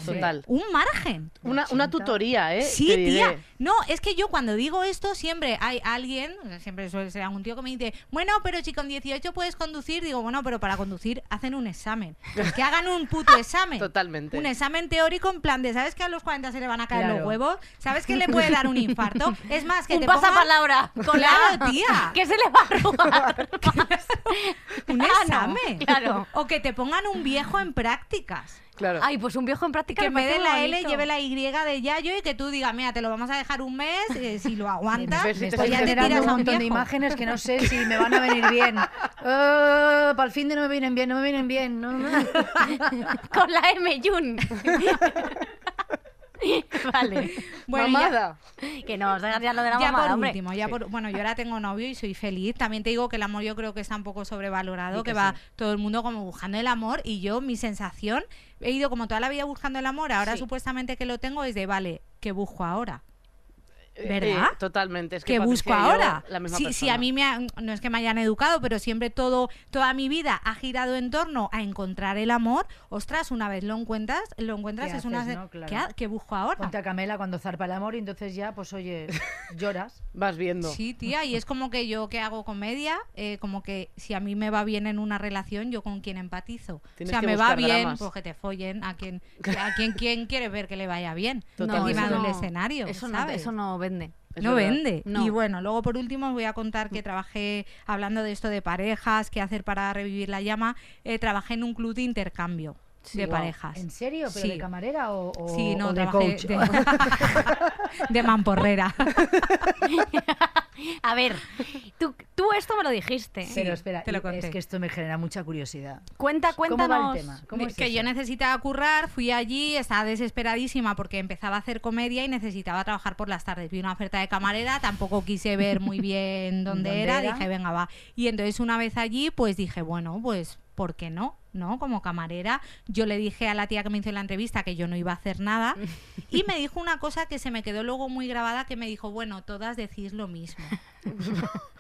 Speaker 2: Total.
Speaker 6: Un margen.
Speaker 2: Una, una
Speaker 4: 80.
Speaker 2: tutoría, ¿eh?
Speaker 6: Sí,
Speaker 2: Te diré.
Speaker 6: tía. No, es que yo cuando digo esto siempre hay alguien, siempre suele ser algún tío que me dice, bueno, pero si con 18 puedes conducir, digo, bueno, pero para conducir hacen un examen. pues Que hagan un puto examen.
Speaker 2: Totalmente.
Speaker 6: Un examen teórico en plan de, ¿sabes que a los 40 se le van a caer los
Speaker 4: Claro.
Speaker 6: huevos? ¿Sabes que le puede dar un infarto? Es más, que
Speaker 3: Un
Speaker 6: te pongan
Speaker 3: pasapalabra con la
Speaker 6: Claro, tía.
Speaker 3: que se le va a robar.
Speaker 6: un
Speaker 3: Ah, no,
Speaker 6: examen.
Speaker 3: claro.
Speaker 6: O que te pongan un viejo en prácticas.
Speaker 2: Claro.
Speaker 3: Ay, pues un viejo en práctica
Speaker 6: Que
Speaker 3: me
Speaker 6: me dé
Speaker 3: parece
Speaker 6: la
Speaker 3: muy
Speaker 6: L,
Speaker 3: bonito.
Speaker 6: lleve la Y de Yayo y que tú digas, mira, te lo vamos a dejar un mes, eh, si lo aguantas,
Speaker 2: Ves,
Speaker 4: Me
Speaker 2: te
Speaker 6: pues
Speaker 4: estoy
Speaker 6: ya te
Speaker 2: generando
Speaker 6: tiras
Speaker 4: generando un
Speaker 6: a un
Speaker 4: montón de
Speaker 6: viejo.
Speaker 4: imágenes que no sé si me van a venir bien. Eh, Para el fin de no me vienen bien, no me vienen bien. no, no.
Speaker 3: con la M Jun. vale.
Speaker 6: Bueno, ya-
Speaker 2: Mamada.
Speaker 3: Que no, os hagas ya lo de la
Speaker 6: Ya
Speaker 3: mamada,
Speaker 6: por
Speaker 3: hombre.
Speaker 6: último, ya por, bueno, yo ahora tengo novio y soy feliz. También te digo que el amor yo creo que está un poco sobrevalorado, que, va todo el mundo como buscando el amor y yo mi sensación he ido como toda la vida buscando el amor, ahora
Speaker 3: Sí.
Speaker 6: supuestamente que lo tengo es de vale, que busco ahora.
Speaker 2: Eh,
Speaker 6: ¿Verdad?
Speaker 2: eh, totalmente. Es que
Speaker 6: que busco
Speaker 2: Patricia y yo,
Speaker 6: ahora.
Speaker 2: La misma
Speaker 6: si, si a
Speaker 2: persona.
Speaker 6: mí me ha- no es que me hayan educado, pero siempre todo toda mi vida ha girado en torno a encontrar el amor. Ostras, una vez lo encuentras, lo encuentras
Speaker 4: ¿Qué
Speaker 6: es una
Speaker 4: haces, no? Claro.
Speaker 6: ¿qué, ha- qué busco ahora?
Speaker 4: Ponte a Camela cuando zarpa el amor y entonces ya, pues oye, lloras.
Speaker 2: Vas viendo.
Speaker 6: Sí, tía, y es como que yo que hago comedia, eh, como que si a mí me va bien en una relación, yo con quien empatizo.
Speaker 2: Tienes
Speaker 6: o sea,
Speaker 2: que
Speaker 6: me
Speaker 2: buscar
Speaker 6: va bien,
Speaker 2: dramas.
Speaker 6: pues que te follen a quien a quien, quien quiere ver que le vaya bien.
Speaker 2: Totalmente.
Speaker 6: Encima
Speaker 2: eso
Speaker 6: del escenario,
Speaker 3: Eso no,
Speaker 6: ¿sabes?
Speaker 3: eso no vende.
Speaker 2: Es
Speaker 6: no
Speaker 2: verdad.
Speaker 6: vende.
Speaker 3: No.
Speaker 6: Y bueno, luego por último os voy a contar que trabajé, hablando de esto de parejas, qué hacer para revivir la llama, eh, trabajé en un club de intercambio
Speaker 3: Sí,
Speaker 6: de
Speaker 3: guau.
Speaker 6: parejas.
Speaker 4: ¿En serio? ¿Pero
Speaker 6: Sí.
Speaker 4: de camarera o, o-
Speaker 6: Sí, no,
Speaker 4: o de
Speaker 6: trabajé
Speaker 4: coach?
Speaker 6: de, de mamporrera.
Speaker 3: A ver, tú, tú esto me lo dijiste.
Speaker 6: Sí.
Speaker 4: Pero espera,
Speaker 6: te lo
Speaker 4: y-
Speaker 6: conté.
Speaker 4: es que esto me genera mucha curiosidad.
Speaker 3: Cuenta,
Speaker 4: ¿Cómo
Speaker 3: cuéntanos.
Speaker 4: va el tema? ¿Cómo es
Speaker 6: que yo
Speaker 4: eso?
Speaker 6: necesitaba currar, fui allí, estaba desesperadísima porque empezaba a hacer comedia y necesitaba trabajar por las tardes. Vi una oferta de camarera, tampoco quise ver muy bien dónde,
Speaker 4: ¿Dónde
Speaker 6: era,
Speaker 4: era?
Speaker 6: dije, venga, va. Y entonces una vez allí, pues dije, bueno, pues, ¿por qué no? ¿No? Como camarera, yo le dije a la tía que me hizo la entrevista que yo no iba a hacer nada y me dijo una cosa que se me quedó luego muy grabada que me dijo, bueno, todas decís lo mismo.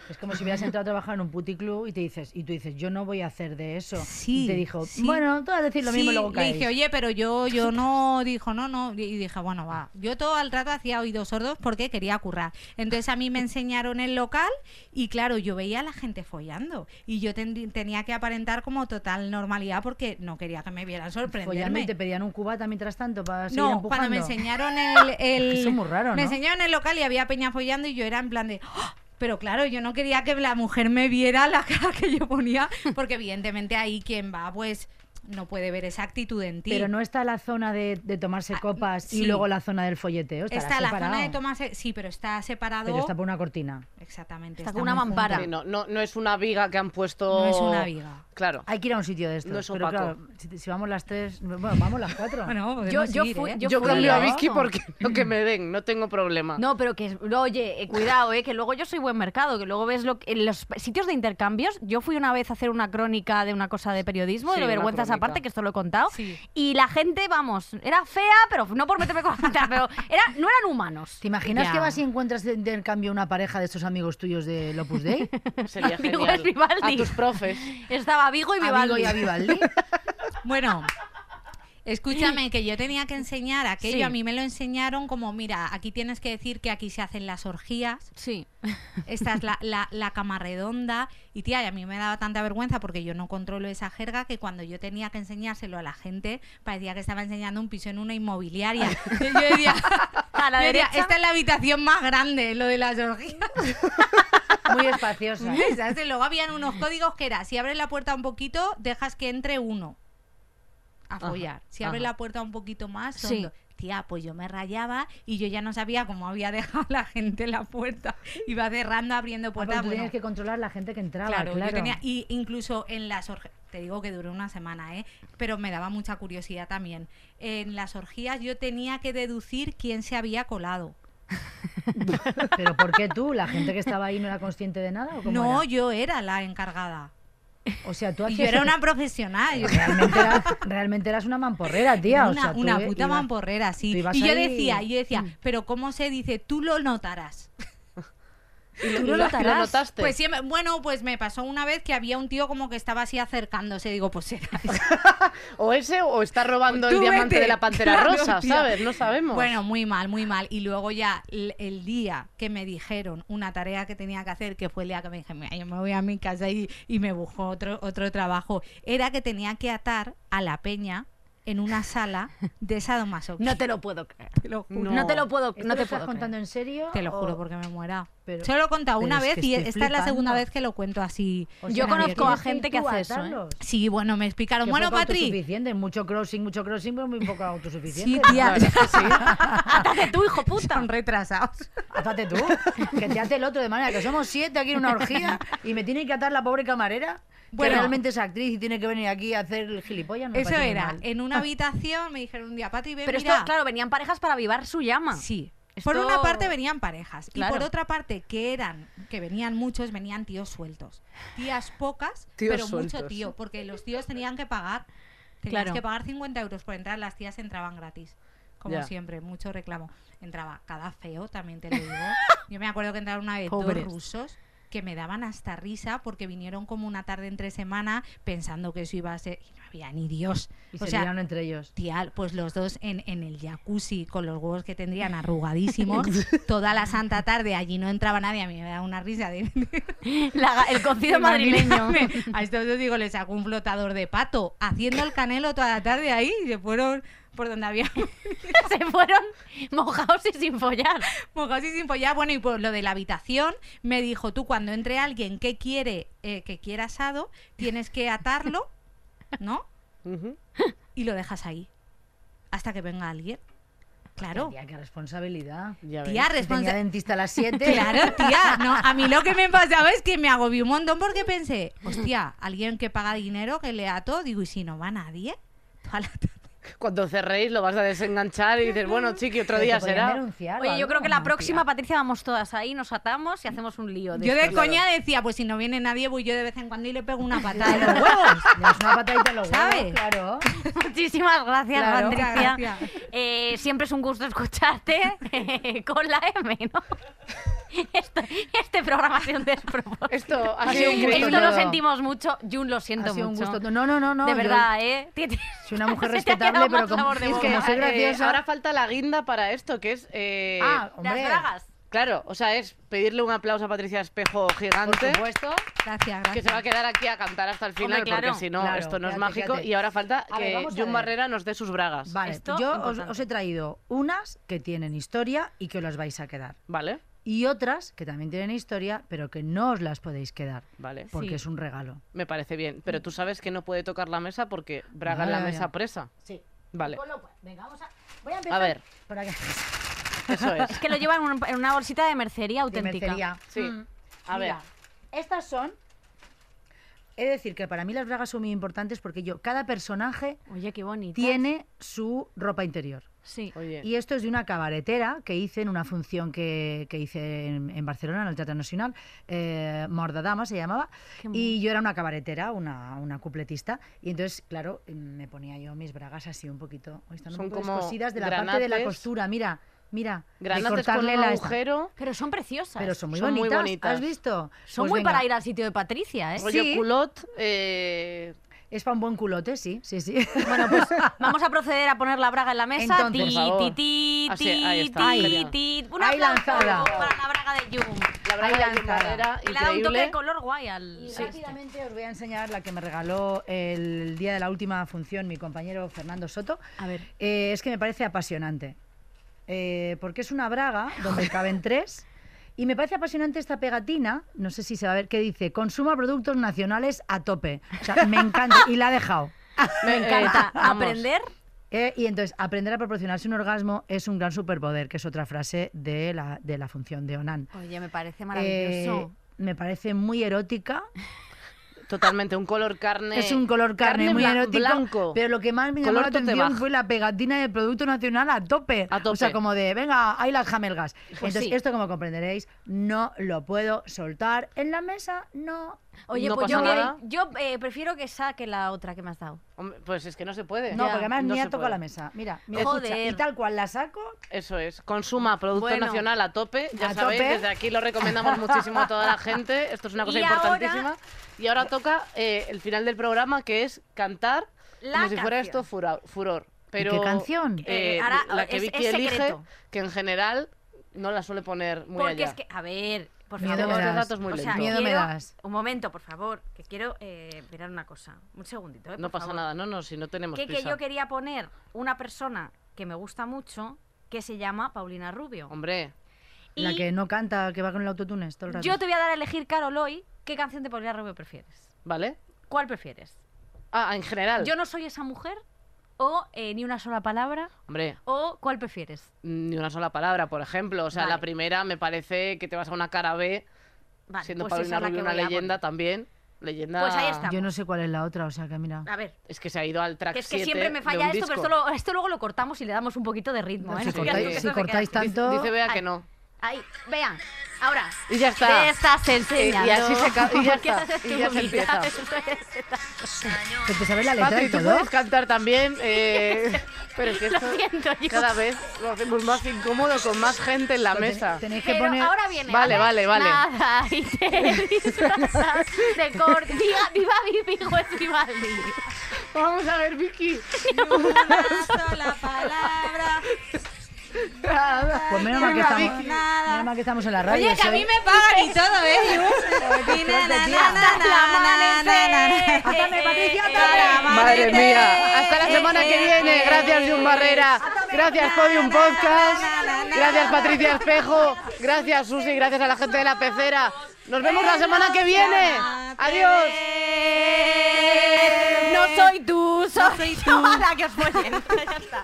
Speaker 4: Es como si hubieras entrado a trabajar en un puticlub y te dices, y tú dices, yo no voy a hacer de eso.
Speaker 6: Sí,
Speaker 4: y te dijo,
Speaker 6: sí.
Speaker 4: bueno, tú vas a decir lo mismo y
Speaker 6: Sí,
Speaker 4: luego
Speaker 6: le
Speaker 4: caes.
Speaker 6: dije, oye, pero yo, yo no, dijo, no, no, y dije, bueno, va. Yo todo el rato hacía oídos sordos porque quería currar. Entonces a mí me enseñaron el local y claro, yo veía a la gente follando y yo ten- tenía que aparentar como total normalidad porque no quería que me vieran
Speaker 4: Follando
Speaker 6: sorprenderme.
Speaker 4: y te pedían un cubata mientras tanto para seguir
Speaker 6: No,
Speaker 4: empujando.
Speaker 6: cuando me enseñaron el, el-
Speaker 4: Eso es muy raro,
Speaker 6: me
Speaker 4: ¿no?
Speaker 6: enseñaron el local y había peña follando y yo era en plan de "¡Ah!". pero claro, yo no quería que la mujer me viera la cara que yo ponía, porque evidentemente ahí quien va, pues no puede ver esa actitud en ti. Ah,
Speaker 4: Pero no está la zona de, de tomarse copas
Speaker 6: sí.
Speaker 4: y luego la zona del folleteo. estará
Speaker 6: Está la zona
Speaker 4: separado.
Speaker 6: de tomarse, sí, pero está separado.
Speaker 4: Pero está por una cortina.
Speaker 6: Exactamente.
Speaker 3: Está con una
Speaker 6: muy junto.
Speaker 3: mampara.
Speaker 2: Sí, no, no, no es una viga que han puesto.
Speaker 6: No es una viga.
Speaker 2: Claro.
Speaker 4: Hay que ir a un sitio de estos.
Speaker 2: No es
Speaker 4: pero
Speaker 2: opaco.
Speaker 4: claro, si, si vamos las tres, bueno, vamos las cuatro.
Speaker 6: Bueno,
Speaker 3: Yo,
Speaker 6: podemos
Speaker 3: yo
Speaker 6: seguir,
Speaker 3: fui,
Speaker 6: ¿eh?
Speaker 3: yo
Speaker 2: Yo
Speaker 3: fui
Speaker 2: cambio a
Speaker 3: yo.
Speaker 2: Vicky porque lo que me den, no tengo problema.
Speaker 3: No, pero que, oye, eh, cuidado, eh, que luego yo soy buen mercado, que luego ves lo que- en los sitios de intercambios. Yo fui una vez a hacer una crónica de una cosa de periodismo,
Speaker 2: Sí,
Speaker 3: de
Speaker 2: una
Speaker 3: vergüenzas
Speaker 2: crónica.
Speaker 3: aparte, que esto lo he contado.
Speaker 6: Sí.
Speaker 3: Y la gente, vamos, era fea, pero no por meterme con la gente, pero era, no eran humanos.
Speaker 4: ¿Te imaginas
Speaker 6: Ya.
Speaker 4: que vas y encuentras de intercambio una pareja de estos amigos tuyos de Opus Dei?
Speaker 2: Sería
Speaker 3: Vigo
Speaker 2: genial.
Speaker 3: es Vivaldi.
Speaker 2: A tus profes.
Speaker 3: Estaba Vigo y
Speaker 4: A Vigo
Speaker 3: Vivaldi.
Speaker 4: y a Vivaldi.
Speaker 6: Bueno, escúchame, que yo tenía que enseñar aquello.
Speaker 3: Sí.
Speaker 6: A mí me lo enseñaron como, mira, aquí tienes que decir que aquí se hacen las orgías.
Speaker 3: Sí.
Speaker 6: Esta es la, la, la cama redonda. Y tía, y a mí me daba tanta vergüenza porque yo no controlo esa jerga que cuando yo tenía que enseñárselo a la gente, parecía que estaba enseñando un piso en una inmobiliaria. Y yo decía,
Speaker 3: A la
Speaker 6: yo este decía,
Speaker 3: derecha.
Speaker 6: esta es la habitación más grande, lo de las orgías.
Speaker 4: Muy espaciosa.
Speaker 6: Esas, y luego habían unos códigos que era, si abres la puerta un poquito, dejas que entre uno a
Speaker 2: Ajá,
Speaker 6: follar. si abres
Speaker 2: ajá.
Speaker 6: la puerta un poquito más, son
Speaker 3: Sí.
Speaker 6: dos. Tía, pues yo me rayaba y yo ya no sabía cómo había dejado la gente la puerta. Iba cerrando, abriendo
Speaker 4: Porque pues
Speaker 6: puertas.
Speaker 4: tú
Speaker 6: bueno,
Speaker 4: tienes que controlar la gente que entraba,
Speaker 6: claro,
Speaker 4: claro.
Speaker 6: yo tenía- y incluso en las orgías, te digo que duró una semana, ¿eh? pero me daba mucha curiosidad también. En las orgías yo tenía que deducir quién se había colado.
Speaker 4: Pero ¿por qué tú? ¿La gente que estaba ahí no era consciente de nada? ¿o cómo
Speaker 6: No,
Speaker 4: era?
Speaker 6: yo era la encargada.
Speaker 4: O sea, tú
Speaker 6: Y
Speaker 4: hacías...
Speaker 6: yo era una profesional. yo-
Speaker 4: Realmente, era- realmente eras una mamporrera, tía. o
Speaker 6: una,
Speaker 4: sea, tú e
Speaker 6: una
Speaker 4: i-
Speaker 6: puta
Speaker 4: ibas-
Speaker 6: mamporrera, sí.
Speaker 4: tú ibas
Speaker 6: Y yo
Speaker 4: ahí- Mm.
Speaker 6: decía, yo decía, pero ¿cómo se dice? Tú lo notarás.
Speaker 2: ¿Tú
Speaker 3: lo notarás?
Speaker 2: notaste?
Speaker 6: Pues siempre- bueno, pues me pasó una vez que había un tío como que estaba así acercándose. Digo, pues era.
Speaker 2: O ese o está robando
Speaker 6: Tú
Speaker 2: el diamante
Speaker 6: vete.
Speaker 2: de la pantera
Speaker 6: Claro,
Speaker 2: rosa,
Speaker 6: tía.
Speaker 2: ¿sabes? No sabemos.
Speaker 6: Bueno, muy mal, muy mal. Y luego ya el, el día que me dijeron una tarea que tenía que hacer, que fue el día que me dije, mira, yo me voy a mi casa y, y me busco otro, otro trabajo, era que tenía que atar a la peña en una sala de sadomasoquismo.
Speaker 3: No te lo puedo creer.
Speaker 6: Te lo juro.
Speaker 3: No, te lo puedo,
Speaker 4: ¿Esto
Speaker 3: no
Speaker 4: lo
Speaker 3: te
Speaker 4: estás
Speaker 3: puedo
Speaker 4: contando
Speaker 3: creer.
Speaker 4: en serio?
Speaker 6: Te lo
Speaker 4: o-
Speaker 6: juro porque me muera.
Speaker 4: Pero-
Speaker 6: Solo lo he contado
Speaker 4: pero
Speaker 6: una
Speaker 4: es
Speaker 6: vez
Speaker 4: que
Speaker 6: y
Speaker 4: estoy
Speaker 6: esta es la segunda
Speaker 4: flipando.
Speaker 6: vez que lo cuento así.
Speaker 4: o
Speaker 3: Yo
Speaker 4: sea,
Speaker 3: conozco
Speaker 4: tienes
Speaker 3: a gente
Speaker 4: ir
Speaker 3: que
Speaker 4: tú
Speaker 3: hace eso, ¿eh?
Speaker 4: atarlos.
Speaker 6: Sí, bueno, me explicaron.
Speaker 4: Que
Speaker 6: Bueno,
Speaker 4: poco
Speaker 6: Patri.
Speaker 4: autosuficiente, mucho crossing, mucho crossing, pero muy poco autosuficiente.
Speaker 6: Sí,
Speaker 4: ¿no?
Speaker 6: tía.
Speaker 3: Átate tú, hijo puta.
Speaker 6: Son retrasados.
Speaker 4: Atate tú, que te ate el otro de manera que somos siete aquí en una orgía y me tiene que atar la pobre camarera.
Speaker 6: Bueno.
Speaker 4: que realmente es actriz y tiene que venir aquí a hacer el gilipollas. me
Speaker 6: Eso
Speaker 4: parece muy
Speaker 6: era.
Speaker 4: mal.
Speaker 6: En una habitación me dijeron un día, Patri, ven,
Speaker 3: Pero
Speaker 6: mira.
Speaker 3: esto, claro, venían parejas para avivar su llama.
Speaker 6: Sí.
Speaker 3: Esto-
Speaker 6: Por una parte venían parejas y por
Speaker 3: Claro.
Speaker 6: otra parte que eran, que venían muchos, venían tíos sueltos. Tías pocas,
Speaker 2: Tíos
Speaker 6: pero mucho
Speaker 2: sueltos.
Speaker 6: tío, porque los tíos tenían que pagar. Tenías
Speaker 3: Claro.
Speaker 6: que pagar 50 euros por entrar, las tías entraban gratis. como
Speaker 2: Ya.
Speaker 6: siempre, mucho reclamo. Entraba cada feo, también te lo digo. Yo me acuerdo que entraron una vez
Speaker 4: Pobres.
Speaker 6: dos rusos que me daban hasta risa porque vinieron como una tarde entre semana pensando que eso iba a ser... Y no había ni Dios.
Speaker 4: Y
Speaker 6: o
Speaker 4: se
Speaker 6: sea,
Speaker 4: liaron entre ellos.
Speaker 6: Tía, pues los dos en, en el jacuzzi con los huevos que tendrían arrugadísimos, toda la santa tarde allí no entraba nadie, a mí me da una risa de...
Speaker 3: La- el cocido madrileño.
Speaker 6: Imagíname, A estos dos digo, les saco un flotador de pato, haciendo el canelo toda la tarde ahí y se fueron por donde había
Speaker 3: se fueron mojados y sin follar.
Speaker 6: mojados y sin follar. Bueno, y por lo de la habitación, me dijo, tú cuando entre alguien que quiere, eh, que quiera asado, tienes que atarlo, ¿no?
Speaker 2: Ujú.
Speaker 6: Y lo dejas ahí, hasta que venga alguien. Claro.
Speaker 4: Tía, qué responsabilidad.
Speaker 2: Ya ves.
Speaker 6: Tía,
Speaker 4: Si Tenía
Speaker 6: responsabilidad.
Speaker 4: dentista a las 7.
Speaker 6: Claro, tía. No, a mí lo que me pasaba es que me agobié un montón porque pensé, hostia, alguien que paga dinero, que le ato, digo, ¿y si no va nadie? Toda la tarde.
Speaker 2: Cuando cerréis lo vas a desenganchar y dices, bueno, chiqui, otro día será.
Speaker 3: Oye, yo creo que la próxima, Patricia, vamos todas ahí, nos atamos y hacemos un lío.
Speaker 6: Yo de
Speaker 3: estos.
Speaker 6: coña decía, pues si no viene nadie, voy yo de vez en cuando y le pego una patada en los huevos.
Speaker 4: Es una patadita en los huevos,
Speaker 6: ¿Sabes?
Speaker 4: Claro.
Speaker 3: Muchísimas gracias,
Speaker 6: Claro,
Speaker 3: Patricia.
Speaker 6: gracias.
Speaker 3: Eh, siempre es un gusto escucharte eh, con la M, ¿no? Este, este programa ha sido un despropósito.
Speaker 2: Esto ha
Speaker 4: Ha
Speaker 2: sido
Speaker 4: sido un
Speaker 2: increíble.
Speaker 4: gusto.
Speaker 3: Esto lo
Speaker 4: todo.
Speaker 3: sentimos mucho. Jun, lo
Speaker 4: Ha
Speaker 3: siento
Speaker 4: sido un
Speaker 3: mucho.
Speaker 4: gusto. No, no, no. no
Speaker 3: de
Speaker 4: yo
Speaker 3: verdad, ¿eh?
Speaker 4: Soy una mujer
Speaker 3: Se te ha quedado
Speaker 4: respetable, pero
Speaker 3: más
Speaker 4: como,
Speaker 3: sabor de
Speaker 4: es que
Speaker 3: boca.
Speaker 4: no soy
Speaker 2: Eh,
Speaker 4: graciosa.
Speaker 2: ahora falta la guinda para esto, que es. eh,
Speaker 4: Ah,
Speaker 3: Las
Speaker 4: hombre.
Speaker 3: bragas.
Speaker 2: Claro, o sea, es pedirle un aplauso a Patricia Espejo
Speaker 4: Por
Speaker 2: gigante.
Speaker 4: supuesto.
Speaker 6: Gracias,
Speaker 2: Que se va a
Speaker 6: gracias.
Speaker 2: quedar aquí a cantar hasta el final,
Speaker 3: Hombre, claro,
Speaker 2: porque si no,
Speaker 4: claro,
Speaker 2: esto no es
Speaker 4: quédate,
Speaker 2: mágico.
Speaker 4: quédate.
Speaker 2: Y ahora falta
Speaker 4: A ver,
Speaker 2: que
Speaker 4: vamos a
Speaker 2: Jun
Speaker 4: ver.
Speaker 2: Barrera nos dé sus bragas.
Speaker 4: Vale,
Speaker 3: Esto,
Speaker 4: yo os,
Speaker 3: importante.
Speaker 4: os he traído unas que tienen historia y que os las vais a quedar.
Speaker 2: Vale,
Speaker 4: Y otras que también tienen historia, pero que no os las podéis quedar,
Speaker 2: vale.
Speaker 4: porque
Speaker 3: Sí.
Speaker 4: es un regalo.
Speaker 2: Me parece bien. Pero tú sabes que no puede tocar la mesa porque braga en la
Speaker 4: Ya, ya,
Speaker 2: mesa
Speaker 4: ya.
Speaker 2: presa.
Speaker 4: Sí. pues,
Speaker 2: Vale,
Speaker 4: venga, vamos a... Voy a
Speaker 2: a ver,
Speaker 4: Por acá.
Speaker 2: eso es.
Speaker 3: Es que lo llevan en un- en una bolsita de mercería auténtica.
Speaker 2: Sí. A ver,
Speaker 4: Mm. Mira, estas son... He de decir que para mí las bragas son muy importantes porque yo, cada personaje
Speaker 3: Oye, qué bonito.
Speaker 4: tiene su ropa interior.
Speaker 3: Sí.
Speaker 2: oye.
Speaker 4: Y esto es de una cabaretera que hice en una función que, que hice en, en Barcelona, en el Teatro Nacional, eh, Mordadama se llamaba,
Speaker 3: Qué mono.
Speaker 4: y yo era una cabaretera, una, una cupletista, y entonces, claro, me ponía yo mis bragas así un poquito, Uy, están un
Speaker 2: Son
Speaker 4: poco
Speaker 2: como
Speaker 4: descosidas de la parte de la
Speaker 2: granates.
Speaker 4: costura, mira, mira, de
Speaker 2: Granates con
Speaker 4: cortarle
Speaker 2: un
Speaker 4: la esta.
Speaker 2: agujero,
Speaker 3: Pero son preciosas.
Speaker 4: Pero son pues muy,
Speaker 2: Son muy
Speaker 4: bonitas,
Speaker 2: bonitas.
Speaker 4: ¿has visto?
Speaker 3: Son muy para ir al sitio de Patricia, ¿eh?
Speaker 2: rollo
Speaker 4: Sí.
Speaker 2: culot. eh,
Speaker 4: Es para un buen culote, sí, sí, sí.
Speaker 3: Bueno, pues vamos a proceder a poner la braga en la mesa.
Speaker 4: Entonces,
Speaker 3: Ti,
Speaker 2: por favor.
Speaker 3: ti, ti,
Speaker 2: Así, Ah, ahí
Speaker 3: ti,
Speaker 2: está,
Speaker 3: ti,
Speaker 2: genial.
Speaker 3: ti. Un
Speaker 4: Ahí
Speaker 3: aplauso
Speaker 4: lanzada.
Speaker 3: para la braga de Jung.
Speaker 2: La braga
Speaker 4: Ahí
Speaker 2: de Jun
Speaker 4: lanzada.
Speaker 2: Barrera,
Speaker 3: Y le ha dado un toque
Speaker 2: increíble.
Speaker 3: de color guay al.
Speaker 4: Y
Speaker 3: Sí.
Speaker 4: rápidamente os voy a enseñar la que me regaló el día de la última función mi compañero Fernando Soto.
Speaker 3: A ver.
Speaker 4: Eh, es que me parece apasionante. Eh, porque es una braga donde caben tres. Y me parece apasionante esta pegatina, no sé si se va a ver, que dice, consuma productos nacionales a tope. O sea, me encanta. Y la ha dejado.
Speaker 3: Me
Speaker 2: eh,
Speaker 3: encanta.
Speaker 2: vamos.
Speaker 3: Aprender.
Speaker 4: Eh, y entonces, aprender a proporcionarse un orgasmo es un gran superpoder, que es otra frase de la, de la función de Onan.
Speaker 3: Oye, me parece
Speaker 4: Eh,
Speaker 3: maravilloso.
Speaker 4: me parece muy erótica.
Speaker 2: Totalmente, un color carne.
Speaker 4: Es un color carne, muy
Speaker 2: bla-
Speaker 4: erótico.
Speaker 2: Blanco.
Speaker 4: Pero lo que más me llamó
Speaker 2: Color
Speaker 4: la
Speaker 2: tote
Speaker 4: atención
Speaker 2: bag.
Speaker 4: fue la pegatina del Producto Nacional a tope.
Speaker 2: A
Speaker 4: O sea,
Speaker 2: tope. Pues
Speaker 4: como de, venga, ahí las jamelgas. Entonces,
Speaker 3: sí.
Speaker 4: esto como comprenderéis, no lo puedo soltar en la mesa, no.
Speaker 3: Oye,
Speaker 2: no
Speaker 3: pues yo,
Speaker 2: pasa
Speaker 3: que-
Speaker 2: nada.
Speaker 3: yo eh, prefiero que saque la otra que me has dado.
Speaker 2: Hombre, Pues es que no se puede.
Speaker 4: No, porque además
Speaker 2: No se
Speaker 4: ni ha tocado
Speaker 2: puede.
Speaker 4: la mesa. Mira, mira,
Speaker 3: Joder.
Speaker 4: escucha, y tal cual la saco,
Speaker 2: Eso es. Consuma producto
Speaker 3: Bueno.
Speaker 2: nacional a tope. Ya
Speaker 4: A
Speaker 2: sabéis,
Speaker 4: tope.
Speaker 2: desde aquí lo recomendamos muchísimo a toda la gente. Esto es una cosa
Speaker 3: Y ahora-
Speaker 2: importantísima. Y ahora toca eh, el final del programa, que es cantar
Speaker 3: La
Speaker 2: como si fuera
Speaker 3: canción.
Speaker 2: esto furor. furor. Pero,
Speaker 4: qué canción?
Speaker 2: eh,
Speaker 3: Eh, ahora,
Speaker 2: la que
Speaker 3: es-
Speaker 2: Vicky
Speaker 3: es
Speaker 2: elige,
Speaker 3: secreto.
Speaker 2: que en general no la suele poner muy
Speaker 3: Porque
Speaker 2: allá.
Speaker 3: es que, a ver, por
Speaker 4: Miedo
Speaker 3: favor.
Speaker 4: me das.
Speaker 2: datos muy
Speaker 3: O sea,
Speaker 2: lentos.
Speaker 4: Miedo me
Speaker 3: quiero-
Speaker 4: das.
Speaker 3: Un momento, por favor, que quiero eh, mirar una cosa. Un segundito, ¿eh?
Speaker 2: No
Speaker 3: por
Speaker 2: pasa
Speaker 3: favor.
Speaker 2: nada, no, no, si no tenemos
Speaker 3: que, que
Speaker 2: prisa.
Speaker 3: yo quería poner una persona que me gusta mucho que se llama Paulina Rubio.
Speaker 2: Hombre,
Speaker 4: la
Speaker 3: y
Speaker 4: que no canta, que va con el autotunes todo el rato.
Speaker 3: yo te voy a dar a elegir, Carol, hoy qué canción de Paulina Rubio prefieres.
Speaker 2: ¿vale?
Speaker 3: ¿Cuál prefieres?
Speaker 2: Ah, en general.
Speaker 3: Yo no soy esa mujer o eh, ni una sola palabra
Speaker 2: Hombre,
Speaker 3: o ¿cuál prefieres?
Speaker 2: ni una sola palabra, por ejemplo. O sea, la
Speaker 3: Vale.
Speaker 2: primera me parece que te vas a una cara B,
Speaker 3: Vale,
Speaker 2: siendo
Speaker 3: pues
Speaker 2: Paulina
Speaker 3: esa es la
Speaker 2: Rubio
Speaker 3: que
Speaker 2: una
Speaker 3: voy a
Speaker 2: leyenda
Speaker 3: poner.
Speaker 2: también. Leyenda.
Speaker 3: Pues ahí está.
Speaker 4: Yo no sé cuál es la otra, o sea que mira.
Speaker 2: Ah.
Speaker 3: A ver,
Speaker 2: Es que se ha ido al track
Speaker 3: que es que
Speaker 2: 7
Speaker 3: siempre me
Speaker 2: de
Speaker 3: falla
Speaker 2: un
Speaker 3: esto, pero
Speaker 2: disco.
Speaker 3: esto, lo- esto luego lo cortamos y le damos un poquito de ritmo, ¿eh?
Speaker 4: si
Speaker 3: No creas tú que
Speaker 4: cortáis, si
Speaker 3: esto se queda
Speaker 4: cortáis
Speaker 3: así.
Speaker 4: tanto,
Speaker 2: Dice Bea
Speaker 3: Ay.
Speaker 2: que no.
Speaker 3: Ahí, vean. Ahora.
Speaker 2: Y ya está. Eh,
Speaker 3: Te estás enseñando.
Speaker 2: Y así se acaba- y ya
Speaker 3: ¿Qué
Speaker 2: está,
Speaker 3: haces
Speaker 2: y
Speaker 3: tu
Speaker 2: ya se
Speaker 3: vida?
Speaker 2: empieza.
Speaker 3: Eso es.
Speaker 4: ¿Que te sabes la letra
Speaker 2: Patri,
Speaker 4: y
Speaker 2: tú
Speaker 4: todo?
Speaker 2: puedes cantar también, eh, pero es que
Speaker 3: Lo
Speaker 2: esto
Speaker 3: siento, yo.
Speaker 2: cada vez lo hacemos más incómodo con más gente en la
Speaker 4: Ten-
Speaker 2: mesa.
Speaker 4: Tenéis que
Speaker 3: Pero
Speaker 4: poner...
Speaker 3: ahora viene.
Speaker 2: Vale,
Speaker 3: a
Speaker 2: vale,
Speaker 3: ver,
Speaker 2: vale.
Speaker 3: Nada, y te disfrazas de cor... Diga, viva mi hijo Escribaldi.
Speaker 2: Vamos a ver, Vicky.
Speaker 6: Una sola palabra.
Speaker 4: Pues menos mal que
Speaker 2: Venga,
Speaker 4: estamos...
Speaker 2: Vicky.
Speaker 4: menos mal que estamos en la radio.
Speaker 6: Oye, que a
Speaker 4: soy-
Speaker 6: mí me pagan y todo, ¿eh? Na, na, na, na, na, na, na, na, na.
Speaker 4: Átame, Patricia,
Speaker 6: Para
Speaker 4: átame.
Speaker 2: Madre
Speaker 6: Madrid.
Speaker 2: mía, hasta la semana que
Speaker 6: Eh,
Speaker 2: viene.
Speaker 6: eh,
Speaker 2: Gracias, Jun Barrera. Gracias, Podium Podcast. Gracias, Patricia Espejo. Gracias, Susi. Gracias a la gente de la pecera. Nos vemos la semana que viene. Adiós. Eh,
Speaker 3: No soy tú, soy,
Speaker 6: soy
Speaker 3: yo.
Speaker 6: tú.
Speaker 3: Ala, que os follen. Ya está.